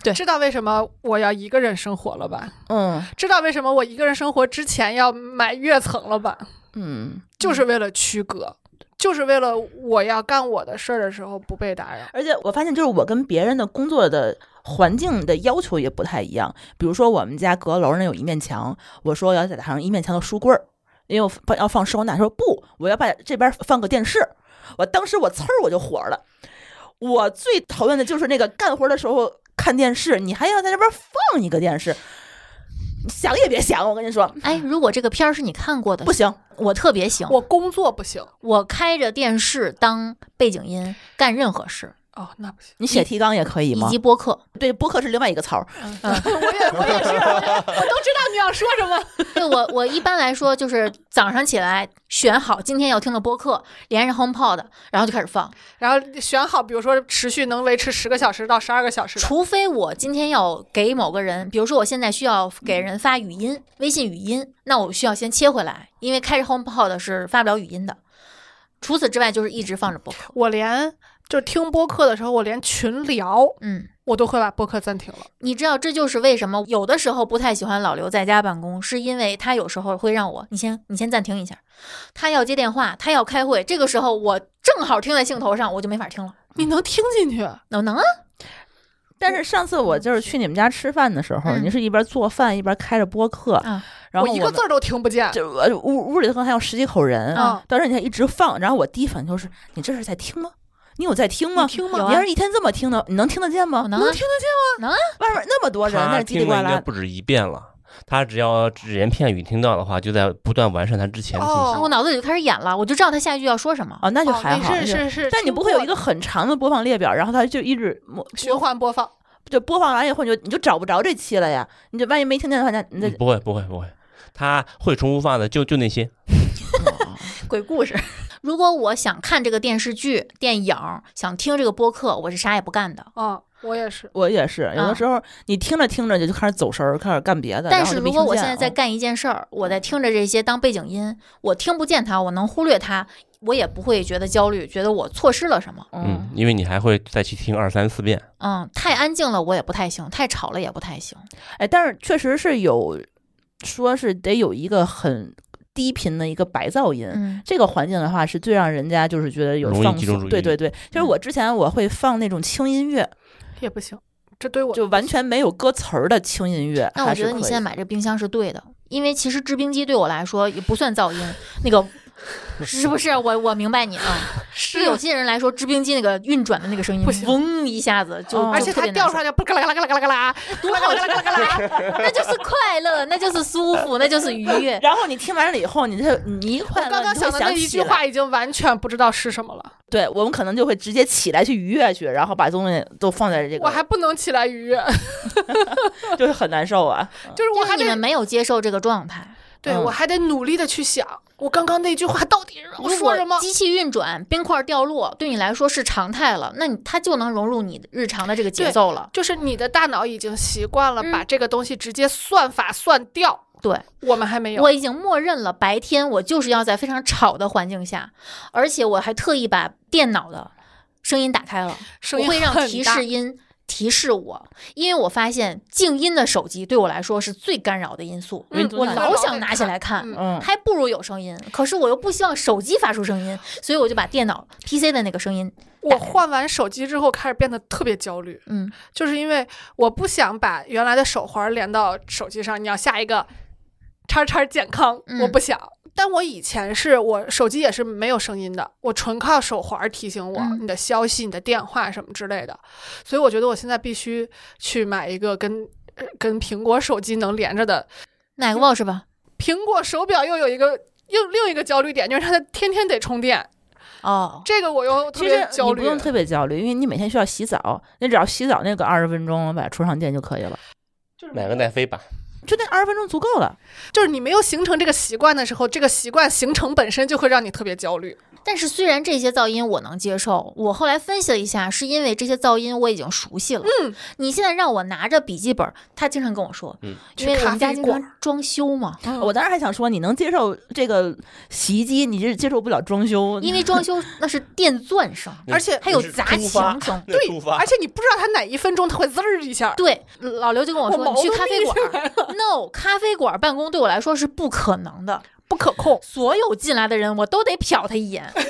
S2: 对
S3: 知道为什么我要一个人生活了吧？
S4: 嗯
S3: 知道为什么我一个人生活之前要买跃层了吧？
S4: 嗯，
S3: 就是为了区隔，就是为了我要干我的事儿的时候不被打扰。
S4: 而且我发现，就是我跟别人的工作的环境的要求也不太一样。比如说，我们家阁楼那有一面墙，我说我要打上一面墙的书柜儿，因为我放要放收纳。他说不，我要把这边放个电视。我当时我呲儿我就火了。我最讨厌的就是那个干活的时候看电视，你还要在这边放一个电视，想也别想。我跟你说，
S2: 哎，如果这个片儿是你看过的，
S4: 不行，
S2: 我特别行，
S3: 我工作不行
S2: 我开着电视当背景音干任何事，
S3: 哦，那不行。
S4: 你写提纲也可以
S2: 以
S4: 吗
S2: 及？播客。
S4: 对，播客是另外一个槽儿。
S3: 我也我也是， 我都知道你要说什么。
S2: 对我，我一般来说就是早上起来选好今天要听的播客，连上 HomePod，然后就开始放。
S3: 然后选好，比如说持续能维持十个小时到十二个小时的。
S2: 除非我今天要给某个人，比如说我现在需要给人发语音，微信语音，那我需要先切回来，因为开着 HomePod 是发不了语音的。除此之外，就是一直放着播客。
S3: 我连就是听播客的时候，我连群聊
S2: 嗯，
S3: 我都会把播客暂停了。
S2: 你知道这就是为什么有的时候不太喜欢老刘在家办公，是因为他有时候会让我你先你先暂停一下，他要接电话，他要开会，这个时候我正好听在兴头上，我就没法听了。
S3: 你能听进去？
S2: 能能啊，
S4: 但是上次我就是去你们家吃饭的时候，
S2: 嗯
S4: 您是一边做饭一边开着播客，
S2: 啊
S4: 然后
S3: 我一
S4: 我
S3: 个
S4: 们
S3: 字儿都听不见。
S4: 就呃屋屋里头可能还有十几口人，
S2: 啊
S3: 啊，
S4: 当时你还一直放，然后我第一反应就是你这是在听吗？你有在听吗
S3: 你？听
S2: 有
S3: 吗？
S2: 啊
S4: 你要是一天这么听的，你能听得见吗
S2: 我？能
S3: 能
S2: 啊
S3: 听得见
S4: 外面那么多人，那
S5: 他
S4: 是叽里
S5: 听
S4: 呱
S5: 了应该
S4: 啦。
S5: 不止一遍了，他只要只言片语听到的话，就在不断完善他之前的信息。嗯
S3: 哦
S2: 啊我脑子里就开始演了，我就知道他下一句要说什么。
S4: 哦，那就
S3: 哦
S4: 还
S3: 你
S4: 好。
S3: 是
S4: 那就是
S3: 是，
S4: 但你
S3: 听
S4: 不会有
S3: 过
S4: 一个很长的播放列表，然后它就一直模
S3: 循环播放。
S4: 就播放完以后，你就你就找不着这期了呀。你就万一没听见的话，那你
S5: 嗯
S4: 得
S5: 不会不会不会，他会重复放的就就那些。
S2: 鬼故事。 如果我想看这个电视剧、电影儿，想听这个播客，我是啥也不干的。
S3: 啊，我也是。
S4: 我也是，有
S2: 啊
S4: 的时候你听着听着就就开始走神儿，开始干别的。
S2: 但
S4: 然后
S2: 是
S4: 就没
S2: 如果
S4: 听
S2: 我
S4: 见
S2: 现在在
S4: 了嗯
S2: 干一件事儿，我在听着这些当背景音，我听不见它，我能忽略它，我也不会觉得焦虑，觉得我错失了什么。
S4: 哦
S5: 嗯，，因为你还会再去听二三四遍。
S2: 嗯，太安静了我也不太行，太吵了也不太行。
S4: 哎，但是确实是有说是得有一个很低频的一个白噪音，
S2: 嗯
S4: 这个环境的话是最让人家就是觉得有
S5: 容易
S4: 放
S5: 集中
S4: 松。
S5: 注
S4: 对
S5: 意
S4: 对对，
S2: 嗯
S4: 就是我之前我会放那种轻音乐，
S3: 也不行，这对我
S4: 就完全没有歌词儿的轻音乐。
S2: 那我
S4: 还是
S2: 觉得你
S4: 可以
S2: 现在买这冰箱是对的，因为其实制冰机对我来说也不算噪音，那 个是不是？我我明白你啊。对
S3: 是
S2: 有些人来说，制冰机那个运转的那个声音
S3: 不，行
S2: 嗡一下子就，
S4: 哦
S2: 就
S3: 而且
S2: 特
S3: 它
S2: 别难
S3: 掉
S2: 受
S3: 出来就不嘎啦嘎啦嘎啦嘎啦，
S2: 多好听啊！那就是快乐，那就是舒服，那就是愉悦。
S4: 然后你听完了以后，你就你一快
S3: 我
S4: 乐，
S3: 刚刚
S4: 你就
S3: 想
S4: 会
S3: 的
S4: 想
S3: 那一
S4: 起
S3: 句
S4: 来，
S3: 话已经完全不知道是什么了，
S4: 对我们可能就会直接起来去愉悦去，然后把东西都放在这个，
S3: 我还不能起来愉悦，
S4: 就是很难受啊。
S3: 就是 我
S2: 因
S3: 还
S2: 嗯为你们
S3: 得
S2: 没有接受这个状态。
S3: 对
S4: 嗯
S3: 我还得努力的去想，我刚刚那句话到底让我
S2: 如
S3: 说
S2: 果
S3: 什么？
S2: 机器运转、冰块掉落对你来说是常态了，那你它就能融入你的日常的这个节奏了。
S3: 就是你的大脑已经习惯了
S2: 嗯
S3: 把这个东西直接算法算掉，
S2: 对，
S3: 我们还没有。
S2: 我已经默认了白天我就是要在非常吵的环境下，而且我还特意把电脑的声音打开了，
S3: 声
S2: 我
S3: 音
S2: 会让
S3: 很
S2: 提
S3: 大
S2: 示音提示我，因为我发现静音的手机对我来说是最干扰的因素，
S4: 嗯
S2: 我
S4: 嗯
S2: 老想拿起来看。
S3: 嗯
S4: 嗯，
S2: 还不如有声音。可是我又不希望手机发出声音，所以我就把电脑 PC 的那个声音，
S3: 我换完手机之后开始变得特别焦虑，
S2: 嗯，
S3: 就是因为我不想把原来的手环连到手机上，你要下一个叉叉健康，
S2: 嗯
S3: 我不想。但我以前是我手机也是没有声音的，我纯靠手环提醒我、
S2: 嗯
S3: 你的消息、你的电话什么之类的，所以我觉得我现在必须去买一个跟呃跟苹果手机能连着的。
S2: 哪个 watch 吧？
S3: 苹果手表又有一个又另一个焦虑点，就是它天天得充电，
S2: 哦，
S3: 这个我又特
S4: 其
S3: 别
S4: 实
S3: 焦
S4: 你
S3: 虑。
S4: 不用特别焦虑，因为你每天需要洗澡，你只要洗澡那个二十分钟，把它充上电就可以了，
S5: 买个奈飞吧，
S4: 就那二十分钟足够了。
S3: 就是你没有形成这个习惯的时候，这个习惯形成本身就会让你特别焦虑。
S2: 但是虽然这些噪音我能接受，我后来分析了一下，是因为这些噪音我已经熟悉了。
S3: 嗯，
S2: 你现在让我拿着笔记本，他经常跟我说，
S5: 嗯
S2: 因为
S3: 去
S2: 我
S3: 咖
S2: 们家
S3: 啡
S2: 经
S3: 馆
S2: 常装修嘛，
S4: 我当时还想说，你能接受这个洗衣机，你就接受不了装修，
S2: 因为装修那是电钻声，
S5: 嗯
S3: 而且
S2: 还有砸墙声。
S5: 那
S3: 对
S5: 突，发
S3: 而且你不知道它哪一分钟它会滋儿一下。
S2: 对，老刘就跟我说：“
S3: 我
S2: 你去
S3: 毛都
S2: 咖啡
S3: 立起
S2: 馆，no，咖啡馆办公对我来说是不可能的。
S3: 不可控，
S2: 所有进来的人，我都得瞟他一眼。 哎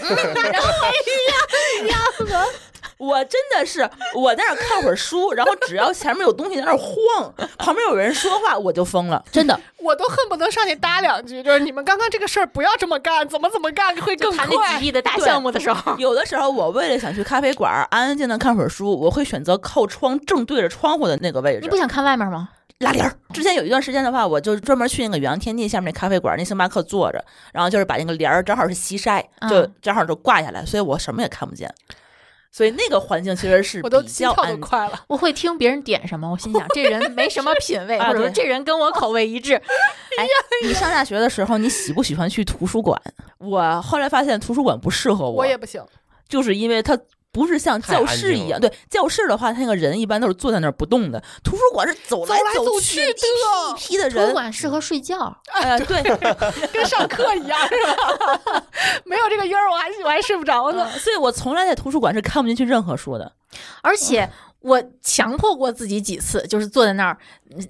S4: 我真的是我在那儿看会儿书，然后只要前面有东西在那儿晃，旁边有人说话，我就疯了，真的。
S3: 我都恨不能上去搭两句，就是你们刚刚这个事儿不要这么干，怎么怎么干会
S2: 就
S3: 更
S2: 谈那
S3: 快
S2: 几。亿的大项目的时候，
S4: 有的时候，我为了想去咖啡馆儿安安静静看会儿书，我会选择靠窗正对着窗户的那个位
S2: 你
S4: 置
S2: 不想看外面吗？
S4: 拉帘儿。之前有一段时间的话，我就专门去那个远洋天地下面那咖啡馆儿那星巴克坐着，然后就是把那个帘儿正好是西晒，就
S2: 嗯
S4: 正好就挂下来，所以我什么也看不见。所以那个环境其实是
S3: 我都
S4: 比
S3: 心
S4: 较
S3: 跳
S4: 安
S3: 都
S4: 静。
S3: 快了，
S2: 我会听别人点什么，我心想这人没什么品味，
S4: 啊
S2: 或者说
S4: 对
S2: 这人跟我口味一致。
S4: 哎你上大学的时候，你喜不喜欢去图书馆？我后来发现图书馆不适合
S3: 我也不行。
S4: 就是因为它不是像
S5: 太安
S4: 教室
S5: 静
S4: 一样，
S5: 了
S4: 对教室的话，他那个人一般都是坐在那儿不动的。图书馆是走
S3: 走来走
S4: 去
S3: 去的
S4: 一批一批的
S2: 图书
S4: 人，
S2: 馆适合睡觉，
S4: 呃，对，
S3: 跟上课一样是吧？ 没有这个音儿，我还我还睡不着呢。
S4: 呃所以我从来在图书馆是看不进去任何书的。
S2: 而且我强迫过自己几次，就是坐在那儿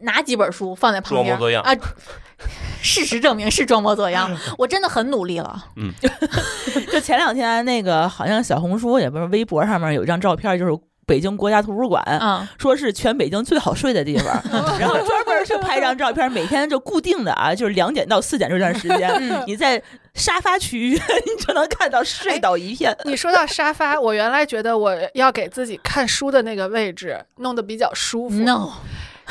S2: 拿几本书放在旁边
S5: 装模作样
S2: 啊。 事实证明是装模作 样，我真的很努力了。
S4: 就前两天那个，好像小红书也不是微博上面有一张照片，就是北京国家图书馆，
S2: 嗯，
S4: 说是全北京最好睡的地方，然后专门去拍张照片，每天就固定的啊，就是两点到四点这段时间，你在沙发区域 你就能看到睡倒一片。
S3: 你说到沙发，我原来觉得我要给自己看书的那个位置弄得比较舒服
S2: no，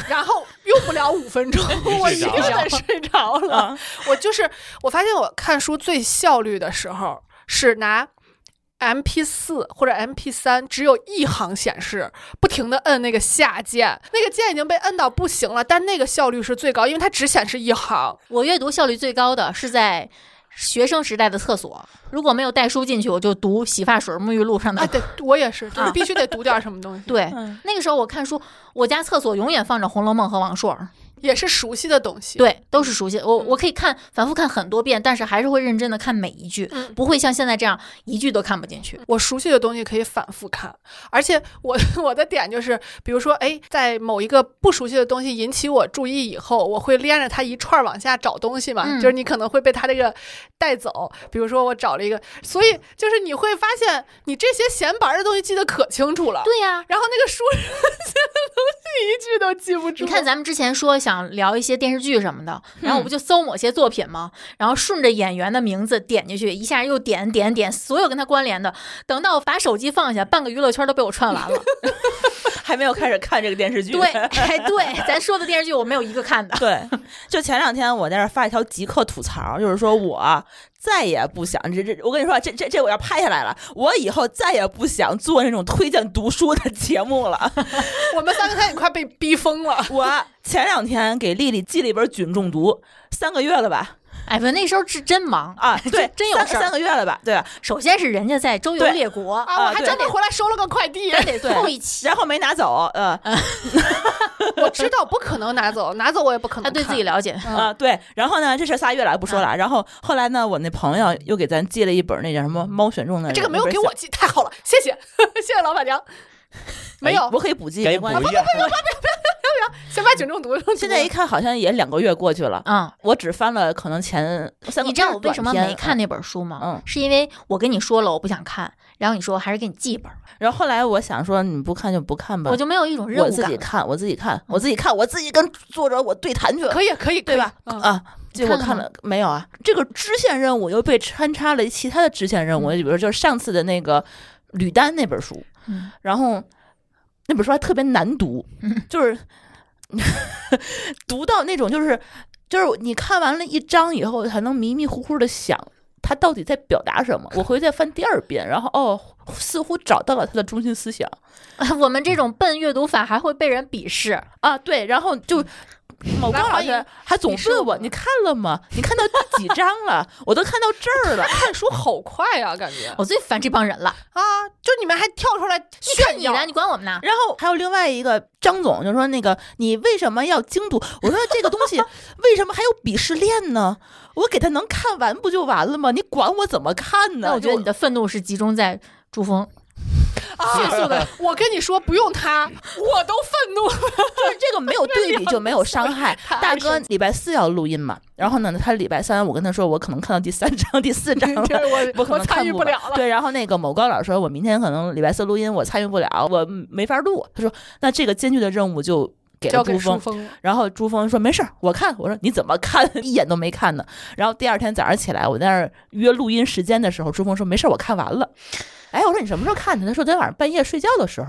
S3: 然后用不了五分 钟，我一
S5: 睡着
S3: 定
S5: 了
S3: 得 睡着了
S2: 嗯
S4: 啊。
S3: 我就是我发现我看书最效率的时候是拿 M P 四或者 M P 三，只有一行显示，不停的摁那个下键，那个键已经被摁到不行了，但那个效率是最高，因为它只显示一行。
S2: 我阅读效率最高的是在学生时代的厕所，如果没有带书进去，我就读洗发水、沐浴露上的。
S3: 啊，对我也是，就是
S2: 啊
S3: 必须得读点什么东西，
S2: 嗯 对，
S4: 嗯
S2: 那个时候我看书，我家厕所永远放着《红楼梦》和王朔儿，
S3: 也是熟悉的东西。，
S2: 对，都
S4: 嗯
S2: 是熟悉的。我我可以看反复看很多遍，但是还是会认真的看每一句，
S3: 嗯
S2: 不会像现在这样一句都看不进去。
S4: 嗯
S3: 我熟悉的东西可以反复看，而且我 我的点就是，比如说，哎，在某一个不熟悉的东西引起我注意以后，我会连着它一串儿往下找东西嘛，
S2: 嗯
S3: 就是你可能会被它这个带走。比如说，我找了一个，所以就是你会发现，你这些闲白儿的东西记得可清楚了，
S2: 对呀、
S3: 然后那个书上写的东西一句都记不住。
S2: 你看，咱们之前说想聊一些电视剧什么的，然后
S4: 嗯
S2: 我不就搜某些作品吗？然后顺着演员的名字点进去，一下又点点点，所有跟他关联的。等到我把手机放下，半个娱乐圈都被我串完了。
S4: 还没有开始看这个电视剧。
S2: 对，哎，对，咱说的电视剧我没有一个看的。
S4: 对，就前两天我在那儿发一条极客吐槽，就是说我再也不想这这，我跟你说，啊这这这我要拍下来了，我以后再也不想做那种推荐读书的节目了。
S3: 我们三个差点快被逼疯
S2: 啊
S3: 了。
S4: 我前两天给丽丽寄了一本《菌中毒》，三个月了吧？
S2: 哎，不，那时候是真忙。
S4: 啊，对，
S2: 真有
S4: 三
S2: 事儿
S4: 三个月了吧？对吧？啊
S2: 首先是人家在周游
S4: 对
S2: 列国，
S3: 啊！我
S4: 啊
S3: 还
S4: 对
S3: 专门回来收了个快递，
S2: 咱得
S4: 对
S2: 凑一起。
S4: 然后没拿走，呃
S2: 嗯
S3: 我知道不可能拿走，拿走我也不可能
S2: 他
S3: 看。
S2: 对自己了解，
S3: 嗯
S4: 呃，对。然后呢，这事儿仨月了不说
S2: 嗯
S4: 了。然后后来呢，我那朋友又给咱寄了一本那叫什么《猫选
S2: 哎
S4: 中的人》，
S3: 这个没有
S4: 一本
S3: 给我
S4: 小，
S3: 寄，太好了，谢谢， 谢谢老板娘。没有
S4: 哎，我可以补寄，
S5: 该
S4: 没
S5: 补
S4: 关系。
S5: 一下。
S3: 先把菌中毒弄
S4: 现在一看，好像也两个月过去了。
S2: 嗯，
S4: 我只翻了可能前三个，啊
S2: 你知道我为什么
S4: 短
S2: 没
S4: 篇
S2: 看？那本书吗？
S4: 嗯
S2: 是因为我跟你说了我不想看，然后你说还是给你寄一本，
S4: 然后后来我想说，你不看就不看吧，
S2: 我就没有一种任
S4: 嗯我
S2: 务
S4: 自己
S2: 感。
S4: 看，我自己看，我自己看，我自己跟作者我对谈去，
S3: 可以，可以，
S4: 对吧？
S3: 可以？嗯
S4: 啊，结果
S2: 看了
S4: 看
S2: 吗
S4: 了没有啊？这个支线任务又被穿插了其他的支线任务，
S2: 嗯
S4: 比如就是上次的那个吕丹那本书，
S2: 嗯
S4: 然后那本书还特别难读，
S2: 嗯
S4: 就是读到那种就是就是你看完了一章以后，才能迷迷糊糊的想。他到底在表达什么？我回去再翻第二遍，然后哦，似乎找到了他的中心思想
S2: 我们这种笨阅读法还会被人鄙视。
S4: 啊，对，然后就某个
S3: 来
S4: 嗯老
S3: 欢
S4: 师
S3: 迎
S4: 还总
S3: 你是
S4: 问
S3: 我
S4: 我，你看了吗？你看到第几章了？ 我都看到这儿了。
S3: 看书好快啊，感觉
S2: 我最烦这帮人了，
S3: 啊，就你们还跳出来
S2: 看
S3: 炫
S2: 你
S3: 耀
S2: 的，你管我们呢？
S4: 然后还有另外一个张总就说：“那个你为什么要精读？”我说：“这个东 西为什么还有鄙视链呢？我给他能看完不就完了吗？你管我怎么看呢？”
S2: 那我觉得你
S4: 就
S2: 的愤怒是集中在朱峰，
S3: 迅速
S4: 啊
S3: 的。啊 我跟你说，不用 他，我都愤怒了。
S4: 就是这个没有对比就没有伤 害。大哥礼拜四要录音嘛，然后呢，他礼拜三我跟他说我可能看到第三章、 第四章了。
S3: 这
S4: 我
S3: 我
S4: 可
S3: 我
S4: 能看
S3: 参与
S4: 不
S3: 不了
S4: 完
S3: 了。
S4: 对，然后那个某高老师说，我明天可能礼拜四录音，我参与不了，我没法录。他说，那这个艰巨的任务就给了
S3: 交给
S4: 朱峰
S3: 书。峰了，
S4: 然后朱峰说没事儿，我看。我说你怎么看？一眼都没看呢。然后第二天早上起来，我在那儿约录音时间的时候，朱峰说没事儿，我看完了。哎，我说你什么时候看的？他说昨天晚上半夜睡觉的时 候。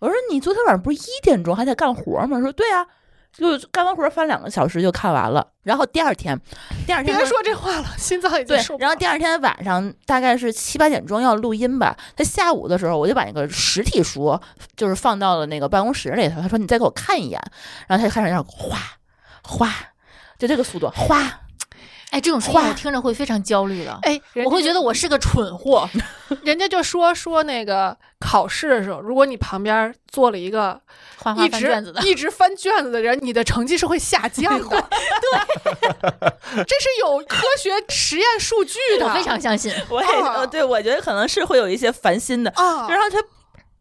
S4: 我说你昨天晚上不是一点钟还在干活吗？说对啊，就干完活翻两个小时就看完了。然后第二天，第二
S3: 别
S4: 天他
S3: 说这话了，心脏已经
S4: 对
S3: 受，不
S4: 然
S3: 了。
S4: 后第二天晚上大概是七八点钟要录音吧，他下午的时候我就把那个实体书就是放到了那个办公室里头，他说你再给我看一眼，然后他就开始那样哗哗，就这个速度哗
S2: 哎，这种事情我听着会非常焦虑的，
S3: 哎，人
S2: 我会
S3: 家
S2: 觉得我是个蠢货。
S3: 人家就说说那个考试的时候，如果你旁边坐了一个
S2: 哗哗
S3: 一
S2: 翻
S3: 直
S2: 卷子的，
S3: 一直翻卷子的人，你的成绩是会下降的。 对， 这是有科学实验数据的，
S2: 我非常相信。
S4: 我也
S3: 啊
S4: 呃对我觉得可能是会有一些烦心的，
S3: 啊
S4: 然后他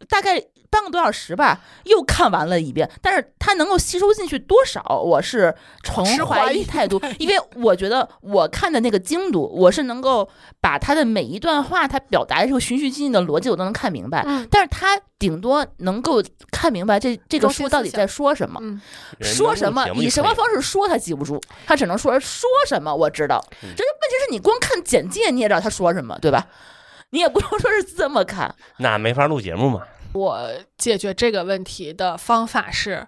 S4: 大概半个多小时吧，又看完了一遍，但是他能够吸收进去多少，我是存
S3: 持怀
S4: 怀
S3: 疑
S4: 疑态度，因为我觉得我看的那个精读，我是能够把他的每一段话，他表达的这个循序渐进的逻辑，我都能看明白。
S3: 嗯
S4: 但是他顶多能够看明白这这个
S3: 中心
S4: 书到
S3: 思
S4: 底
S3: 想
S4: 在说什么，
S3: 嗯，
S5: 人
S4: 说
S5: 能
S4: 什
S5: 录
S4: 么
S5: 节，目
S4: 以
S5: 就
S4: 什
S5: 可
S4: 么
S5: 以
S4: 方式说他记不住，他只能说说什么我知道。这
S5: 嗯
S4: 是问题是你光看简介你也知道他说什么，对吧？你也不用说是这么看，
S5: 那没法录节目嘛。
S3: 我解决这个问题的方法是，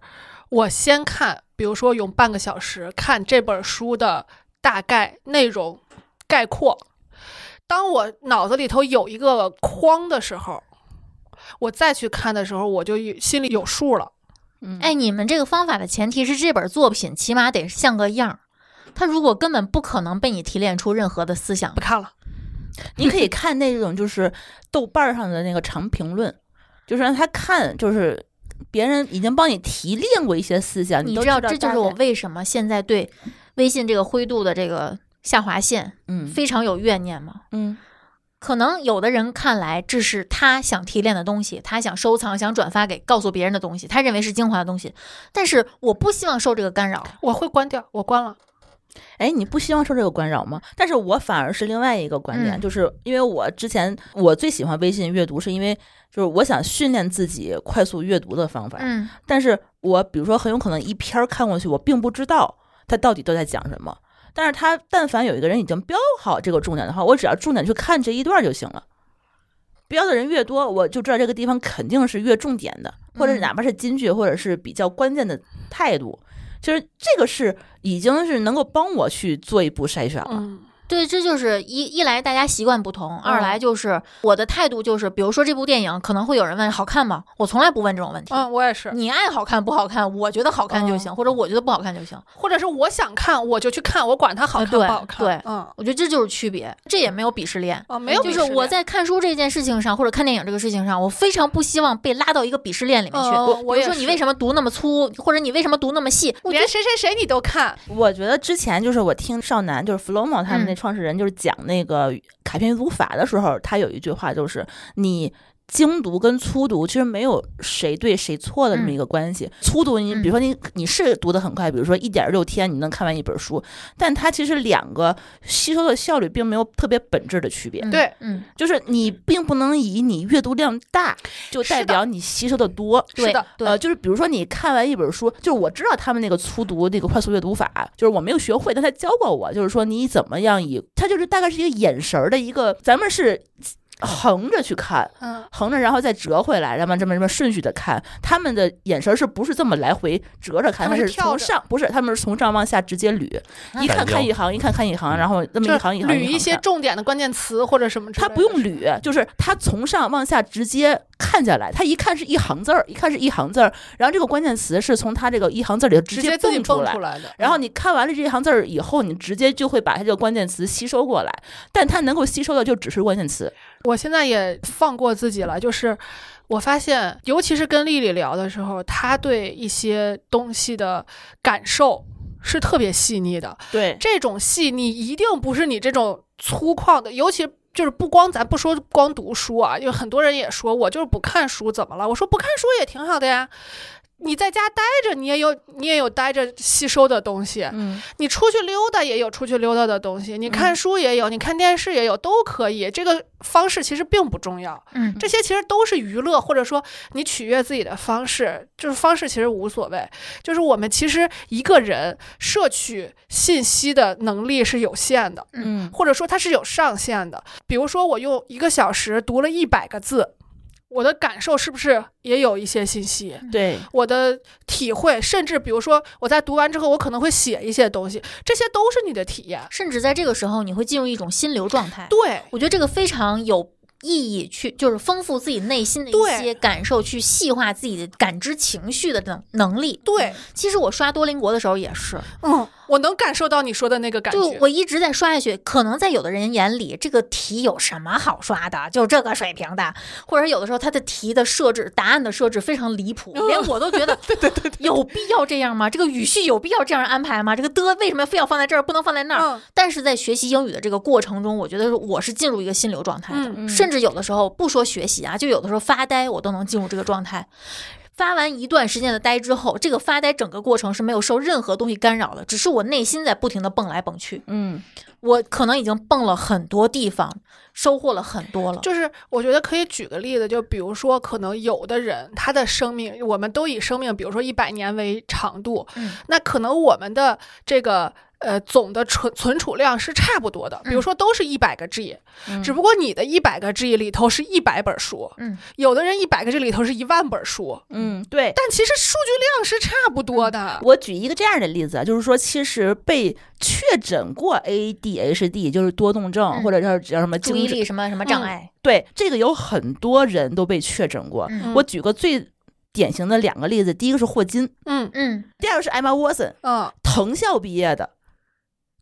S3: 我先看，比如说用半个小时看这本书的大概内容概括。当我脑子里头有一个框的时候，我再去看的时候，我就心里有数了。
S4: 嗯
S2: 哎，你们这个方法的前提是这本作品起码得像个样儿。他如果根本不可能被你提炼出任何的思想
S3: 不，看了，
S4: 你可以看那种就是豆瓣儿上的那个长评论，就是让他看，就是别人已经帮你提炼过一些思想，
S2: 你
S4: 都
S2: 知
S4: 道
S2: 道
S4: 大概，
S2: 这就是我为什么现在对微信这个灰度的这个下划线
S4: 嗯
S2: 非常有怨念吗？
S4: 嗯
S2: 可能有的人看来，这是他想提炼的东西，他想收藏、想转发给告诉别人的东西，他认为是精华的东西。但是我不希望受这个干扰。
S3: 我会关掉，我关了。
S4: 哎，你不希望受这个干扰吗？但是我反而是另外一个观点，
S2: 嗯
S4: 就是因为我之前我最喜欢微信阅读，是因为就是我想训练自己快速阅读的方法，
S2: 嗯，
S4: 但是我比如说很有可能一篇儿看过去，我并不知道他到底都在讲什么。但是他但凡有一个人已经标好这个重点的话，我只要重点去看这一段就行了。标的人越多，我就知道这个地方肯定是越重点的，或者
S2: 嗯
S4: 哪怕是金句，或者是比较关键的态度。就是这个是已经是能够帮我去做一步筛选了。
S3: 嗯，
S2: 对，这就是一一来大家习惯不同，二来就是我的态度就是，比如说这部电影可能会有人问好看吗？我从来不问这种问题。
S3: 嗯，我也是。
S2: 你爱好看不好看，我觉得好看就行，或者我觉得不好看就行。
S3: 或者是我想看，我就去看，我管它好
S2: 呃
S3: 看不
S2: 对
S3: 好看。
S2: 对
S3: 嗯，
S2: 我觉得这就是区别，这也没有鄙视链。
S3: 哦，没有
S2: 就
S3: 鄙
S2: 是
S3: 视
S2: 我
S3: 链
S2: 在看书这件事情上，或者看电影这个事情上，我非常不希望被拉到一个鄙视链里面去。
S3: 嗯
S2: 比如
S3: 我也
S2: 说你为
S3: 是
S2: 什么读那么粗，或者你为什么读那么细，我觉
S3: 连
S2: 得
S3: 谁谁谁你都看，
S4: 我觉得之前就是我听少南，就是 Flomo 他们那
S2: 嗯
S4: 创始人，就是讲那个卡片阅读法的时候，他有一句话就是你。精读跟粗读其实没有谁对谁错的这么一个关系。粗读你，
S2: 嗯
S4: 比如说你你是读得很快，比如说一点六天你能看完一本书，但它其实两个吸收的效率并没有特别本质的区别，
S2: 嗯
S3: 对
S2: 嗯，
S4: 就是你并不能以你阅读量大就是
S3: 的
S4: 代表你吸收的多。
S3: 是
S2: 对
S3: 的
S2: 对，
S4: 呃，就是比如说你看完一本书，就是我知道他们那个粗读那个快速阅读法，就是我没有学会，但他教过我，就是说你怎么样以，他就是大概是一个眼神儿的一个，咱们是横着去看，
S3: 嗯，
S4: 横着然后再折回来，然后这么这么顺序的看，他们的眼神儿是不是这么来回折着看？
S3: 他们
S4: 他
S3: 是
S4: 是
S3: 跳
S4: 从
S3: 着啊
S4: 上不是，他们是从上往下直接捋，一看
S5: 反
S4: 看
S5: 标
S4: 一行，一看看一
S3: 嗯
S4: 行，然后那么
S3: 哦就是
S4: 一行一行
S3: 捋
S4: 一
S3: 一些
S4: 行看。
S3: 重点的关键词或者什么之类
S4: 他
S3: 的。
S4: 不用捋，就是他从上往下直接看下来，他一看是一行字儿，一看是一行字儿，然后这个关键词是从他这个一行字儿里头
S3: 直
S4: 接
S3: 自己
S4: 出
S3: 蹦出来的，
S4: 然后
S3: 嗯
S4: 你看完了这一行字儿以后，你直接就会把它这个关键词吸收过来，但它能够吸收的就只是关键词。
S3: 我现在也放过自己了，就是我发现，尤其是跟丽丽聊的时候，她对一些东西的感受是特别细腻的。
S4: 对，
S3: 这种细腻一定不是你这种粗犷的，尤其就是不光咱不说光读书啊，因为很多人也说我就是不看书怎么了？我说不看书也挺好的呀。你在家待着，你也有你也有待着吸收的东西，
S4: 嗯，
S3: 你出去溜达也有出去溜达的东西，你看书也有，你看电视也有，都可以。这个方式其实并不重要，
S2: 嗯，
S3: 这些其实都是娱乐或者说你取悦自己的方式，就是方式其实无所谓。就是我们其实一个人摄取信息的能力是有限的，
S4: 嗯，
S3: 或者说它是有上限的。比如说，我用一个小时读了一百个字，我的感受是不是也有一些信息？
S4: 嗯对，
S3: 我的体会，甚至比如说我在读完之后，我可能会写一些东西，这些都是你的体验。
S2: 甚至在这个时候，你会进入一种心流状态。
S3: 对，
S2: 我觉得这个非常有意义，去就是丰富自己内心的
S3: 对
S2: 一些感受，去细化自己的感知情绪的能能力。嗯
S3: 对，
S2: 其实我刷多邻国的时候也是，
S3: 嗯，我能感受到你说的那个感觉。
S2: 就我一直在刷下去，可能在有的人眼里，这个题有什么好刷的？就这个水平的，或者有的时候他的题的设置、答案的设置非常离谱，
S3: 嗯
S2: 连我都觉 得有必要这样吗？这个语序有必要这样安排吗？这个的为什么非要放在这儿，不能放在那儿？
S3: 嗯，
S2: 但是在学习英语的这个过程中，我觉得是我是进入一个心流状态的，
S3: 嗯
S4: 嗯
S2: 甚至有的时候不说学习啊，就有的时候发呆，我都能进入这个状态。发完一段时间的呆之后，这个发呆整个过程是没有受任何东西干扰的，只是我内心在不停的蹦来蹦去。
S4: 嗯，
S2: 我可能已经蹦了很多地方，收获了很多了。
S3: 就是我觉得可以举个例子，就比如说，可能有的人他的生命，我们都以生命，比如说一百年为长度，
S2: 嗯
S3: 那可能我们的这个。呃，总的存存储量是差不多的，比如说都是一百个 G，、
S4: 嗯
S3: 只不过你的一百个 G 里头是一百本书，
S2: 嗯，
S3: 有的人一百个 G 里头是一万本书，
S4: 嗯，对。
S3: 但其实数据量是差不多的。
S4: 我举一个这样的例子啊，就是说，其实被确诊过 ADHD，就是多动症，
S2: 嗯
S4: 或者是叫什么
S2: 注
S4: 精
S2: 意
S4: 神
S2: 力什么什么
S3: 嗯
S2: 障碍，
S4: 对，这个有很多人都被确诊过。
S2: 嗯
S3: 嗯
S4: 我举个最典型的两个例子，第一个是霍金，
S3: 嗯
S2: 嗯
S4: 第二个是 Emma Watson，
S3: 嗯，
S4: 藤校毕业的。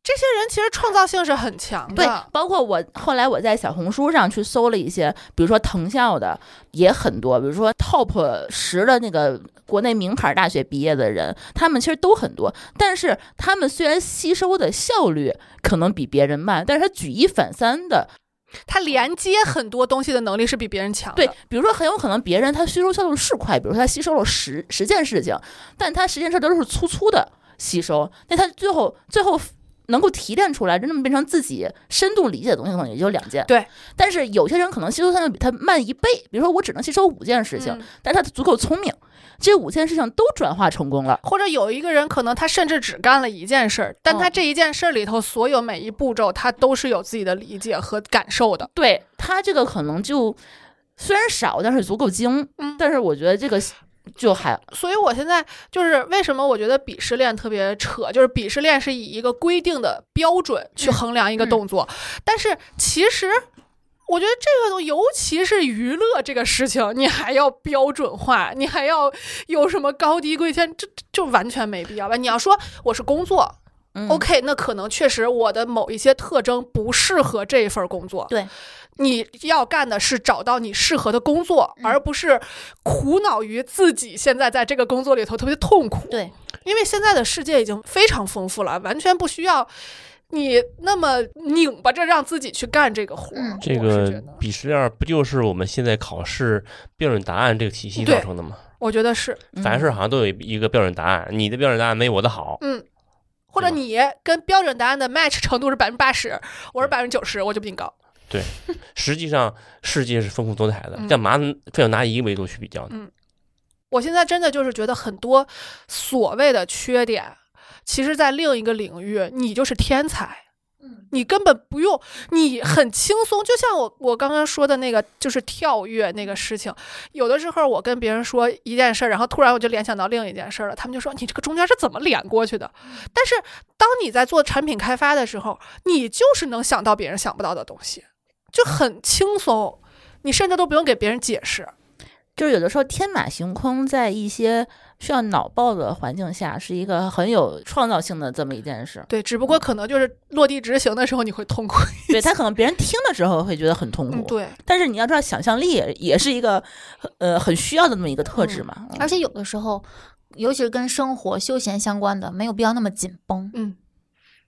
S3: 这些人其实创造性是很强
S4: 对
S3: 的，，
S4: 包括我后来我在小红书上去搜了一些，比如说藤校的也很多，比如说 top 十的那个国内名牌大学毕业的人，他们其实都很多。但是他们虽然吸收的效率可能比别人慢，但是他举一反三的，
S3: 他连接很多东西的能力是比别人强的。
S4: 对，比如说很有可能别人他吸收效率是快，比如说他吸收了十十件事情，但他十件事都是粗粗的吸收，那他最后最后能够提炼出来，真正变成自己深度理解的东西，可能也就两件。
S3: 对，
S4: 但是有些人可能吸收效率比他慢一倍，比如说我只能吸收五件事情，
S3: 嗯
S4: 但是他足够聪明，这五件事情都转化成功了。
S3: 或者有一个人，可能他甚至只干了一件事儿，但他这一件事儿里头所有每一步骤，他都是有自己的理解和感受的。
S4: 对他这个可能就虽然少，但是足够精。
S3: 嗯
S4: 但是我觉得这个就还
S3: 所以我现在就是为什么我觉得鄙视链特别扯，就是鄙视链是以一个规定的标准去衡量一个动作，但是其实。我觉得这个东，尤其是娱乐这个事情，你还要标准化，你还要有什么高低贵贱，这这就完全没必要吧？你要说我是工作，
S4: 嗯
S3: OK，那可能确实我的某一些特征不适合这一份工作。
S2: 对，
S3: 你要干的是找到你适合的工作，
S2: 嗯
S3: 而不是苦恼于自己现在在这个工作里头特别痛苦。
S2: 对，
S3: 因为现在的世界已经非常丰富了，完全不需要你那么拧巴着让自己去干这个活儿。
S2: 嗯
S5: 这
S3: 我是觉
S5: 个
S3: 得，
S5: 鄙视链不就是我们现在考试标准答案这个体系造
S3: 对
S5: 成的吗？
S3: 我觉得是，
S4: 嗯
S5: 凡事好像都有一个标准答案，你的标准答案没我的好，
S3: 嗯。或者
S5: 对吧
S3: 你跟标准答案的 match 程度是百分之八十，我是百分之九十，我就比你高。
S5: 实际上世界是丰富多彩的，
S3: 嗯
S5: 干嘛非要拿一个维度去比较呢？
S3: 我现在真的就是觉得很多所谓的缺点，其实，在另一个领域，你就是天才。你根本不用，你很轻松，就像我我刚刚说的那个，就是跳跃那个事情。有的时候我跟别人说一件事儿，然后突然我就联想到另一件事儿了，他们就说你这个中间是怎么连过去的？但是当你在做产品开发的时候，你就是能想到别人想不到的东西，就很轻松，你甚至都不用给别人解释。。
S4: 就是有的时候天马行空，在一些需要脑爆的环境下，是一个很有创造性的这么一件事
S3: 对，只不过可能就是落地执行的时候你会痛苦。
S4: 对他可能别人听的时候会觉得很痛苦，
S3: 嗯，对，
S4: 但是你要知道，想象力也也是一个呃很需要的那么一个特
S3: 嗯
S4: 质嘛。嗯
S2: 而且有的时候，尤其是跟生活休闲相关的，没有必要那么紧绷。
S3: 嗯，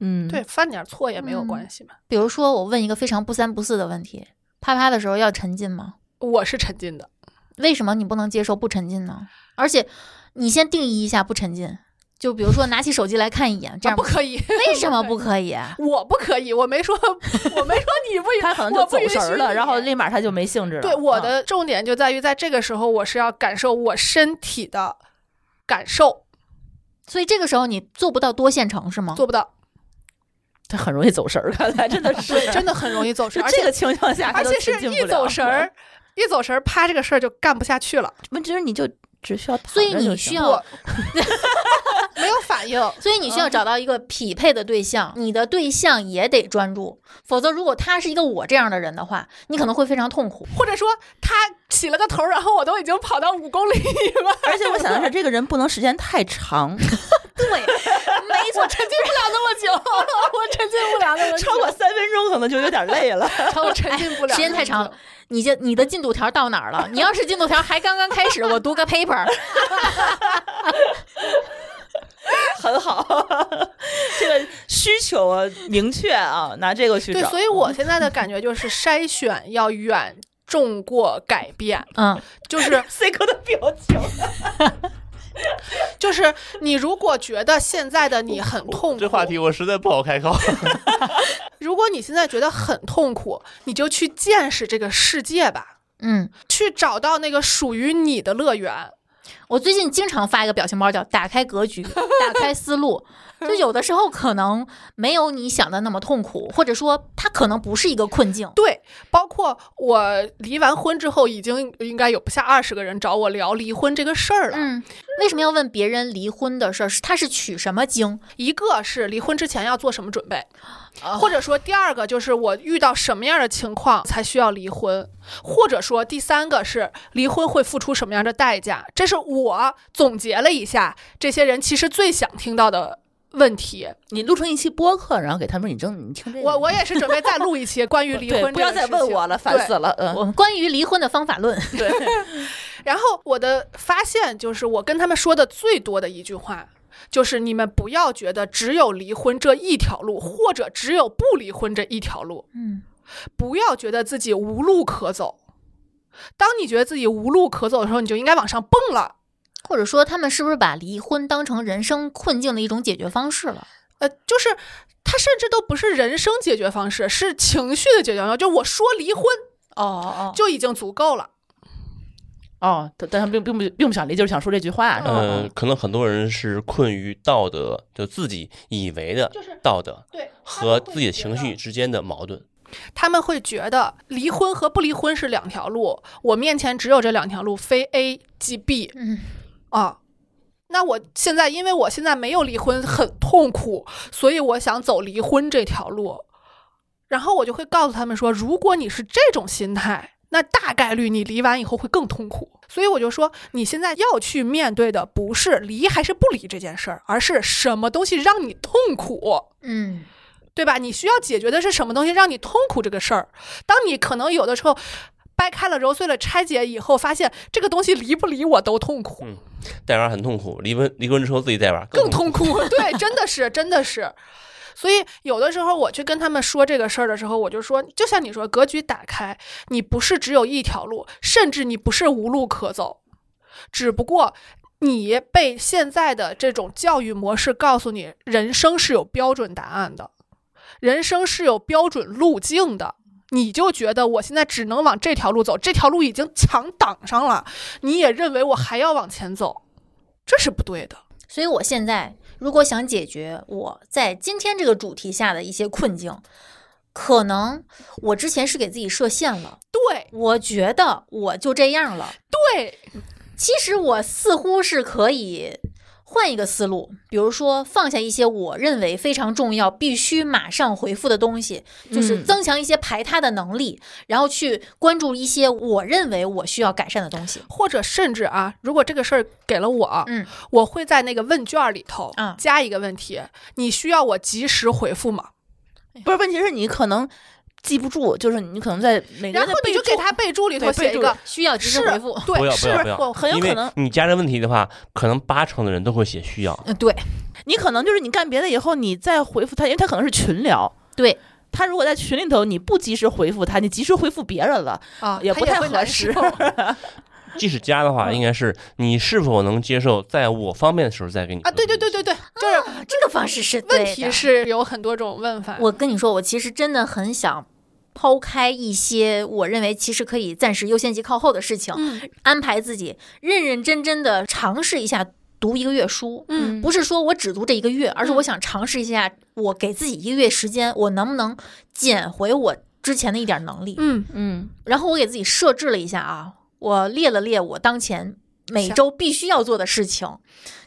S4: 嗯，
S3: 对，，犯点错也没有
S2: 嗯
S3: 关系嘛。
S2: 比如说，我问一个非常不三不四的问题，啪啪的时候要沉浸吗？
S3: 我是沉浸的，
S2: 为什么你不能接受不沉浸呢？而且，你先定义一下不沉浸，就比如说拿起手机来看一眼，这
S3: 啊
S2: 样
S3: 不可以，
S2: 为什么不可以啊？
S3: 我不可以，我没说， 我没说你不允，
S4: 他可能就
S3: 我不
S4: 走
S3: 允
S4: 神儿
S3: 许
S4: 了，
S3: 你
S4: 然后立马他就没兴致了。
S3: 对我
S4: 嗯
S3: 的重点就在于在这个时候，我是要感受我身体的感受，
S2: 所以这个时候你做不到多线程是吗？
S3: 做不到，
S4: 他很容易走神儿，看来真的是
S3: 对，真的很容易走神
S4: 就
S3: 儿，而
S4: 哦这
S3: 且
S4: 个情况下，
S3: 而
S4: 他都
S3: 且
S4: 沉
S3: 是
S4: 浸
S3: 一
S4: 不
S3: 走
S4: 了，
S3: 神儿，一走神儿，啪，这个事儿就干不下去了，
S4: 问题是你就只需要躺
S2: 所以
S4: 着就
S2: 你需
S4: 行
S2: 要
S3: 不，没有反应，
S2: 所以你需要找到一个匹配的对象，你的对象也得专注，否则如果他是一个我这样的人的话，你可能会非常痛苦。
S3: 或者说他起了个头儿，然后我都已经跑
S4: 哎
S3: 到五公里了。
S4: 而且我想的是，这个人不能时间太长，
S2: 对，没没 错，沉浸不了那么久，我沉浸不了那么久，
S4: 超过三分钟可能就有点累了。
S3: 超我沉浸不了，
S2: 时间太长，你这你的进度条到哪儿了？你要是进度条还刚刚开始，我读个 paper，
S4: 很好， 这个需求啊明确啊，拿这个去
S3: 对，
S4: 找。
S3: 所以我现在的感觉就是筛选要远重过改变，
S2: 嗯，
S3: 就是
S4: ，C 哥的表情，
S3: 就是你如果觉得现在的你很痛苦，
S5: 嗯这话题我实在不好开口。
S3: 如果你现在觉得很痛苦，你就去见识这个世界吧，
S2: 嗯，
S3: 去找到那个属于你的乐园。
S2: 我最近经常发一个表情包，叫“打开格局，打开思 路”。就有的时候可能没有你想的那么痛苦，或者说它可能不是一个困境。
S3: 对，包括我离完婚之后，已经应该有不下二十个人找我聊离婚这个事儿了。
S2: 嗯，为什么要问别人离婚的事儿？是他是取什么经？
S3: 一个是离婚之前要做什么准备，
S4: 啊
S3: 或者说第二个就是我遇到什么样的情况才需要离婚，或者说第三个是离婚会付出什么样的代价。这是我总结了一下，这些人其实最想听到的问题。
S4: 你录成一期播客，然后给他们你正你听这个，
S3: 我我也是准备再录一期关于离
S4: 嗯对
S3: 婚，
S4: 不要再问我了，烦死
S3: 了。
S4: 了。嗯，
S2: 我们关于离婚的方法论。
S4: 对，
S3: 然后我的发现就是，我跟他们说的最多的一句话。就是你们不要觉得只有离婚这一条路，或者只有不离婚这一条路，
S2: 嗯，
S3: 不要觉得自己无路可走。当你觉得自己无路可走的时候，你就应该往上蹦了。
S2: 或者说他们是不是把离婚当成人生困境的一种解决方式了？
S3: 呃，就是它甚至都不是人生解决方式，是情绪的解决方式。就我说离婚
S4: 哦哦
S3: 就已经足够了。
S4: 哦，但但他并并不并不想离，就是想说这句话，是吧？哦
S5: 嗯，可能很多人是困于道德，就自己以为的道德
S3: 对，
S5: 和自己的情绪之间的矛盾。
S3: 他们会觉得离婚和不离婚是两条路，我面前只有这两条路，非 A 即 B
S2: 嗯，
S3: 啊。那我现在，因为我现在没有离婚，很痛苦，所以我想走离婚这条路。然后我就会告诉他们说，如果你是这种心态，那大概率你离完以后会更痛苦。所以我就说，你现在要去面对的不是离还是不离这件事儿，而是什么东西让你痛苦。
S2: 嗯，
S3: 对吧？你需要解决的是什么东西让你痛苦这个事儿。当你可能有的时候掰开了揉碎了拆解以后，发现这个东西离不离我都痛苦，
S5: 嗯带娃很痛苦，离婚离婚之后自己带娃
S3: 更
S5: 痛
S3: 痛苦。 对，真的是，真的是。所以有的时候我去跟他们说这个事儿的时候，我就说，就像你说，格局打开，你不是只有一条路，甚至你不是无路可走，只不过。你被现在的这种教育模式告诉你，人生是有标准答案的，人生是有标准路径的。你就觉得我现在只能往这条路走，这条路已经强挡上了，你也认为我还要往前走，这是不对的。
S2: 所以我现在如果想解决我在今天这个主题下的一些困境，可能我之前是给自己设限了，
S3: 对
S2: 我觉得我就这样了。
S3: 对，
S2: 其实我似乎是可以换一个思路，比如说放下一些我认为非常重要、必须马上回复的东西，就是
S4: 嗯
S2: 增强一些排他的能力，然后去关注一些我认为我需要改善的东西。
S3: 或者甚至啊，如果这个事儿给了我，
S2: 嗯，
S3: 我会在那个问卷里头
S2: 啊
S3: 加一个问题：你需要我及时回复吗？
S4: 不是，问题是你可能记不住，就是你可能在每个
S3: 然后
S4: 人的
S3: 你
S4: 备
S3: 就
S4: 注
S3: 给他备注里头
S4: 对备
S3: 写一
S4: 注
S3: 个
S2: 需要及时
S3: 是
S2: 回复。
S5: 不
S3: 对，
S5: 要
S3: 是
S5: 不要不要
S3: 我很有
S5: 因
S3: 可
S5: 为
S3: 能
S5: 你加这问题的话，可能八成的人都会写需 要。
S2: 嗯，对
S3: 啊
S4: 你可能就是你干别的以后，你再回复他，因为他可能是群聊。
S2: 对，
S4: 他如果在群里头，你不及时回复他，你及时回复别人了，
S3: 啊，
S4: 也
S3: 他
S4: 不太
S3: 会
S4: 合
S3: 难
S4: 适
S3: 受
S5: 即使加的
S3: 嗯
S5: 话，应该是你是否能接受，在我方便的时候再给你
S3: 啊。对对对 对对，就是
S2: 这个方式是对
S3: 问
S2: 的
S3: 题是有很多种问法。
S2: 我跟你说，我其实真的很想抛开一些我认为其实可以暂时优先级靠后的事情，
S3: 嗯
S2: 安排自己认认真真的尝试一下读一个月书。
S3: 嗯
S2: 不是说我只读这一个月，而
S4: 嗯
S2: 是我想尝试一下，我给自己一个月时间，我能不能捡回我之前的一点能力？
S3: 嗯，
S4: 嗯，
S2: 然后我给自己设置了一下啊，我列了列我当前每周必须要做的事情，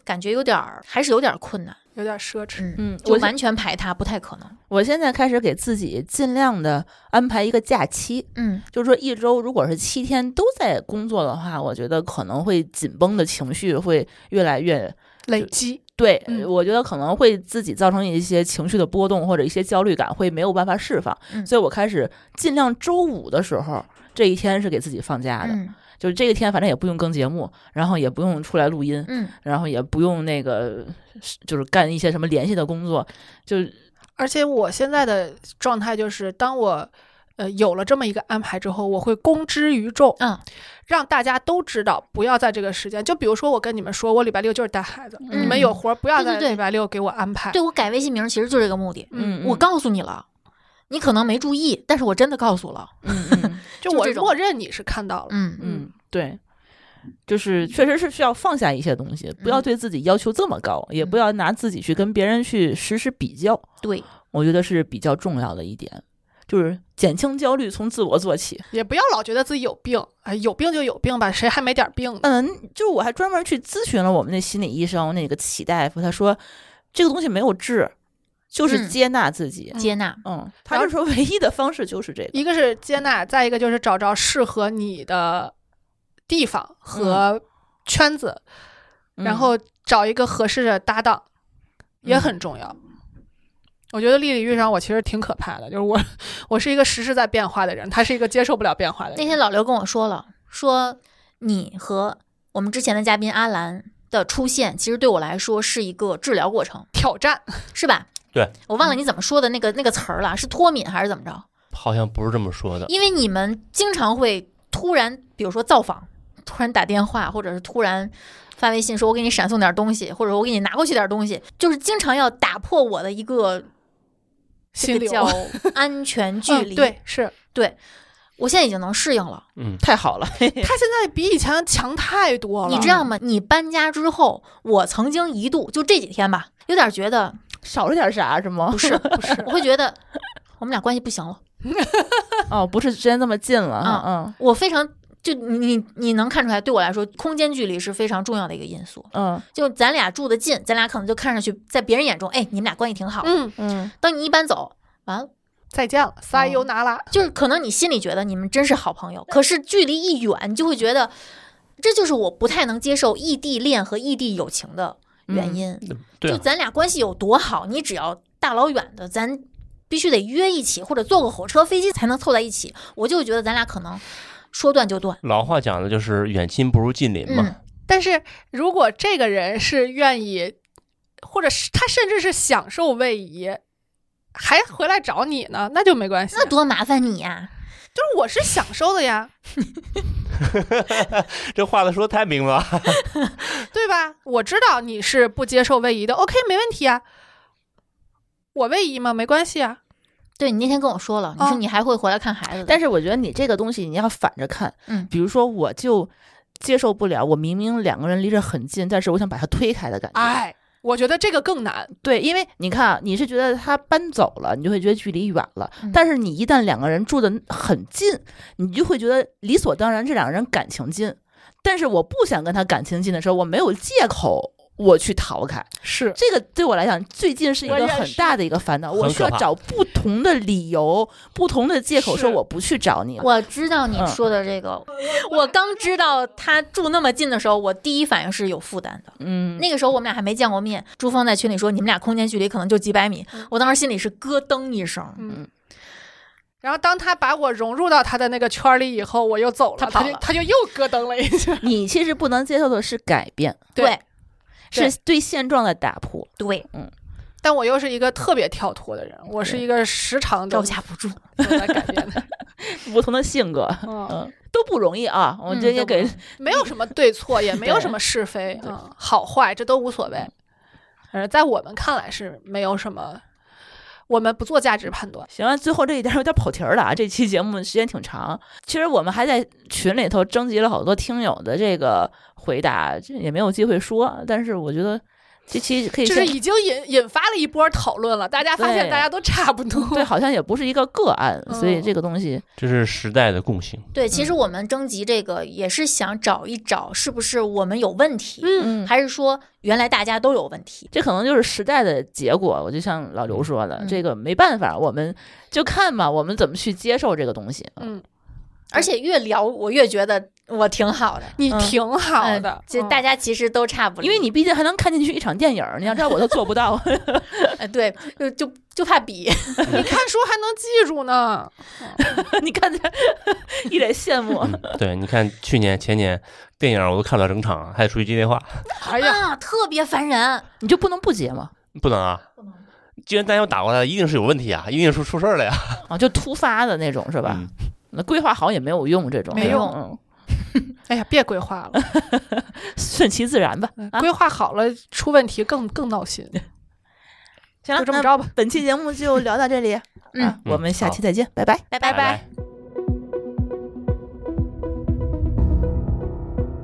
S2: 感觉有点儿还是有点儿困难。
S3: 有点奢侈。
S2: 嗯
S4: 嗯
S2: 就
S4: 我
S2: 完全排他不太可能。
S4: 我现在开始给自己尽量的安排一个假期，
S2: 嗯
S4: 就是说一周如果是七天都在工作的话，我觉得可能会紧绷的情绪会越来越
S3: 累积，
S4: 对，
S3: 嗯
S4: 我觉得可能会自己造成一些情绪的波动或者一些焦虑感，会没有办法释放，
S2: 嗯
S4: 所以我开始尽量周五的时候这一天是给自己放假的，
S2: 嗯
S4: 就是这一天反正也不用更节目，然后也不用出来录音，
S2: 嗯，
S4: 然后也不用那个就是干一些什么联系的工作，就是
S3: 而且我现在的状态就是，当我呃有了这么一个安排之后，我会公之于众，
S2: 嗯，
S3: 让大家都知道，不要在这个时间。就比如说我跟你们说，我礼拜六就是带孩子，
S2: 嗯
S3: 你们有活儿不要
S2: 对
S3: 在
S2: 对对
S3: 礼拜六给我安排。
S2: 对我改微信名其实就这个目的。
S4: 嗯，
S2: 我告诉你了，你可能没注意，但是我真的告诉了。
S4: 嗯嗯嗯
S3: 就
S2: 就
S3: 我
S2: 这种
S3: 默认你是看到了，
S2: 嗯
S4: 嗯，对，就是确实是需要放下一些东西，不要
S2: 嗯
S4: 对自己要求这么高，也不
S2: 嗯
S4: 要拿自己去跟别人去实时比较，
S2: 对，
S4: 我觉得是比较重要的一点，就是减轻焦虑，从自我做起。
S3: 也不要老觉得自己有病，哎，有病就有病吧，谁还没点病呢？
S4: 嗯，就是我还专门去咨询了我们那心理医生那个齐大夫，他说这个东西没有治，就是
S2: 嗯
S4: 接纳自己。
S2: 接纳。
S4: 嗯，他就说唯一的方式就是这个。
S3: 一个是接纳，再一个就是找着适合你的地方和
S2: 嗯
S3: 圈子，然
S4: 嗯
S3: 后找一个合适的搭档
S2: 嗯
S3: 也很重要。我觉得丽丽遇上我其实挺可怕的，就是我我是一个时时在变化的人，她是一个接受不了变化的
S2: 那
S3: 人。
S2: 天老刘跟我说了，说你和我们之前的嘉宾阿兰的出现，其实对我来说是一个治疗过程，
S3: 挑战，
S2: 是吧？
S5: 对，
S2: 我
S3: 嗯
S2: 忘了你怎么说的那个那个词儿了，是脱敏还是怎么着？
S5: 好像不是这么说的。
S2: 因为你们经常会突然，比如说造访，突然打电话，或者是突然发微信说“我给你闪送点东西”，或者“我给你拿过去点东西”，就是经常要打破我的一个这
S3: 心
S2: 个
S3: 流
S2: 叫安全距离。
S3: 嗯，对，是
S2: 我现在已经能适应了。
S5: 嗯，
S4: 太好了，嘿嘿
S3: 她现在比以前强太多了。
S2: 你知道吗？你搬家之后，我曾经一度就这几天吧，有点觉得
S4: 少了点啥是吗
S2: 不？是哦不是，我会觉得我们俩关系不行了。
S4: 哦，不是之前这么近了，嗯
S2: 啊我非常就你你你能看出来，对我来说，空间距离是非常重要的一个因素。
S4: 嗯
S2: 就咱俩住得近，咱俩可能就看上去在别人眼中，哎，你们俩关系挺好。
S3: 嗯，
S4: 嗯
S2: 当你一搬走，完了，
S3: 再见了，
S2: 哦
S3: 撒尤那拉。
S2: 就是可能你心里觉得你们真是好朋友，可是距离一远，你就会觉得这就是我不太能接受异地恋和异地友情的原因。
S5: 对
S2: 就
S5: 啊，
S2: 咱俩关系有多好，你只要大老远的，咱必须得约一起，或者坐个火车、飞机才能凑在一起。我就觉得咱俩可能说断就断。
S5: 老话讲的就是远亲不如近邻嘛。
S2: 嗯，
S3: 但是如果这个人是愿意，或者是他甚至是享受位移，还回来找你呢，那就没关系。
S2: 那多麻烦你呀、
S3: 就是我是享受的呀，
S5: 这话都说太明白了，
S3: 对吧？我知道你是不接受位移的，OK，没问题啊。我位移吗？没关系啊。
S2: 对你那天跟我说了，你
S3: 啊
S2: 说你还会回来看孩子的，
S4: 但
S2: 是
S4: 是我觉得你这个东西你要反着看，
S2: 嗯
S4: 比如说我就接受不了，我明明两个人离着很近，但是我想把他推开的感觉。
S3: 哎，我觉得这个更难。
S4: 对，因为你看啊，你是觉得他搬走了，你就会觉得距离远了，
S2: 嗯
S4: 但是你一旦两个人住的很近，你就会觉得理所当然这两个人感情近，但是我不想跟他感情近的时候，我没有借口。我去逃开，
S3: 是，
S4: 这个对我来讲最近是一
S3: 我
S4: 个
S3: 也
S4: 很
S3: 是
S4: 大的一个烦恼。我
S5: 很
S4: 需要
S5: 可怕
S4: 找不同的理由、不同的借口，
S3: 是
S4: 说我不去找你。
S2: 我知道
S5: 嗯
S2: 你说的这个，我刚知道他住那么近的时候，我第一反应是有负担的。
S4: 嗯，
S2: 那个时候我们俩还没见过面，朱峰在群里说你们俩空间距离可能就几百米，我当时心里是咯噔一声，
S3: 嗯。然后当他把我融入到他的那个圈儿里以后，我又走了，
S2: 他
S3: 他
S2: 跑
S3: 就
S2: 了
S3: 他就又咯噔了一 下。
S4: 你其实不能接受的是改变，
S3: 对
S2: 对
S3: 对
S4: 是对现状的打破。
S2: 对，
S3: 但我又是一个特别跳脱的人，我是一个时常
S2: 招
S3: 都
S2: 架不住。
S3: 都在改变的人。
S4: 不同的性格，
S3: 嗯，
S4: 嗯， 都不容易啊。我
S2: 嗯
S4: 这也
S2: 都不容
S4: 给
S2: 易
S3: 没有什么对错，也没有
S4: 对
S3: 什么是非，嗯，好坏这都无所谓。反正在我们看来是没有什么，我们不做价值判断。
S4: 行了，最后这一点有点跑题儿了啊！这期节目时间挺长，其实我们还在群里头征集了好多听友的这个回答，这也没有机会说。但是我觉得这期可以
S3: 就是
S4: 先
S3: 已经引引发了一波讨论了，大家发现
S4: 对
S3: 大家都差不多。
S4: 对，好像也不是一个个案，
S3: 嗯
S4: 所以这个东西
S5: 这是时代的共性。
S2: 对，其实我们征集这个也是想找一找，是不是我们有问题，
S4: 嗯
S2: 还是说原来大家都有问题？
S4: 这可能就是时代的结果。我就像老刘说的，
S2: 嗯
S4: 这个没办法，我们就看吧，我们怎么去接受这个东西。
S3: 嗯，
S2: 而且越聊，我越觉得我挺好的，
S3: 你
S4: 嗯
S3: 挺好
S2: 嗯
S3: 的，
S2: 其实
S3: 嗯
S2: 大家其实都差不离，
S4: 因为你毕竟还能看进去一场电影儿，你要知道我都做不到。
S2: 呃对，就就就怕比，
S3: 你看书还能记住 呢。
S4: 你看他 一脸羡慕，
S5: 嗯，对，你看去年前年电影我都看不了整场，还得出去接电话，
S3: 哎呀，
S2: 啊，特别烦人。
S4: 你就不能不接吗？
S5: 不能啊。既然单要打过来，一定是有问题啊，一定是出事儿了呀，
S4: 啊，就突发的那种是吧
S5: 嗯？
S4: 那规划好也没有用，这种
S3: 没
S2: 用
S4: 嗯
S3: 哎呀，别规划了，
S4: 顺其自然吧。 啊
S3: 规划好了出问题更更闹 心。
S4: 行了，
S3: 就这么
S4: 那
S3: 着吧。
S4: 本期节目就聊到这里，
S2: 嗯
S4: 啊我们下期再见，拜拜。
S2: 拜拜。
S5: 拜。